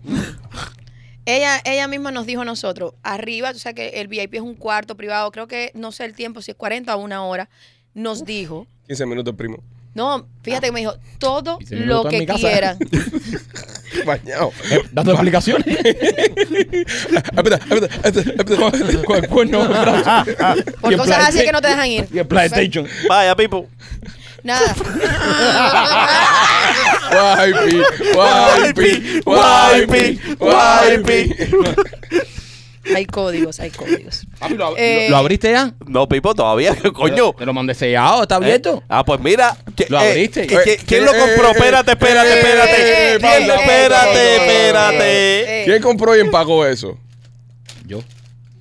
[SPEAKER 6] ella, ella misma nos dijo a nosotros, arriba, o sea que el VIP es un cuarto privado, creo que no sé el tiempo, si es 40 o una hora, nos dijo.
[SPEAKER 1] 15 minutos, primo.
[SPEAKER 6] No, fíjate que me dijo, todo
[SPEAKER 3] Y se me
[SPEAKER 6] lo
[SPEAKER 3] notó en
[SPEAKER 6] que
[SPEAKER 3] mi casa.
[SPEAKER 6] quieran.
[SPEAKER 1] Bañado.
[SPEAKER 3] Eh, Dando explicaciones.
[SPEAKER 1] Espera, espera, espera, espera.
[SPEAKER 2] Con el cuerno en el brazo.
[SPEAKER 6] Por
[SPEAKER 2] Y el
[SPEAKER 6] cosas así
[SPEAKER 2] PlayStation-
[SPEAKER 6] que no te dejan ir.
[SPEAKER 2] Y el PlayStation.
[SPEAKER 5] Vaya, Pipo.
[SPEAKER 6] Nada.
[SPEAKER 1] YP, YP, YP, YP.
[SPEAKER 6] hay códigos, hay códigos.
[SPEAKER 2] Papi, lo,
[SPEAKER 6] Eh,
[SPEAKER 3] ¿Lo abriste ya?
[SPEAKER 5] No, Pipo, todavía, coño.
[SPEAKER 3] Te lo mandé sellado, está abierto.
[SPEAKER 5] Eh, Ah, pues mira. que-
[SPEAKER 3] Lo
[SPEAKER 5] eh,
[SPEAKER 3] abriste.
[SPEAKER 5] que- que- ¿Quién lo
[SPEAKER 1] Eh,
[SPEAKER 5] compró?
[SPEAKER 1] eh,
[SPEAKER 5] Espérate, espérate,
[SPEAKER 1] eh,
[SPEAKER 5] espérate.
[SPEAKER 1] eh, eh,
[SPEAKER 5] ¿Quién lo-
[SPEAKER 1] eh,
[SPEAKER 5] Espérate,
[SPEAKER 1] eh,
[SPEAKER 5] espérate.
[SPEAKER 6] eh, eh.
[SPEAKER 1] ¿Quién compró y empacó eso?
[SPEAKER 3] Yo.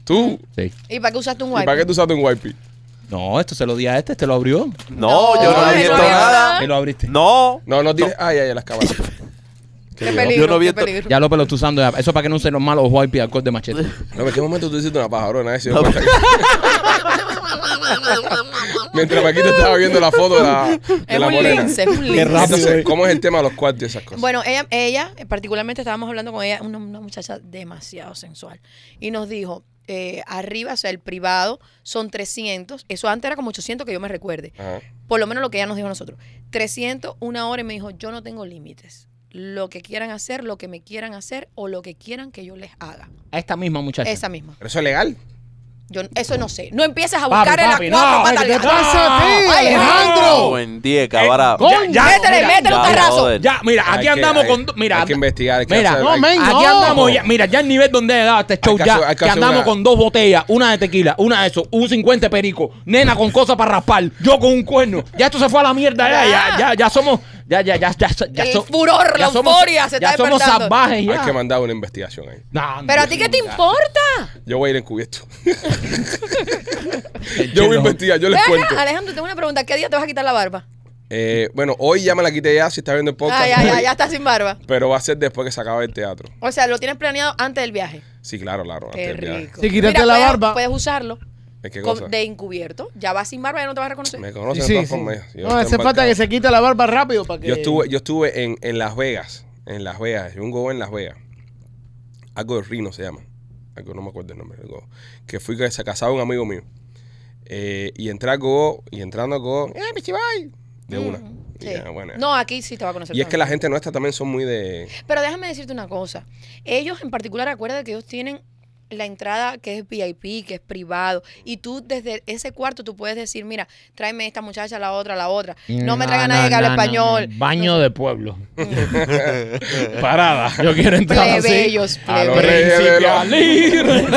[SPEAKER 1] ¿Tú?
[SPEAKER 3] Sí.
[SPEAKER 6] ¿Y para qué usaste un
[SPEAKER 1] ¿Y
[SPEAKER 6] wipe?
[SPEAKER 1] para qué tú usaste un YP?
[SPEAKER 3] No, esto se lo di a este, este lo abrió.
[SPEAKER 5] No, yo no
[SPEAKER 3] eh,
[SPEAKER 6] No,
[SPEAKER 5] he
[SPEAKER 6] yo no
[SPEAKER 5] visto
[SPEAKER 6] había
[SPEAKER 5] nada.
[SPEAKER 6] nada.
[SPEAKER 3] Y lo abriste.
[SPEAKER 5] No.
[SPEAKER 1] No, no tienes. Ay, ay, ay, las cámaras.
[SPEAKER 6] Qué peligro,
[SPEAKER 5] Yo no vi
[SPEAKER 6] qué
[SPEAKER 5] esto.
[SPEAKER 6] peligro.
[SPEAKER 3] Ya López lo está usando. ya. Eso es para que no usen los malos wipes de alcohol de machete.
[SPEAKER 1] No, ¿en qué momento tú hiciste una pajarona? Nadie se dio cuenta. Mientras Paquito estaba viendo la foto de la, de
[SPEAKER 6] Es
[SPEAKER 1] la
[SPEAKER 6] un
[SPEAKER 1] morena.
[SPEAKER 6] lince, es un lince.
[SPEAKER 1] Entonces, ¿cómo es el tema de los cuartos y esas
[SPEAKER 3] Pues
[SPEAKER 1] cosas?
[SPEAKER 6] Bueno, ella, ella, eh, particularmente estábamos hablando con ella, una, una muchacha demasiado sensual, y nos dijo, eh, arriba, o sea, el privado, son 300, eso antes era como 800 que yo me recuerde,
[SPEAKER 1] Ajá.
[SPEAKER 6] por lo menos lo que ella nos dijo a nosotros, 300, una hora, y me dijo, yo no tengo límites, lo que quieran hacer, lo que me quieran hacer, o lo que quieran que yo les haga,
[SPEAKER 3] A esta misma muchacha.
[SPEAKER 6] esa misma.
[SPEAKER 1] ¿Pero eso es legal?
[SPEAKER 6] Yo, eso no sé. No empieces a buscar en las
[SPEAKER 3] papi,
[SPEAKER 6] cuatro
[SPEAKER 3] no,
[SPEAKER 6] patas
[SPEAKER 4] ¿Qué te
[SPEAKER 6] al gato.
[SPEAKER 4] pasa a ti,
[SPEAKER 6] Ay,
[SPEAKER 4] Alejandro?
[SPEAKER 5] Buen día, cabra.
[SPEAKER 3] Ya,
[SPEAKER 6] Métele,
[SPEAKER 3] mira,
[SPEAKER 6] métele un
[SPEAKER 5] ya,
[SPEAKER 6] tarrazo.
[SPEAKER 5] joder.
[SPEAKER 3] Ya, mira, aquí
[SPEAKER 1] Hay que-
[SPEAKER 3] andamos
[SPEAKER 1] hay-
[SPEAKER 3] con. do- Mira,
[SPEAKER 1] hay que investigar. hay que
[SPEAKER 3] mira,
[SPEAKER 1] hacer-
[SPEAKER 4] no,
[SPEAKER 1] hay-
[SPEAKER 4] men,
[SPEAKER 3] Aquí
[SPEAKER 4] No.
[SPEAKER 3] andamos ya, mira, ya el nivel donde ha llegado este show
[SPEAKER 1] que
[SPEAKER 3] ya,
[SPEAKER 1] hacer- hay que
[SPEAKER 3] que
[SPEAKER 1] hacer
[SPEAKER 3] andamos
[SPEAKER 1] una-
[SPEAKER 3] con dos botellas, una de tequila, una de eso, un 50 de perico, nena con cosas para raspar, yo con un cuerno, ya esto se fue a la mierda, ya, ya, ya, ya somos, ya, ya, ya, ya, ya
[SPEAKER 6] El
[SPEAKER 3] so-
[SPEAKER 6] furor, la euforia se
[SPEAKER 3] ya
[SPEAKER 6] está
[SPEAKER 3] somos
[SPEAKER 6] despertando.
[SPEAKER 3] salvajes ya.
[SPEAKER 1] Hay que mandar una investigación ahí.
[SPEAKER 3] No, no,
[SPEAKER 6] Pero a ti, ¿qué te importa?
[SPEAKER 1] Yo voy a ir encubierto. yo voy a investigar, yo
[SPEAKER 6] Ve
[SPEAKER 1] les
[SPEAKER 6] acá,
[SPEAKER 1] cuento.
[SPEAKER 6] Alejandro, tengo una pregunta. ¿Qué día te vas a quitar la barba?
[SPEAKER 1] Eh, bueno, hoy ya me la quité ya si está viendo el podcast.
[SPEAKER 6] Ah, ya, ya, ya estás sin barba.
[SPEAKER 1] Pero va a ser después que se acabe el teatro.
[SPEAKER 6] O sea, lo tienes planeado antes del viaje.
[SPEAKER 1] Sí, claro, claro. antes
[SPEAKER 6] Qué
[SPEAKER 1] del viaje.
[SPEAKER 6] rico.
[SPEAKER 4] Sí, quítate
[SPEAKER 6] Mira,
[SPEAKER 4] la
[SPEAKER 6] puedes-
[SPEAKER 4] barba.
[SPEAKER 6] Puedes usarlo
[SPEAKER 1] ¿Es qué
[SPEAKER 6] con-
[SPEAKER 1] cosa?
[SPEAKER 6] de encubierto. Ya vas sin barba, ya no te vas a reconocer.
[SPEAKER 1] Me
[SPEAKER 4] Sí,
[SPEAKER 1] conocen de
[SPEAKER 4] sí,
[SPEAKER 1] todas
[SPEAKER 4] sí.
[SPEAKER 1] formas. Yo
[SPEAKER 4] No,
[SPEAKER 1] estoy
[SPEAKER 4] hace falta
[SPEAKER 1] embarcado.
[SPEAKER 4] que se quite la barba rápido para que.
[SPEAKER 6] Eh,
[SPEAKER 1] Yo estuve, yo estuve en, en Las Vegas, en Las Vegas, un go en Las Vegas. Algo de Rino se llama. Algo, no me acuerdo el nombre del go. Que fui que se casaba un amigo mío. Eh, y entré al go, y entrando al go, ¡eh, pichibay! De una. Y
[SPEAKER 6] Mm, Sí.
[SPEAKER 1] ya, bueno.
[SPEAKER 6] No, aquí sí te va a conocer.
[SPEAKER 1] y es que la
[SPEAKER 6] también.
[SPEAKER 1] gente nuestra también son muy de.
[SPEAKER 6] Pero déjame decirte una cosa. Ellos en particular, acuérdate que ellos tienen la entrada que es VIP, que es privado. Y tú desde ese cuarto tú puedes decir, mira, tráeme esta muchacha, la otra, la otra. No me traigan a nadie que hable español.
[SPEAKER 3] Baño de pueblo. Parada. Yo quiero entrar así.
[SPEAKER 6] Plebeyos,
[SPEAKER 3] A los
[SPEAKER 1] plebeyos.
[SPEAKER 3] principiales.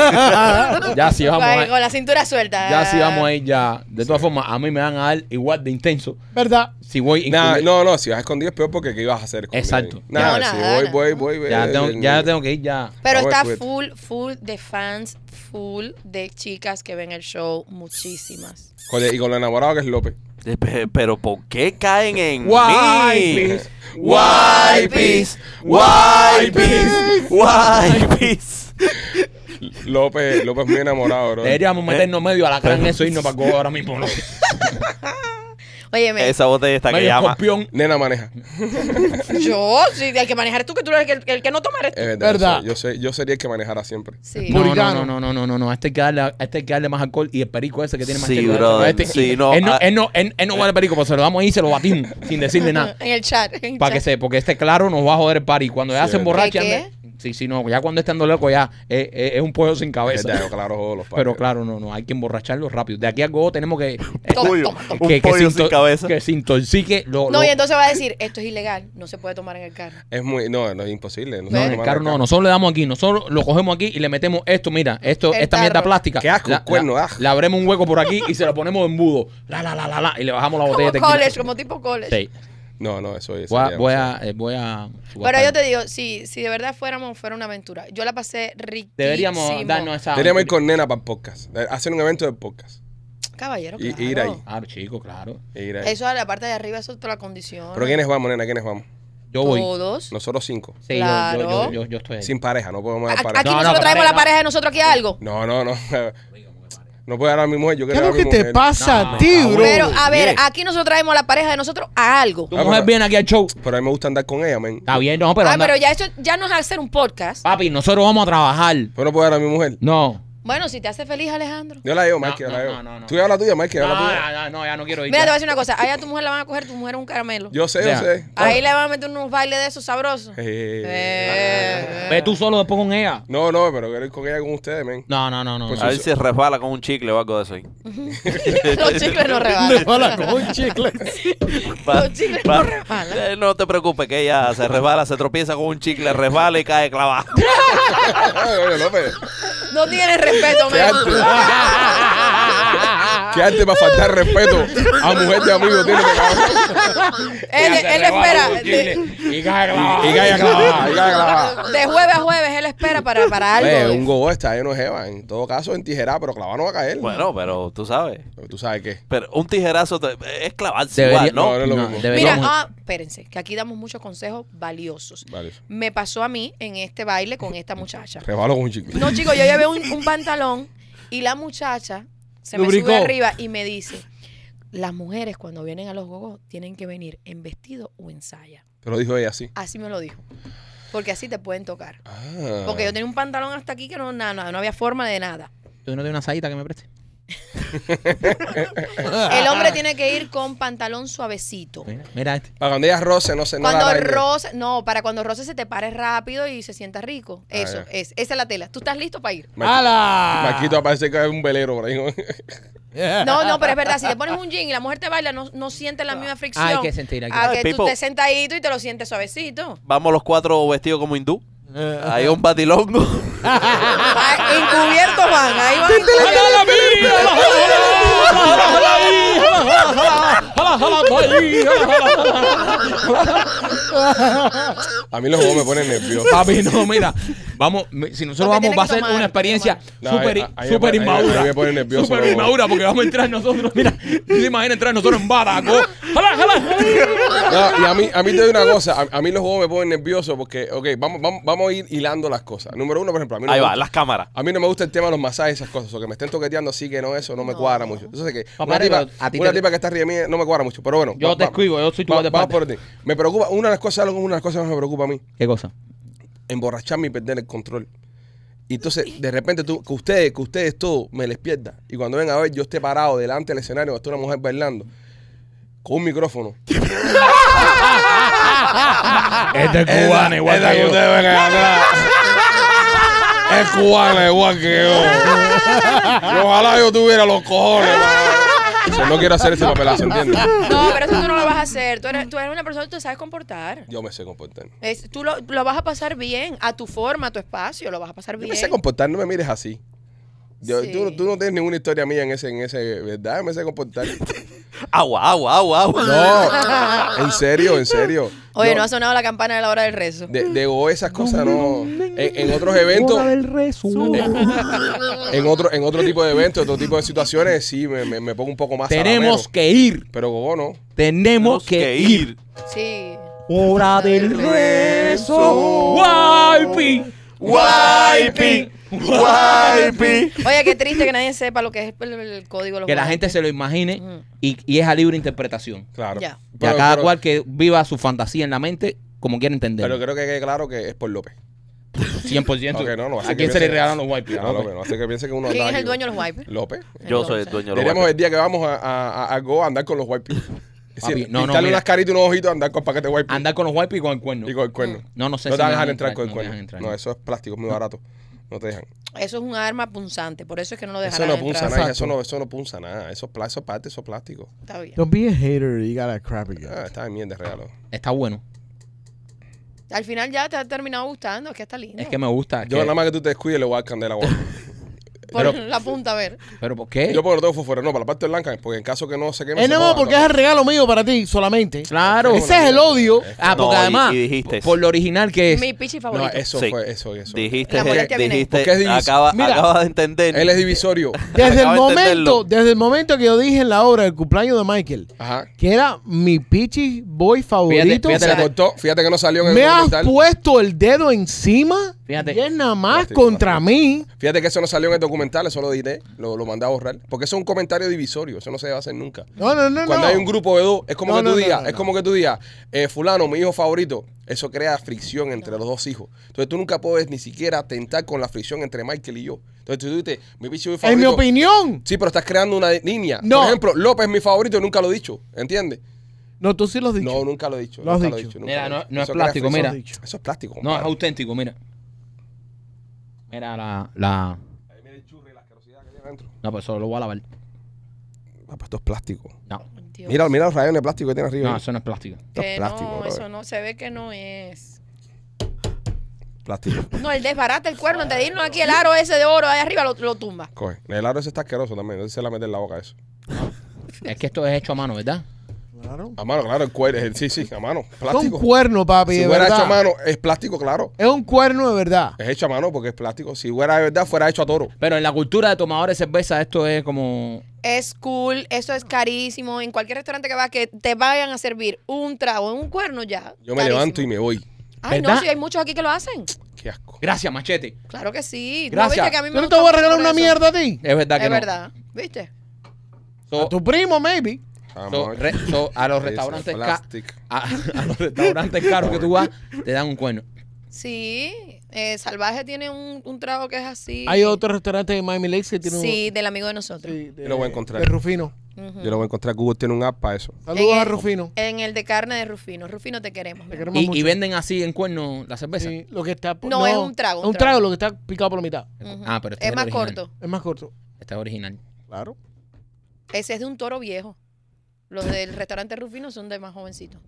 [SPEAKER 3] ya sí vamos a
[SPEAKER 6] Con,
[SPEAKER 3] ir.
[SPEAKER 6] con la cintura suelta.
[SPEAKER 3] Ya sí vamos a ir ya. De todas formas, a mí me van a dar igual de intenso
[SPEAKER 4] ¿Verdad?
[SPEAKER 3] si voy
[SPEAKER 1] Nah, no,
[SPEAKER 3] incluido.
[SPEAKER 1] no, si vas escondido es peor porque ¿qué ibas a hacer? escondido?
[SPEAKER 3] Exacto.
[SPEAKER 1] Nada,
[SPEAKER 6] No,
[SPEAKER 1] si
[SPEAKER 6] nada,
[SPEAKER 1] voy,
[SPEAKER 6] nada.
[SPEAKER 1] voy, voy, voy.
[SPEAKER 3] Ya tengo,
[SPEAKER 1] eh,
[SPEAKER 3] ya tengo que ir ya.
[SPEAKER 6] Pero
[SPEAKER 1] Vamos a
[SPEAKER 6] está
[SPEAKER 1] ver,
[SPEAKER 6] full, full de fans, full de chicas que ven el show, muchísimas.
[SPEAKER 1] con el- y con lo enamorado que es López.
[SPEAKER 5] Eh, pe- Pero ¿por qué caen en mí?
[SPEAKER 3] Guaypis,
[SPEAKER 5] Guaypis, guaypis, guaypis.
[SPEAKER 1] López, López es muy enamorado, bro.
[SPEAKER 3] Deberíamos
[SPEAKER 5] eh.
[SPEAKER 3] meternos medio a la cara en eso y irnos para Cuba ahora mismo. ¿no?
[SPEAKER 6] Óyeme,
[SPEAKER 5] Esa botella está que
[SPEAKER 3] Medio
[SPEAKER 5] llama.
[SPEAKER 3] escorpión.
[SPEAKER 1] Nena maneja.
[SPEAKER 6] yo, sí, hay que manejar tú, que tú eres el que, el que no toma eres tú.
[SPEAKER 1] Es verdad.
[SPEAKER 4] Verdad.
[SPEAKER 1] yo sé- Yo, sé- yo sería el que manejara siempre.
[SPEAKER 6] Sí.
[SPEAKER 3] No, no,
[SPEAKER 4] Puritano.
[SPEAKER 3] no, no, no, no, no, no. A este hay que darle, a este hay que darle más alcohol y el perico ese que tiene más
[SPEAKER 5] Sí,
[SPEAKER 3] alcohol.
[SPEAKER 5] brother.
[SPEAKER 3] Este-
[SPEAKER 5] Sí,
[SPEAKER 3] y-
[SPEAKER 5] no,
[SPEAKER 3] él, no,
[SPEAKER 5] ah.
[SPEAKER 3] él, no, él, él no vale perico, pues se lo damos ahí y se lo batimos sin decirle nada.
[SPEAKER 6] En el chat. en el
[SPEAKER 3] Para que
[SPEAKER 6] chat.
[SPEAKER 3] se, porque este claro nos va a joder el party. Cuando ya
[SPEAKER 1] Sí,
[SPEAKER 3] se
[SPEAKER 1] verdad.
[SPEAKER 3] emborracha.
[SPEAKER 6] ¿Qué,
[SPEAKER 3] anda- Sí, sí, no. Ya cuando estando loco, ya es, es- es un pollo sin
[SPEAKER 1] Es
[SPEAKER 3] cabeza.
[SPEAKER 1] verdad, yo claro, jodo los
[SPEAKER 3] Pero
[SPEAKER 1] padres.
[SPEAKER 3] claro, no, no. Hay que emborracharlo rápido. De aquí a Gogo tenemos que.
[SPEAKER 6] Toma,
[SPEAKER 5] Pollo,
[SPEAKER 6] toma, toma.
[SPEAKER 5] un
[SPEAKER 3] que, que
[SPEAKER 5] pollo
[SPEAKER 3] se
[SPEAKER 5] sin
[SPEAKER 3] into-
[SPEAKER 5] cabeza.
[SPEAKER 3] Que se intoxique. Lo,
[SPEAKER 6] No,
[SPEAKER 3] lo-
[SPEAKER 6] y entonces va a decir, esto es ilegal, no se puede tomar en el carro.
[SPEAKER 1] Es muy, no, no es imposible. No, se
[SPEAKER 3] No,
[SPEAKER 1] puede
[SPEAKER 3] en el
[SPEAKER 1] tomar
[SPEAKER 3] carro no, nosotros le damos aquí, nosotros lo cogemos aquí y le metemos esto, mira, esto,
[SPEAKER 6] El
[SPEAKER 3] esta mierda
[SPEAKER 6] tarro.
[SPEAKER 3] plástica.
[SPEAKER 1] Qué asco,
[SPEAKER 3] La-
[SPEAKER 1] cuerno,
[SPEAKER 3] la-
[SPEAKER 1] ah.
[SPEAKER 3] Le abremos un hueco por aquí y se lo ponemos de embudo. La, la, la, la, la, y le bajamos la
[SPEAKER 6] Como
[SPEAKER 3] botella de tequila.
[SPEAKER 6] college, como tipo college.
[SPEAKER 3] Sí.
[SPEAKER 1] No, no, eso es.
[SPEAKER 3] Voy a,
[SPEAKER 1] sería
[SPEAKER 3] voy
[SPEAKER 1] demasiado.
[SPEAKER 3] a, eh, voy a- voy a
[SPEAKER 6] Pero yo
[SPEAKER 3] estar-
[SPEAKER 6] te digo, si, si de verdad fuéramos, fuera una aventura. Yo la pasé riquísimo.
[SPEAKER 3] Deberíamos darnos este esa...
[SPEAKER 1] Deberíamos ir con nena para el podcast. Eh, Hacer un evento de podcast.
[SPEAKER 6] Caballero,
[SPEAKER 1] Y-
[SPEAKER 6] claro.
[SPEAKER 1] ir ahí.
[SPEAKER 3] Ah, chico, claro.
[SPEAKER 1] E ir ahí.
[SPEAKER 6] Eso a la parte de arriba, eso es toda la condición.
[SPEAKER 1] Pero ¿quiénes vamos, nena? ¿Quiénes vamos?
[SPEAKER 3] Yo voy.
[SPEAKER 6] Todos.
[SPEAKER 1] Nosotros cinco.
[SPEAKER 3] Sí, yo-
[SPEAKER 6] Claro.
[SPEAKER 3] yo, yo, yo, yo estoy ahí.
[SPEAKER 1] Sin pareja, no podemos dar
[SPEAKER 6] A- Aquí
[SPEAKER 1] pareja.
[SPEAKER 3] No, no,
[SPEAKER 6] nosotros
[SPEAKER 3] pero
[SPEAKER 6] traemos
[SPEAKER 3] pare-
[SPEAKER 6] la pareja de nosotros aquí algo.
[SPEAKER 1] No, no, no. No puedo dar a mi mujer, yo
[SPEAKER 4] ¿Qué es
[SPEAKER 1] quiero dar
[SPEAKER 4] lo
[SPEAKER 1] a mi
[SPEAKER 4] que
[SPEAKER 1] mujer.
[SPEAKER 4] te pasa
[SPEAKER 3] No,
[SPEAKER 4] a ti, bro?
[SPEAKER 6] Pero, a ver,
[SPEAKER 5] bien.
[SPEAKER 6] aquí nosotros traemos la pareja de nosotros a algo.
[SPEAKER 3] Tu
[SPEAKER 1] Ah,
[SPEAKER 3] mujer
[SPEAKER 1] pero-
[SPEAKER 3] viene aquí al show.
[SPEAKER 1] Pero a mí me gusta andar con ella, men.
[SPEAKER 3] Está bien, no, pero,
[SPEAKER 6] Ah,
[SPEAKER 3] anda- Ah.
[SPEAKER 6] pero ya eso ya no es hacer un podcast.
[SPEAKER 3] Papi, nosotros vamos a trabajar.
[SPEAKER 1] Yo no puedo dar a mi mujer.
[SPEAKER 3] No.
[SPEAKER 6] Bueno, si te hace feliz, Alejandro.
[SPEAKER 1] Yo la llevo, Mike, yo
[SPEAKER 3] no,
[SPEAKER 1] la
[SPEAKER 3] no,
[SPEAKER 1] llevo.
[SPEAKER 3] no, Ah, no.
[SPEAKER 1] Tú llevas la tuya, Mike, yo
[SPEAKER 3] No,
[SPEAKER 1] la tuya.
[SPEAKER 3] no, no, ya no quiero ir.
[SPEAKER 6] Mira, te voy
[SPEAKER 3] ya.
[SPEAKER 6] a decir una cosa. Allá a tu mujer la van a coger, tu mujer es un caramelo.
[SPEAKER 1] Yo sé, yo
[SPEAKER 3] Ya.
[SPEAKER 1] sé.
[SPEAKER 6] Ahí le van a meter unos bailes de esos sabrosos.
[SPEAKER 1] Eh.
[SPEAKER 3] Ve tú solo después con ella.
[SPEAKER 1] No, no, pero quiero ir con ella con ustedes, men.
[SPEAKER 3] No, no, no, no.
[SPEAKER 1] Pues
[SPEAKER 5] A
[SPEAKER 3] no.
[SPEAKER 5] ver si resbala con un chicle o algo de eso. ahí.
[SPEAKER 6] Los chicles no rebalan.
[SPEAKER 5] Pa-
[SPEAKER 6] Los chicles
[SPEAKER 5] pa-
[SPEAKER 6] no resbalan.
[SPEAKER 5] Eh, no te preocupes, que ella se resbala, se tropieza con un chicle, resbala y cae clavada.
[SPEAKER 1] Oye, López.
[SPEAKER 6] No tienes respeto,
[SPEAKER 1] Qué
[SPEAKER 6] men.
[SPEAKER 1] arte. Qué arte para faltar respeto a mujer de amigo. Tiene que cabrón.
[SPEAKER 6] Él, él espera. De,
[SPEAKER 3] Y cae
[SPEAKER 1] Y calla clavada, y calla clavada.
[SPEAKER 6] de jueves a jueves, él espera para, para algo.
[SPEAKER 1] Oye,
[SPEAKER 6] de-
[SPEAKER 1] un gogo está lleno de jeva. En todo caso, en tijera, pero clavada no va a caer.
[SPEAKER 5] Bueno, pero tú sabes.
[SPEAKER 1] Pero Tú sabes qué.
[SPEAKER 5] Pero un tijerazo te- es clavarse
[SPEAKER 3] Debería,
[SPEAKER 5] igual, ¿no?
[SPEAKER 1] No, no es lo mismo.
[SPEAKER 6] Mira,
[SPEAKER 3] deberíamos-
[SPEAKER 6] ah, espérense, que aquí damos muchos consejos valiosos.
[SPEAKER 1] Vale.
[SPEAKER 6] Me pasó a mí en este baile con esta muchacha.
[SPEAKER 1] Rebalo con un chicle.
[SPEAKER 6] No, chicos, yo llevé un, un pantalón y la muchacha se
[SPEAKER 4] Lubricó.
[SPEAKER 6] me sube arriba y me dice, las mujeres cuando vienen a los gogos tienen que venir en vestido o en saya.
[SPEAKER 1] Pero dijo ella así.
[SPEAKER 6] Así me lo dijo. Porque así te pueden tocar.
[SPEAKER 1] Ah.
[SPEAKER 6] Porque yo tenía un pantalón hasta aquí que no, nada, no, no había forma de nada.
[SPEAKER 8] ¿Tú no tienes una saíta que me preste?
[SPEAKER 1] Ah.
[SPEAKER 6] El hombre tiene que ir con pantalón suavecito.
[SPEAKER 3] Mira, mira este.
[SPEAKER 1] Para cuando ella roce, no se no la
[SPEAKER 6] Cuando
[SPEAKER 1] dañe.
[SPEAKER 6] roce, no, para cuando roce se te pare rápido y se sienta rico.
[SPEAKER 1] Ah,
[SPEAKER 6] Eso,
[SPEAKER 1] ya.
[SPEAKER 6] es, esa es la tela. ¿Tú estás listo para ir?
[SPEAKER 1] Maqui- Maquito
[SPEAKER 4] ¡Hala!
[SPEAKER 1] parece que es un velero por ahí. ¿no?
[SPEAKER 6] No, no, pero es verdad, si te pones un jean y la mujer te baila, no, no sientes la misma fricción.
[SPEAKER 3] Ah, hay que sentir aquí.
[SPEAKER 6] A
[SPEAKER 5] Ay,
[SPEAKER 6] que tú
[SPEAKER 5] people.
[SPEAKER 6] te sentadito y te lo sientes suavecito.
[SPEAKER 5] Vamos los cuatro vestidos como hindú.
[SPEAKER 4] Uh,
[SPEAKER 5] Hay un batilongo.
[SPEAKER 3] Ah,
[SPEAKER 6] Va- Encubiertos van, Ah, ahí van.
[SPEAKER 2] ¡Jala la vida! ¡Jala la vida! ¡Jala, jala, jala! ¡Jala, jala, jala! ¡Jala, jala, jala!
[SPEAKER 1] A mí los juegos me ponen nervioso.
[SPEAKER 3] Papi, no, mira. Vamos, me- si nosotros
[SPEAKER 6] Porque
[SPEAKER 3] vamos, va a
[SPEAKER 6] tiene que
[SPEAKER 3] ser
[SPEAKER 6] tomar,
[SPEAKER 3] una experiencia
[SPEAKER 1] No,
[SPEAKER 3] súper
[SPEAKER 1] ahí- ahí me
[SPEAKER 3] súper
[SPEAKER 1] pone- ahí-
[SPEAKER 3] inmadura.
[SPEAKER 1] ahí me pone nervioso,
[SPEAKER 3] Súper
[SPEAKER 1] loco.
[SPEAKER 3] inmadura, porque vamos a entrar nosotros. Mira, ¿tú te imaginas entrar nosotros en Badaco? ¡Jala, jala!
[SPEAKER 1] No, y a mí, a mí te digo una cosa, a, a mí los juegos me ponen nervioso porque, ok, vamos, vamos, vamos a ir hilando las cosas. Número uno, por ejemplo, a mí no
[SPEAKER 5] Ahí
[SPEAKER 1] me
[SPEAKER 5] va,
[SPEAKER 1] gusta-
[SPEAKER 5] las cámaras.
[SPEAKER 1] A mí no me gusta el tema de los masajes y esas cosas. O que me estén toqueteando así que no, eso no me
[SPEAKER 6] No.
[SPEAKER 1] cuadra mucho. Entonces, que
[SPEAKER 3] Papá,
[SPEAKER 1] una, tipa,
[SPEAKER 3] pero a ti
[SPEAKER 1] una
[SPEAKER 3] te-
[SPEAKER 1] tipa que está arriba de mí no me cuadra mucho. Pero bueno.
[SPEAKER 2] Yo te escribo, yo soy tu guardaespaldas.
[SPEAKER 1] vamos por ti. Me preocupa, una de las cosas, una de las cosas que me preocupa a mí,
[SPEAKER 3] ¿Qué cosa?
[SPEAKER 1] emborracharme y perder el control. Y entonces, de repente, tú, que ustedes, que ustedes todo me les pierda. Y cuando vengan a ver, yo esté parado delante del escenario, esté una mujer bailando, con un micrófono.
[SPEAKER 3] Este es cubano, igual
[SPEAKER 1] Esa
[SPEAKER 3] que yo.
[SPEAKER 1] ustedes ven atrás. Es cubana igual que yo. Y Ojalá yo tuviera los cojones. ¿no? O sea, no quiero hacer ese papelazo, ¿entiendes?
[SPEAKER 6] No, pero eso tú no lo vas a hacer. Tú eres, tú eres una persona que te sabes comportar.
[SPEAKER 1] Yo me sé comportar.
[SPEAKER 6] Es- tú lo, lo vas a pasar bien, a tu forma, a tu espacio, lo vas a pasar
[SPEAKER 1] Yo
[SPEAKER 6] bien.
[SPEAKER 1] me sé comportar, no me mires así. Yo-
[SPEAKER 6] Sí.
[SPEAKER 1] tú, tú no tienes ninguna historia mía en ese, en ese, ¿verdad? Me sé comportar.
[SPEAKER 5] Agua, agua, agua, agua.
[SPEAKER 1] No, en serio, en serio.
[SPEAKER 6] Oye,
[SPEAKER 1] Yo-
[SPEAKER 6] no ha sonado la campana de la hora del rezo.
[SPEAKER 1] De, de go esas cosas no. En, en otros eventos. En otro, en otro tipo de eventos, otro tipo de situaciones, sí me, me- me pongo un poco más.
[SPEAKER 3] Tenemos
[SPEAKER 1] salamero.
[SPEAKER 3] que ir.
[SPEAKER 1] Pero gogo no.
[SPEAKER 3] Tenemos
[SPEAKER 5] Tenemos
[SPEAKER 3] que ir.
[SPEAKER 6] Sí.
[SPEAKER 3] Hora del rezo. Guaypi. Guaypi.
[SPEAKER 5] Guaypi.
[SPEAKER 6] Oye, qué triste que nadie sepa lo que es el, el código. de los
[SPEAKER 3] Que la
[SPEAKER 6] guantes.
[SPEAKER 3] gente se lo imagine
[SPEAKER 6] Ujú.
[SPEAKER 3] y, y es a libre interpretación.
[SPEAKER 1] Claro.
[SPEAKER 6] Ya.
[SPEAKER 3] Y
[SPEAKER 1] Pero-
[SPEAKER 3] a cada
[SPEAKER 1] pero-
[SPEAKER 3] cual que viva su fantasía en la mente como quiera entender.
[SPEAKER 1] Pero creo que quede claro que es por López.
[SPEAKER 3] 100%.
[SPEAKER 1] Ok, no, no, así
[SPEAKER 3] ¿A quién
[SPEAKER 1] que
[SPEAKER 3] se le
[SPEAKER 1] piense-
[SPEAKER 3] regalan los guaypis?
[SPEAKER 1] No, López, no hace que piense que uno
[SPEAKER 6] ¿Quién
[SPEAKER 1] andaba
[SPEAKER 6] es el
[SPEAKER 1] aquí,
[SPEAKER 6] dueño de los wipers?
[SPEAKER 1] López.
[SPEAKER 5] Yo soy el dueño de los
[SPEAKER 1] Diremos
[SPEAKER 5] guaypis.
[SPEAKER 1] el día que vamos a, a, a- a Go a andar con los white people. Es
[SPEAKER 3] Papi,
[SPEAKER 1] decir,
[SPEAKER 3] no, no,
[SPEAKER 1] pintarle
[SPEAKER 3] mira.
[SPEAKER 1] unas caritas y unos ojitos, andar con paquete white people
[SPEAKER 3] Andar con los guaypis y con el cuerno.
[SPEAKER 1] y con el cuerno.
[SPEAKER 3] No, no sé
[SPEAKER 1] no te
[SPEAKER 3] si me
[SPEAKER 1] van a dejar
[SPEAKER 3] dejan
[SPEAKER 1] entrar con el
[SPEAKER 3] no me
[SPEAKER 1] cuerno.
[SPEAKER 3] dejan entrar,
[SPEAKER 1] no,
[SPEAKER 3] no.
[SPEAKER 1] eso es plástico, es muy barato. No te dejan.
[SPEAKER 6] Eso es un arma punzante, por eso es que no lo
[SPEAKER 1] Eso
[SPEAKER 6] dejarán
[SPEAKER 1] no punza
[SPEAKER 6] entrar.
[SPEAKER 1] nada, eso no, eso no punza nada. Eso es pla- eso es parte, eso es plástico.
[SPEAKER 6] Está bien.
[SPEAKER 4] Don't be a hater. You got a crappy
[SPEAKER 1] Ah,
[SPEAKER 4] guy.
[SPEAKER 1] está de mierda, regalo.
[SPEAKER 3] Está bueno.
[SPEAKER 6] Al final ya te ha terminado gustando, es que está lindo.
[SPEAKER 3] Es que me gusta.
[SPEAKER 1] Yo
[SPEAKER 3] que-
[SPEAKER 1] nada más que tú te descuides le voy a dar candela a Guau.
[SPEAKER 6] Por
[SPEAKER 3] pero-
[SPEAKER 6] la punta, a ver.
[SPEAKER 3] ¿Pero por qué?
[SPEAKER 1] Yo porque lo tengo foforo, no, para la parte blanca, porque en caso que no se queme.
[SPEAKER 4] Eh,
[SPEAKER 1] se
[SPEAKER 4] no,
[SPEAKER 1] joda,
[SPEAKER 4] no, porque es el regalo mío para ti solamente.
[SPEAKER 3] claro.
[SPEAKER 4] Ese es el odio.
[SPEAKER 3] Ah, porque
[SPEAKER 5] No, y-
[SPEAKER 3] además,
[SPEAKER 5] y dijiste.
[SPEAKER 3] por lo original que es.
[SPEAKER 6] Mi pichi
[SPEAKER 1] No,
[SPEAKER 6] favorito.
[SPEAKER 1] eso
[SPEAKER 5] Sí.
[SPEAKER 1] fue, eso, eso.
[SPEAKER 5] Dijiste,
[SPEAKER 6] La molestia viene ahí.
[SPEAKER 5] dijiste,
[SPEAKER 1] Porque es divis-
[SPEAKER 5] acaba,
[SPEAKER 4] Mira.
[SPEAKER 5] acaba de entender.
[SPEAKER 1] Él es divisorio.
[SPEAKER 4] Desde el
[SPEAKER 5] Acabo de entenderlo.
[SPEAKER 4] momento, desde el momento que yo dije en la obra del cumpleaños de Michael,
[SPEAKER 1] Ajá.
[SPEAKER 4] que era mi pichi boy favorito,
[SPEAKER 3] fíjate
[SPEAKER 1] Se
[SPEAKER 3] la-
[SPEAKER 1] cortó, fíjate que no salió en el
[SPEAKER 4] me has
[SPEAKER 1] documental.
[SPEAKER 4] puesto el dedo encima
[SPEAKER 3] Fíjate.
[SPEAKER 4] y es nada más
[SPEAKER 1] Fíjate,
[SPEAKER 4] contra mí.
[SPEAKER 1] Fíjate que eso no salió en el documental, eso lo diré, lo, lo mandé a borrar. Porque eso es un comentario divisorio, eso no se va a hacer nunca.
[SPEAKER 4] No, no, no,
[SPEAKER 1] Cuando
[SPEAKER 4] no.
[SPEAKER 1] hay un grupo de dos, es como
[SPEAKER 4] No,
[SPEAKER 1] que tú
[SPEAKER 4] no, no,
[SPEAKER 1] digas,
[SPEAKER 4] no,
[SPEAKER 1] es
[SPEAKER 4] no.
[SPEAKER 1] como que tú digas, eh, fulano, mi hijo favorito. Eso crea fricción entre los dos hijos. Entonces tú nunca puedes ni siquiera tentar con la fricción entre Michael y yo. Entonces tú dices, mi bicho es mi
[SPEAKER 4] En mi
[SPEAKER 1] favorito.
[SPEAKER 4] opinión.
[SPEAKER 1] Sí, pero estás creando una línea.
[SPEAKER 4] No.
[SPEAKER 1] Por ejemplo, López es mi favorito, nunca lo he dicho. ¿Entiendes?
[SPEAKER 4] No, tú sí lo has dicho.
[SPEAKER 1] No, nunca lo he dicho.
[SPEAKER 4] Lo has
[SPEAKER 1] nunca
[SPEAKER 4] dicho.
[SPEAKER 1] nunca
[SPEAKER 3] Mira,
[SPEAKER 1] lo he
[SPEAKER 3] no-
[SPEAKER 1] dicho.
[SPEAKER 3] no es
[SPEAKER 1] Eso crea
[SPEAKER 3] plástico,
[SPEAKER 1] fricción.
[SPEAKER 3] mira.
[SPEAKER 4] Lo has dicho.
[SPEAKER 1] Eso es plástico.
[SPEAKER 3] No, es
[SPEAKER 1] compadre.
[SPEAKER 3] auténtico, mira. Mira la. la...
[SPEAKER 1] Ahí mira el churro y la asquerosidad que lleva adentro.
[SPEAKER 3] No, pues solo lo voy a lavar.
[SPEAKER 1] Papá, esto es plástico.
[SPEAKER 3] No,
[SPEAKER 6] Dios.
[SPEAKER 1] Mira, mira los rayones de plástico que tiene arriba.
[SPEAKER 3] no, eso no es plástico.
[SPEAKER 1] Esto
[SPEAKER 6] Que
[SPEAKER 1] es plástico,
[SPEAKER 6] no,
[SPEAKER 1] brother.
[SPEAKER 6] eso no, se ve que no es.
[SPEAKER 1] Plástico.
[SPEAKER 6] No, el desbarata el cuerno, antes de irnos aquí, el aro ese de oro ahí arriba lo, lo tumba.
[SPEAKER 1] Coge. El aro ese está asqueroso también. Entonces se la mete en la boca eso.
[SPEAKER 3] Es que esto es hecho a mano, ¿verdad?
[SPEAKER 4] Claro.
[SPEAKER 1] A mano, claro, el cuero. el- Sí, sí, a mano.
[SPEAKER 4] Es un
[SPEAKER 1] Plástico.
[SPEAKER 4] cuerno, papi,
[SPEAKER 1] Si
[SPEAKER 4] de
[SPEAKER 1] fuera Eh. hecho a
[SPEAKER 4] verdad.
[SPEAKER 1] mano, es plástico, claro.
[SPEAKER 4] Es un cuerno de verdad.
[SPEAKER 1] Es hecho a mano porque es plástico. Si fuera de verdad, fuera hecho a toro.
[SPEAKER 3] Pero en la cultura de tomadores de cerveza, esto es como.
[SPEAKER 6] Es cool, eso es carísimo. En cualquier restaurante que vas, que te vayan a servir un trago en un cuerno ya.
[SPEAKER 1] Yo me levanto y me voy.
[SPEAKER 6] Ay, no,
[SPEAKER 3] ¿Verdad?
[SPEAKER 6] sí, hay muchos aquí que lo hacen.
[SPEAKER 1] Qué asco.
[SPEAKER 3] Gracias, machete.
[SPEAKER 6] Claro que sí. ¿No
[SPEAKER 3] Gracias.
[SPEAKER 6] viste que a mí
[SPEAKER 4] Yo
[SPEAKER 6] me
[SPEAKER 4] no te voy a
[SPEAKER 6] gusta
[SPEAKER 4] regalar
[SPEAKER 6] por
[SPEAKER 4] una
[SPEAKER 6] eso?
[SPEAKER 4] mierda a ti.
[SPEAKER 3] Es verdad que
[SPEAKER 6] Es
[SPEAKER 3] no.
[SPEAKER 6] verdad, ¿viste?
[SPEAKER 3] So-
[SPEAKER 4] A tu primo, maybe.
[SPEAKER 1] Jamás.
[SPEAKER 3] so- re- so, a los restaurantes
[SPEAKER 1] Ese
[SPEAKER 3] ca-
[SPEAKER 1] plástico.
[SPEAKER 3] a, a los restaurantes caros que tú vas, te dan un cuerno.
[SPEAKER 6] Sí. Eh, Salvaje tiene un, un trago que es así.
[SPEAKER 4] Hay otro restaurante de Miami Lakes que tiene
[SPEAKER 6] Sí, del amigo de nosotros.
[SPEAKER 4] un... sí, de-
[SPEAKER 1] Yo lo voy a encontrar.
[SPEAKER 4] De Rufino.
[SPEAKER 6] Ujú.
[SPEAKER 1] Yo lo voy a encontrar. Google tiene un app para eso.
[SPEAKER 4] Saludos
[SPEAKER 6] En
[SPEAKER 4] a
[SPEAKER 6] el-
[SPEAKER 4] Rufino.
[SPEAKER 6] En el de carne de Rufino. Rufino, te queremos. mi
[SPEAKER 4] Te
[SPEAKER 6] amor.
[SPEAKER 4] queremos
[SPEAKER 3] Y, y
[SPEAKER 4] mucho. Mm.
[SPEAKER 3] venden así en cuerno la cerveza.
[SPEAKER 4] Sí, lo que está por-
[SPEAKER 6] pues, No, es un trago, un
[SPEAKER 4] Un trago
[SPEAKER 6] trago.
[SPEAKER 4] lo que está picado por la mitad.
[SPEAKER 6] Ujú.
[SPEAKER 3] Ah, pero este
[SPEAKER 6] es
[SPEAKER 3] es
[SPEAKER 6] más
[SPEAKER 3] el original.
[SPEAKER 6] corto.
[SPEAKER 4] Es más corto.
[SPEAKER 3] Esta es original.
[SPEAKER 4] Claro.
[SPEAKER 6] Ese es de un toro viejo. Los del restaurante Rufino son de más jovencitos.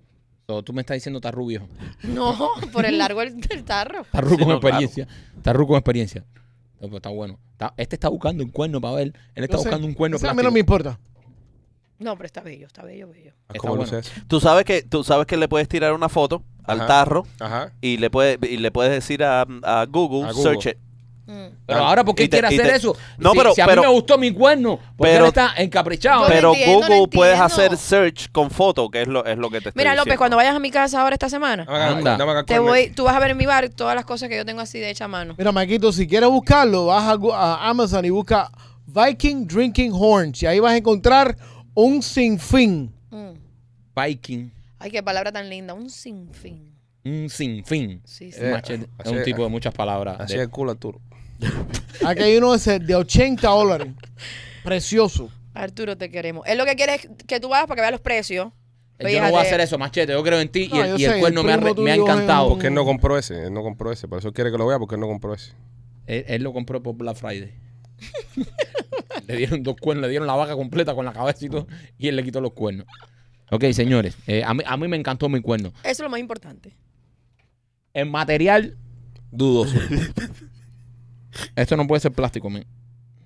[SPEAKER 3] So, tú me estás diciendo tarrubio.
[SPEAKER 6] No, por el largo del, del tarro.
[SPEAKER 3] Tarru
[SPEAKER 5] Sí,
[SPEAKER 3] con
[SPEAKER 5] no, claro.
[SPEAKER 3] experiencia. Tarru con experiencia. No, pero está bueno. Está- este está buscando un cuerno para ver. Él está
[SPEAKER 4] Yo sé.
[SPEAKER 3] buscando un cuerno
[SPEAKER 4] Ese
[SPEAKER 3] para
[SPEAKER 4] a mí no me importa.
[SPEAKER 6] No, pero está bello, está bello, bello.
[SPEAKER 3] Está
[SPEAKER 1] ¿Cómo
[SPEAKER 3] bueno.
[SPEAKER 1] luce eso?
[SPEAKER 5] Tú sabes que tú sabes que le puedes tirar una foto al
[SPEAKER 1] Ajá.
[SPEAKER 5] tarro
[SPEAKER 1] Ajá.
[SPEAKER 5] y le puedes y le puedes decir a, a Google,
[SPEAKER 1] A Google.
[SPEAKER 5] search it.
[SPEAKER 6] Mm.
[SPEAKER 3] Pero ahora, ¿por
[SPEAKER 5] Y
[SPEAKER 3] qué
[SPEAKER 5] te-
[SPEAKER 3] quiere
[SPEAKER 5] y
[SPEAKER 3] hacer
[SPEAKER 5] te-
[SPEAKER 3] eso?
[SPEAKER 5] No,
[SPEAKER 3] si,
[SPEAKER 5] pero-
[SPEAKER 3] si a
[SPEAKER 5] pero-
[SPEAKER 3] mí me gustó mi cuerno, ¿por qué
[SPEAKER 5] pero-
[SPEAKER 3] él está encaprichado?
[SPEAKER 6] Yo-
[SPEAKER 5] Pero
[SPEAKER 6] entiendo,
[SPEAKER 5] Google
[SPEAKER 6] no
[SPEAKER 5] puedes
[SPEAKER 6] entiendo.
[SPEAKER 5] hacer search con foto, que es lo es lo que te estoy
[SPEAKER 6] Mira, López,
[SPEAKER 5] diciendo.
[SPEAKER 6] cuando vayas a mi casa ahora esta semana,
[SPEAKER 1] Ah,
[SPEAKER 3] Anda.
[SPEAKER 1] Dame acá el
[SPEAKER 6] te
[SPEAKER 1] corner.
[SPEAKER 6] voy, tú vas a ver en mi bar todas las cosas que yo tengo así de hecha a mano.
[SPEAKER 4] Mira, Maquito, si quieres buscarlo, vas a, Gu- a Amazon y busca Viking Drinking Horns. Y ahí vas a encontrar un sinfín.
[SPEAKER 6] Mm.
[SPEAKER 3] Viking.
[SPEAKER 6] Ay, qué palabra tan linda. Un sinfín.
[SPEAKER 3] Un sinfín.
[SPEAKER 6] Sí, sí.
[SPEAKER 1] Eh,
[SPEAKER 3] Machete. es
[SPEAKER 1] así
[SPEAKER 3] un
[SPEAKER 1] es.
[SPEAKER 3] tipo de muchas palabras.
[SPEAKER 1] Así
[SPEAKER 3] De-
[SPEAKER 1] es el culo, Arturo.
[SPEAKER 4] Aquí hay uno de ese- de 80 dólares. Precioso.
[SPEAKER 6] Arturo, te queremos. Él lo que quiere es que tú vayas para que veas los precios.
[SPEAKER 3] Yo no voy a
[SPEAKER 6] Fíjate.
[SPEAKER 3] hacer eso, machete. Yo creo en ti y
[SPEAKER 4] No,
[SPEAKER 3] el-
[SPEAKER 4] yo
[SPEAKER 3] y,
[SPEAKER 4] sé,
[SPEAKER 3] el,
[SPEAKER 4] el
[SPEAKER 3] cuerno me ha,
[SPEAKER 4] primo
[SPEAKER 3] re- me ha
[SPEAKER 4] tuyo es
[SPEAKER 3] encantado.
[SPEAKER 4] un-
[SPEAKER 1] Porque él
[SPEAKER 6] Mm.
[SPEAKER 1] no compró ese. Él no compró ese. Por eso quiere que lo vea porque él no compró ese.
[SPEAKER 3] Él, él lo compró por Black Friday. le dieron dos cuernos, le dieron la vaca completa con la cabeza y todo, y él le quitó los cuernos. Ok, señores, eh, a, mí, a mí me encantó mi cuerno.
[SPEAKER 6] Eso es lo más importante.
[SPEAKER 3] El material,
[SPEAKER 1] Dudoso.
[SPEAKER 3] esto no puede ser plástico, men.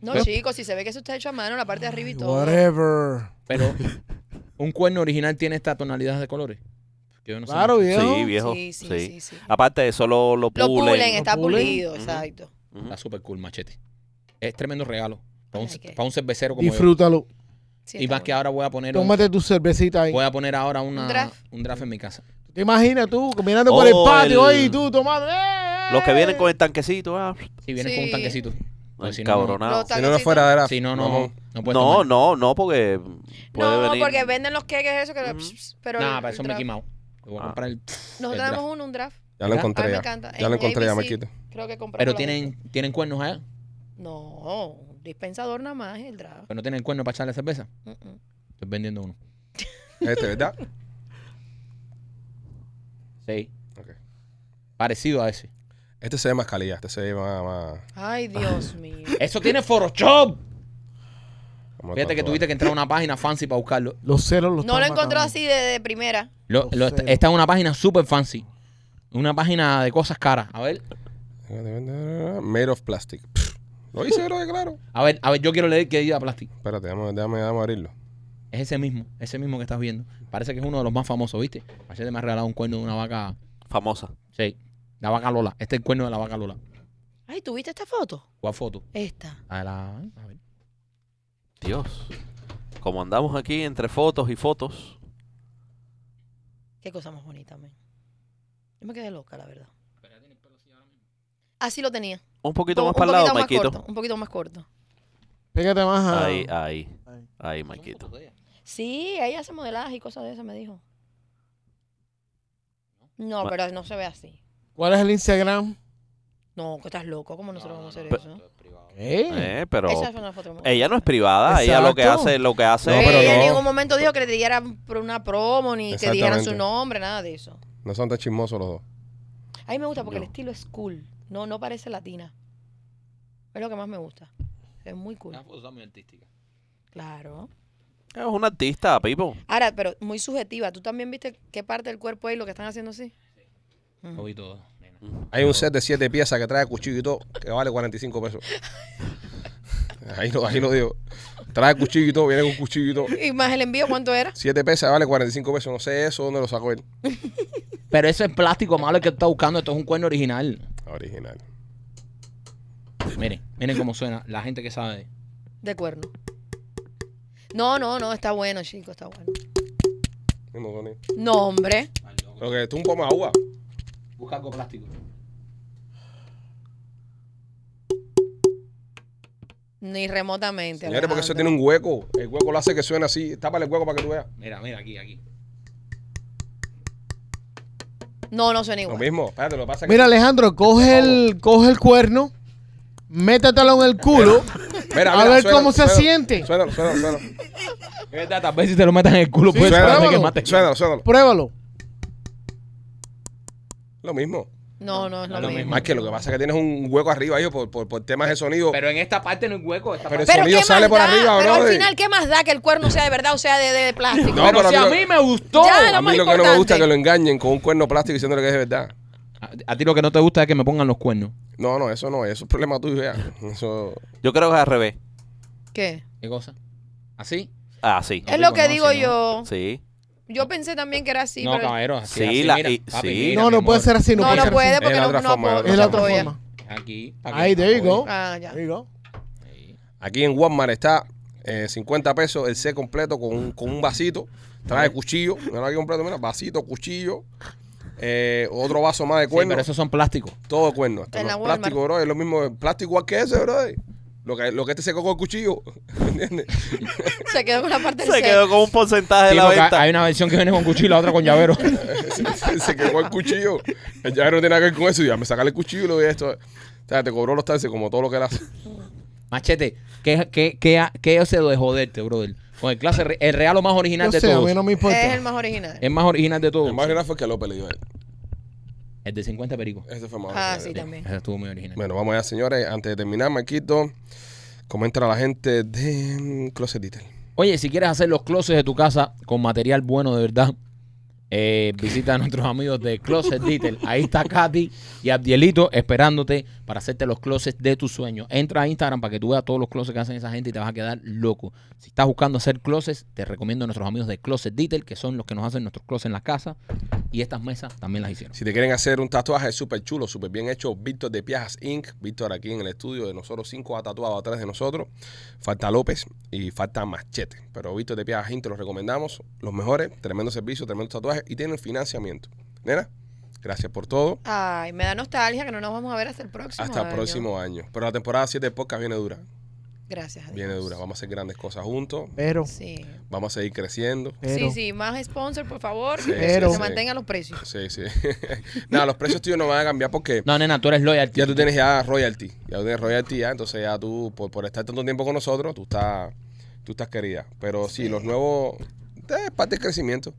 [SPEAKER 6] No,
[SPEAKER 3] Pero-
[SPEAKER 6] chicos, si se ve que eso está hecho a mano, la parte de arriba y todo.
[SPEAKER 4] Whatever.
[SPEAKER 3] pero un cuerno original tiene esta tonalidad de colores. Que yo no sé.
[SPEAKER 4] Claro, viejo.
[SPEAKER 5] Sí, viejo.
[SPEAKER 6] Sí, sí,
[SPEAKER 5] sí.
[SPEAKER 6] sí, sí.
[SPEAKER 5] Aparte de eso lo, lo
[SPEAKER 6] Lo
[SPEAKER 5] pulen.
[SPEAKER 6] pulen, está
[SPEAKER 4] Lo pulen.
[SPEAKER 6] pulido,
[SPEAKER 5] Ujú.
[SPEAKER 6] exacto.
[SPEAKER 5] Ujú.
[SPEAKER 3] Está súper cool, machete. Es tremendo regalo para un,
[SPEAKER 6] Ay, qué-
[SPEAKER 3] para un cervecero como
[SPEAKER 4] Disfrútalo.
[SPEAKER 6] Sí,
[SPEAKER 3] yo. Y
[SPEAKER 6] está
[SPEAKER 3] más que
[SPEAKER 6] bueno.
[SPEAKER 3] ahora voy a poner un,
[SPEAKER 4] Tómate tu cervecita ahí.
[SPEAKER 3] voy a poner ahora una, un,
[SPEAKER 6] Un draft.
[SPEAKER 3] draft. en mi casa.
[SPEAKER 4] ¿Te imaginas tú caminando por el
[SPEAKER 5] Oh,
[SPEAKER 4] patio
[SPEAKER 5] el-
[SPEAKER 4] ahí tú tomando? ¡Eh,
[SPEAKER 5] Los que vienen
[SPEAKER 4] eh!
[SPEAKER 5] con el tanquecito, ah,
[SPEAKER 3] Si vienes con un
[SPEAKER 6] Sí.
[SPEAKER 3] tanquecito. Pues si no, no.
[SPEAKER 5] encabronado.
[SPEAKER 6] Los
[SPEAKER 1] Si no, no
[SPEAKER 6] taquecitos.
[SPEAKER 1] fuera de la.
[SPEAKER 3] Si no, no,
[SPEAKER 1] mamón.
[SPEAKER 3] no puedes
[SPEAKER 5] No,
[SPEAKER 3] tomar.
[SPEAKER 5] no, no, porque puede
[SPEAKER 6] no,
[SPEAKER 5] venir.
[SPEAKER 6] porque venden los queques eso que
[SPEAKER 5] Ujú.
[SPEAKER 6] pero
[SPEAKER 3] Nah,
[SPEAKER 6] el-
[SPEAKER 3] para
[SPEAKER 6] el
[SPEAKER 3] eso me
[SPEAKER 6] draft-
[SPEAKER 3] Mickey Mouse. Yo Voy a
[SPEAKER 5] Ah.
[SPEAKER 3] comprar el- el
[SPEAKER 6] Nosotros
[SPEAKER 3] draft.
[SPEAKER 6] tenemos uno, un draft.
[SPEAKER 1] Ya lo
[SPEAKER 3] Ah,
[SPEAKER 6] A mí
[SPEAKER 1] encontré
[SPEAKER 6] me
[SPEAKER 1] ya.
[SPEAKER 6] encanta.
[SPEAKER 1] Ya lo
[SPEAKER 6] En
[SPEAKER 1] encontré ya,
[SPEAKER 6] ABC,
[SPEAKER 1] Marquito.
[SPEAKER 6] Creo que compramos
[SPEAKER 3] Pero
[SPEAKER 6] la
[SPEAKER 3] tienen, tienen cuernos allá.
[SPEAKER 6] misma. No, un dispensador nada más el draft.
[SPEAKER 3] Pero no tienen cuernos para echarle cerveza.
[SPEAKER 6] Mm-mm.
[SPEAKER 3] Estoy vendiendo uno.
[SPEAKER 1] Este, ¿verdad?
[SPEAKER 3] Sí.
[SPEAKER 1] Ok.
[SPEAKER 3] Parecido a ese.
[SPEAKER 1] Este se ve más calidad. Este se ve más. más
[SPEAKER 6] Ay, Dios mío.
[SPEAKER 3] Eso tiene Photoshop.
[SPEAKER 1] vamos a
[SPEAKER 3] Fíjate que
[SPEAKER 1] controlar.
[SPEAKER 3] tuviste que entrar a una página fancy para buscarlo.
[SPEAKER 4] Los ceros los
[SPEAKER 6] No lo
[SPEAKER 4] están
[SPEAKER 6] encontró
[SPEAKER 4] matando.
[SPEAKER 6] así de, de primera.
[SPEAKER 3] Lo- lo-
[SPEAKER 4] Lo sé.
[SPEAKER 3] esta es una página super fancy. Una página de cosas caras. A ver,
[SPEAKER 1] Made of plastic. Pff, Lo hice, bro, claro.
[SPEAKER 3] a ver, a ver, yo quiero leer que diga Plastic.
[SPEAKER 1] Espérate, déjame, déjame, déjame abrirlo.
[SPEAKER 3] Es ese mismo, ese mismo que estás viendo. Parece que es uno de los más famosos, ¿viste? Ayer me ha regalado un cuerno de una vaca.
[SPEAKER 5] Famosa.
[SPEAKER 3] Sí, la vaca Lola. Este es el cuerno de la vaca Lola.
[SPEAKER 6] Ay, ¿tuviste esta foto?
[SPEAKER 3] ¿Cuál foto?
[SPEAKER 6] Esta.
[SPEAKER 3] A la. A ver.
[SPEAKER 5] Dios. Como andamos aquí entre fotos y fotos.
[SPEAKER 6] Qué cosa más bonita, men. Yo me quedé loca, la verdad. Así lo tenía.
[SPEAKER 5] Un poquito
[SPEAKER 6] Un-
[SPEAKER 5] más
[SPEAKER 6] un
[SPEAKER 5] para el lado,
[SPEAKER 6] poquito más
[SPEAKER 5] Maikito.
[SPEAKER 6] corto, Un poquito más corto.
[SPEAKER 4] Pégate más
[SPEAKER 1] Ah.
[SPEAKER 4] ah. a...
[SPEAKER 5] Ahí, ah. ahí.
[SPEAKER 4] Ahí.
[SPEAKER 5] Ahí, Maikito.
[SPEAKER 6] Sí, ella hace modelaje y cosas de esas, me dijo. No,
[SPEAKER 5] Ma-
[SPEAKER 6] pero no se ve así.
[SPEAKER 4] ¿Cuál es el Instagram?
[SPEAKER 6] No, que estás loco, ¿cómo nosotros vamos a hacer
[SPEAKER 5] no.
[SPEAKER 6] eso?
[SPEAKER 4] ¿Qué?
[SPEAKER 5] Eh, pero
[SPEAKER 6] Esa es una foto. que me
[SPEAKER 5] ella no es Eh. privada. Ella lo que
[SPEAKER 4] Exacto.
[SPEAKER 5] hace, lo que hace.
[SPEAKER 1] No,
[SPEAKER 6] gusta.
[SPEAKER 1] pero
[SPEAKER 6] ella en
[SPEAKER 1] no.
[SPEAKER 6] ningún momento dijo que le dieran por una promo, ni que dijeran su
[SPEAKER 1] Exactamente.
[SPEAKER 6] nombre, nada de eso.
[SPEAKER 1] No son tan chismosos los dos.
[SPEAKER 6] A mí me gusta porque el
[SPEAKER 5] No.
[SPEAKER 6] estilo es cool. No, no parece latina. Es lo que más me gusta. Es muy cool.
[SPEAKER 3] foto está muy artística.
[SPEAKER 6] Claro.
[SPEAKER 5] Es un artista, Pipo.
[SPEAKER 6] Ahora, pero muy subjetiva. ¿Tú también viste qué parte del cuerpo es y lo que están haciendo así? Ujú.
[SPEAKER 3] Lo vi todo, nena.
[SPEAKER 1] Hay un set de siete piezas que trae cuchillo y todo, que vale 45 pesos. Ahí lo, ahí lo digo. Trae cuchillo y todo, viene con cuchillo y todo.
[SPEAKER 6] ¿Y más el envío cuánto era?
[SPEAKER 1] Siete piezas vale 45 pesos. No sé eso, ¿dónde lo sacó él?
[SPEAKER 3] Pero eso es plástico malo que está buscando. Esto es un cuerno original.
[SPEAKER 1] Original.
[SPEAKER 3] Miren, miren cómo suena. La gente que sabe.
[SPEAKER 6] De cuerno. No, no, no, está bueno, chico, está bueno.
[SPEAKER 1] Mismo sonido.
[SPEAKER 6] No, hombre.
[SPEAKER 1] Lo que tú un poco más agua.
[SPEAKER 3] Busca algo plástico.
[SPEAKER 6] Ni remotamente.
[SPEAKER 1] Señores, porque eso
[SPEAKER 6] Alejandro.
[SPEAKER 1] tiene un hueco. El hueco lo hace que suene así. Tápale el hueco para que tú veas.
[SPEAKER 3] Mira, mira, aquí, aquí.
[SPEAKER 6] No, no
[SPEAKER 1] Lo
[SPEAKER 6] suena igual.
[SPEAKER 1] mismo. Espérate, lo que pasa es que-
[SPEAKER 4] Mira, Alejandro, coge el, coge el cuerno, métatelo en el culo.
[SPEAKER 1] Mira,
[SPEAKER 4] a
[SPEAKER 1] mira,
[SPEAKER 4] ver
[SPEAKER 1] suena,
[SPEAKER 4] cómo se
[SPEAKER 1] suena,
[SPEAKER 4] siente.
[SPEAKER 1] Suena, suena, suena.
[SPEAKER 3] Es verdad, tal vez si te lo metan en el culo,
[SPEAKER 4] Sí,
[SPEAKER 3] puedes
[SPEAKER 1] suena,
[SPEAKER 3] pararte
[SPEAKER 4] claro.
[SPEAKER 3] que mate.
[SPEAKER 1] Suénalo, suénalo.
[SPEAKER 4] Pruébalo.
[SPEAKER 1] Lo mismo.
[SPEAKER 6] No, no es
[SPEAKER 3] No
[SPEAKER 6] lo,
[SPEAKER 3] es lo
[SPEAKER 6] mismo.
[SPEAKER 3] mismo.
[SPEAKER 1] Más que lo que pasa es que tienes un hueco arriba, hijo, por, por, por temas de sonido. Pero,
[SPEAKER 3] Pero en esta parte no hay hueco.
[SPEAKER 1] el
[SPEAKER 3] Esta parte-
[SPEAKER 6] Pero,
[SPEAKER 1] sonido
[SPEAKER 6] ¿qué
[SPEAKER 1] sale
[SPEAKER 6] más
[SPEAKER 1] por
[SPEAKER 6] da?
[SPEAKER 1] arriba,
[SPEAKER 6] pero
[SPEAKER 1] brother.
[SPEAKER 6] al final, ¿qué más da que el cuerno sea de verdad o sea de, de plástico?
[SPEAKER 1] No, pero
[SPEAKER 3] si
[SPEAKER 1] a mí
[SPEAKER 3] a
[SPEAKER 1] lo-
[SPEAKER 3] mí me gustó.
[SPEAKER 6] Ya, lo
[SPEAKER 1] a mí
[SPEAKER 6] más
[SPEAKER 1] lo que no me gusta
[SPEAKER 6] importante.
[SPEAKER 1] es que lo engañen con un cuerno plástico diciéndole que es de verdad.
[SPEAKER 3] A, a ti lo que no te gusta es que me pongan los cuernos.
[SPEAKER 1] No, no, eso no, eso es problema tuyo ya. Eso.
[SPEAKER 5] Yo creo que es al revés.
[SPEAKER 6] ¿Qué?
[SPEAKER 3] ¿Qué cosa? ¿Así?
[SPEAKER 5] Ah, sí.
[SPEAKER 6] es lo
[SPEAKER 3] digo,
[SPEAKER 6] que
[SPEAKER 3] no,
[SPEAKER 6] digo
[SPEAKER 3] si no.
[SPEAKER 6] yo.
[SPEAKER 5] Sí.
[SPEAKER 6] Yo pensé también que era así.
[SPEAKER 3] no,
[SPEAKER 6] pero-
[SPEAKER 3] caballero. Así,
[SPEAKER 5] Sí,
[SPEAKER 3] así,
[SPEAKER 5] la-
[SPEAKER 3] mira,
[SPEAKER 5] y-
[SPEAKER 3] papi,
[SPEAKER 5] sí.
[SPEAKER 3] mira,
[SPEAKER 4] No, no
[SPEAKER 3] mi
[SPEAKER 4] puede
[SPEAKER 3] amor.
[SPEAKER 4] ser así. No,
[SPEAKER 6] no,
[SPEAKER 4] puede
[SPEAKER 6] no
[SPEAKER 4] ser
[SPEAKER 6] puede
[SPEAKER 4] así.
[SPEAKER 1] Es
[SPEAKER 6] porque
[SPEAKER 1] la
[SPEAKER 6] no,
[SPEAKER 1] otra
[SPEAKER 6] no
[SPEAKER 1] forma, es la
[SPEAKER 6] apoya.
[SPEAKER 4] Es la
[SPEAKER 6] no
[SPEAKER 4] otra
[SPEAKER 6] apoya.
[SPEAKER 4] forma.
[SPEAKER 3] Aquí. aquí,
[SPEAKER 4] Ahí, there you go.
[SPEAKER 6] Ah, ya.
[SPEAKER 4] There you go.
[SPEAKER 3] Ahí.
[SPEAKER 1] Aquí en Walmart está eh, 50 pesos el set completo con un, con un vasito. Trae cuchillo. Mira aquí completo, mira, vasito, cuchillo. eh, otro vaso más de
[SPEAKER 3] Sí,
[SPEAKER 1] cuerno.
[SPEAKER 3] pero esos son plásticos.
[SPEAKER 1] Todo de cuerno. Hasta
[SPEAKER 6] En la
[SPEAKER 1] los
[SPEAKER 6] Walmart.
[SPEAKER 1] plásticos, bro. Es lo mismo. Plástico igual que ese, bro. Lo que, lo que este se con el cuchillo. ¿Entiendes?
[SPEAKER 6] Se quedó con la parte del
[SPEAKER 5] Se quedó con un porcentaje de
[SPEAKER 3] Sí,
[SPEAKER 5] la
[SPEAKER 3] porque
[SPEAKER 5] venta.
[SPEAKER 3] hay una versión que viene con cuchillo y la otra con llavero.
[SPEAKER 1] se, se quedó el cuchillo. El llavero no tiene nada que ver con eso. Y ya me sacarle el cuchillo y lo vi esto. O sea, te cobró los taxis como todo lo que él hace.
[SPEAKER 3] Machete, ¿qué, qué, qué, qué es eso de joderte, brother? Con el clase, re- el regalo más original
[SPEAKER 4] Yo
[SPEAKER 3] de
[SPEAKER 4] sé, a
[SPEAKER 3] todos.
[SPEAKER 4] mí no me
[SPEAKER 6] Es el
[SPEAKER 4] importa.
[SPEAKER 6] más original.
[SPEAKER 1] Eh.
[SPEAKER 3] Es más original de todos.
[SPEAKER 1] El más original fue que López le dio a él.
[SPEAKER 3] El de 50 pericos.
[SPEAKER 1] Ese fue el más
[SPEAKER 6] Ah,
[SPEAKER 1] original.
[SPEAKER 6] sí, también.
[SPEAKER 3] Ese estuvo muy original.
[SPEAKER 1] Bueno, vamos allá, señores. Antes de terminar, Marquito, comenta a la gente de mm, Closet Detail.
[SPEAKER 3] Oye, si quieres hacer los closets de tu casa con material bueno de verdad, eh, visita a nuestros amigos de Closet Detail. Ahí está Katy y Abdielito esperándote para hacerte los closets de tus sueños. Entra a Instagram para que tú veas todos los closets que hacen esa gente y te vas a quedar loco. Si estás buscando hacer closets, te recomiendo a nuestros amigos de Closet Detail, que son los que nos hacen nuestros closets en la casa. Y estas mesas también las hicieron.
[SPEAKER 1] Si te quieren hacer un tatuaje súper chulo, súper bien hecho, Víctor de Piajas Inc. Víctor aquí en el estudio de nosotros cinco ha tatuado atrás de nosotros. Falta López y falta Machete. Pero Víctor de Piajas Inc. te los recomendamos. Los mejores, tremendo servicio, tremendo tatuaje y tienen financiamiento. Nena, gracias por todo.
[SPEAKER 6] Ay, me da nostalgia que no nos vamos a ver hasta el próximo.
[SPEAKER 1] Hasta el
[SPEAKER 6] año.
[SPEAKER 1] próximo año. Pero la temporada 7 de podcast viene dura.
[SPEAKER 6] Gracias. a Dios.
[SPEAKER 1] Viene dura. Vamos a hacer grandes cosas juntos.
[SPEAKER 4] Pero,
[SPEAKER 6] Sí.
[SPEAKER 1] Vamos a seguir creciendo.
[SPEAKER 6] Sí,
[SPEAKER 4] pero.
[SPEAKER 6] sí, más sponsor, por favor.
[SPEAKER 1] Sí,
[SPEAKER 6] que
[SPEAKER 4] Pero-
[SPEAKER 6] se mantengan los precios.
[SPEAKER 1] Sí, sí. Nada, los precios tuyos no van a cambiar porque
[SPEAKER 3] No, nena, tú eres loyal.
[SPEAKER 1] ya tú tienes ya royalty. Ya tú tienes royalty ya, entonces ya tú, por, por estar tanto tiempo con nosotros, tú estás, tú estás querida. Pero sí, los nuevos, eh, es parte del crecimiento.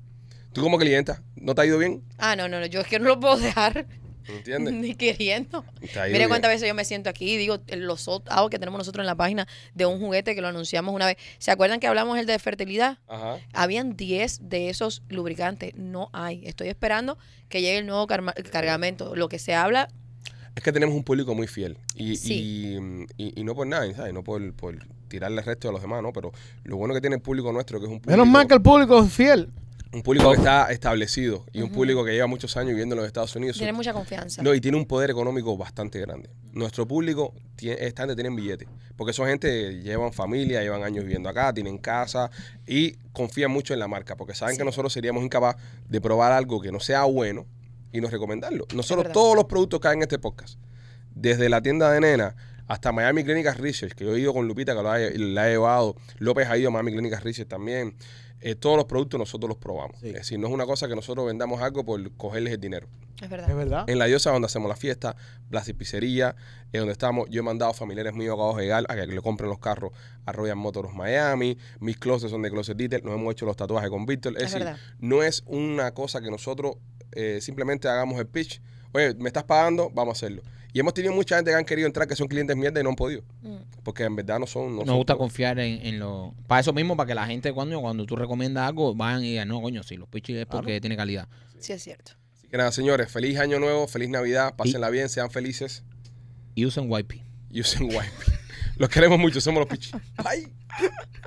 [SPEAKER 1] Tú como clienta, ¿no te ha ido bien?
[SPEAKER 6] Ah, no, no, no, yo es que no lo puedo dejar
[SPEAKER 1] ¿Entiendes?
[SPEAKER 6] ni queriendo.
[SPEAKER 1] Te ha ido
[SPEAKER 6] Mire
[SPEAKER 1] bien.
[SPEAKER 6] cuántas veces yo me siento aquí y digo los sold out que tenemos nosotros en la página de un juguete que lo anunciamos una vez. ¿Se acuerdan que hablamos el de fertilidad?
[SPEAKER 1] Ajá.
[SPEAKER 6] Habían 10 de esos lubricantes. No hay. Estoy esperando que llegue el nuevo carma- cargamento. Lo que se habla,
[SPEAKER 1] Es que tenemos un público muy fiel. Y,
[SPEAKER 6] Sí.
[SPEAKER 1] y, y- y no por nada, ¿sabes? No por, por tirarle el resto a los demás, ¿no? Pero lo bueno que tiene el público nuestro, que es un público...
[SPEAKER 4] Menos mal que el Oh. público es fiel.
[SPEAKER 1] Un público que está establecido y un público que lleva muchos años viviendo en los Estados Unidos.
[SPEAKER 6] tiene mucha confianza.
[SPEAKER 1] No, y tiene un poder económico bastante grande. Nuestro público, tiene, esta gente tienen billetes, porque son gente que llevan familia, llevan años viviendo acá, tienen casa y confían mucho en la marca, porque saben que nosotros seríamos incapaz de probar algo que no sea bueno y nos recomendarlo. Nosotros
[SPEAKER 6] verdad.
[SPEAKER 1] todos los productos que hay en este podcast, desde la tienda de nena hasta Miami Clinic Research, que yo he ido con Lupita, que lo ha, la he llevado, López ha ido a Miami Clinic Research también, Eh, todos los productos nosotros los probamos.
[SPEAKER 4] Sí.
[SPEAKER 1] Es decir, no es una cosa que nosotros vendamos algo por cogerles el dinero.
[SPEAKER 6] Es verdad.
[SPEAKER 4] Es verdad.
[SPEAKER 1] En la diosa donde hacemos la fiesta, Blas y Pizzería, es donde estamos. Yo he mandado familiares míos acabados de llegar a que le compren los carros a Royal Motors Miami. Mis closets son de Closet Detail. Nos hemos hecho los tatuajes con Víctor. Es,
[SPEAKER 6] Es
[SPEAKER 1] decir,
[SPEAKER 6] verdad.
[SPEAKER 1] no es una cosa que nosotros eh, simplemente hagamos el pitch. Oye, me estás pagando, vamos a hacerlo. Y hemos tenido mucha gente que han querido entrar que son clientes mierda y no han podido.
[SPEAKER 6] Mm.
[SPEAKER 1] Porque en verdad no son. No
[SPEAKER 3] Nos
[SPEAKER 1] son-
[SPEAKER 3] gusta confiar en, en los... Para eso mismo, para que la gente cuando, cuando tú recomiendas algo, vayan y digan, no, coño, si los pichis es porque tiene calidad.
[SPEAKER 6] Sí, es cierto.
[SPEAKER 1] Así que nada, señores, feliz año nuevo, feliz Navidad, pásenla bien, sean felices.
[SPEAKER 3] Y usen YP.
[SPEAKER 1] Using Wipe. Los queremos mucho, somos los pichis. Bye.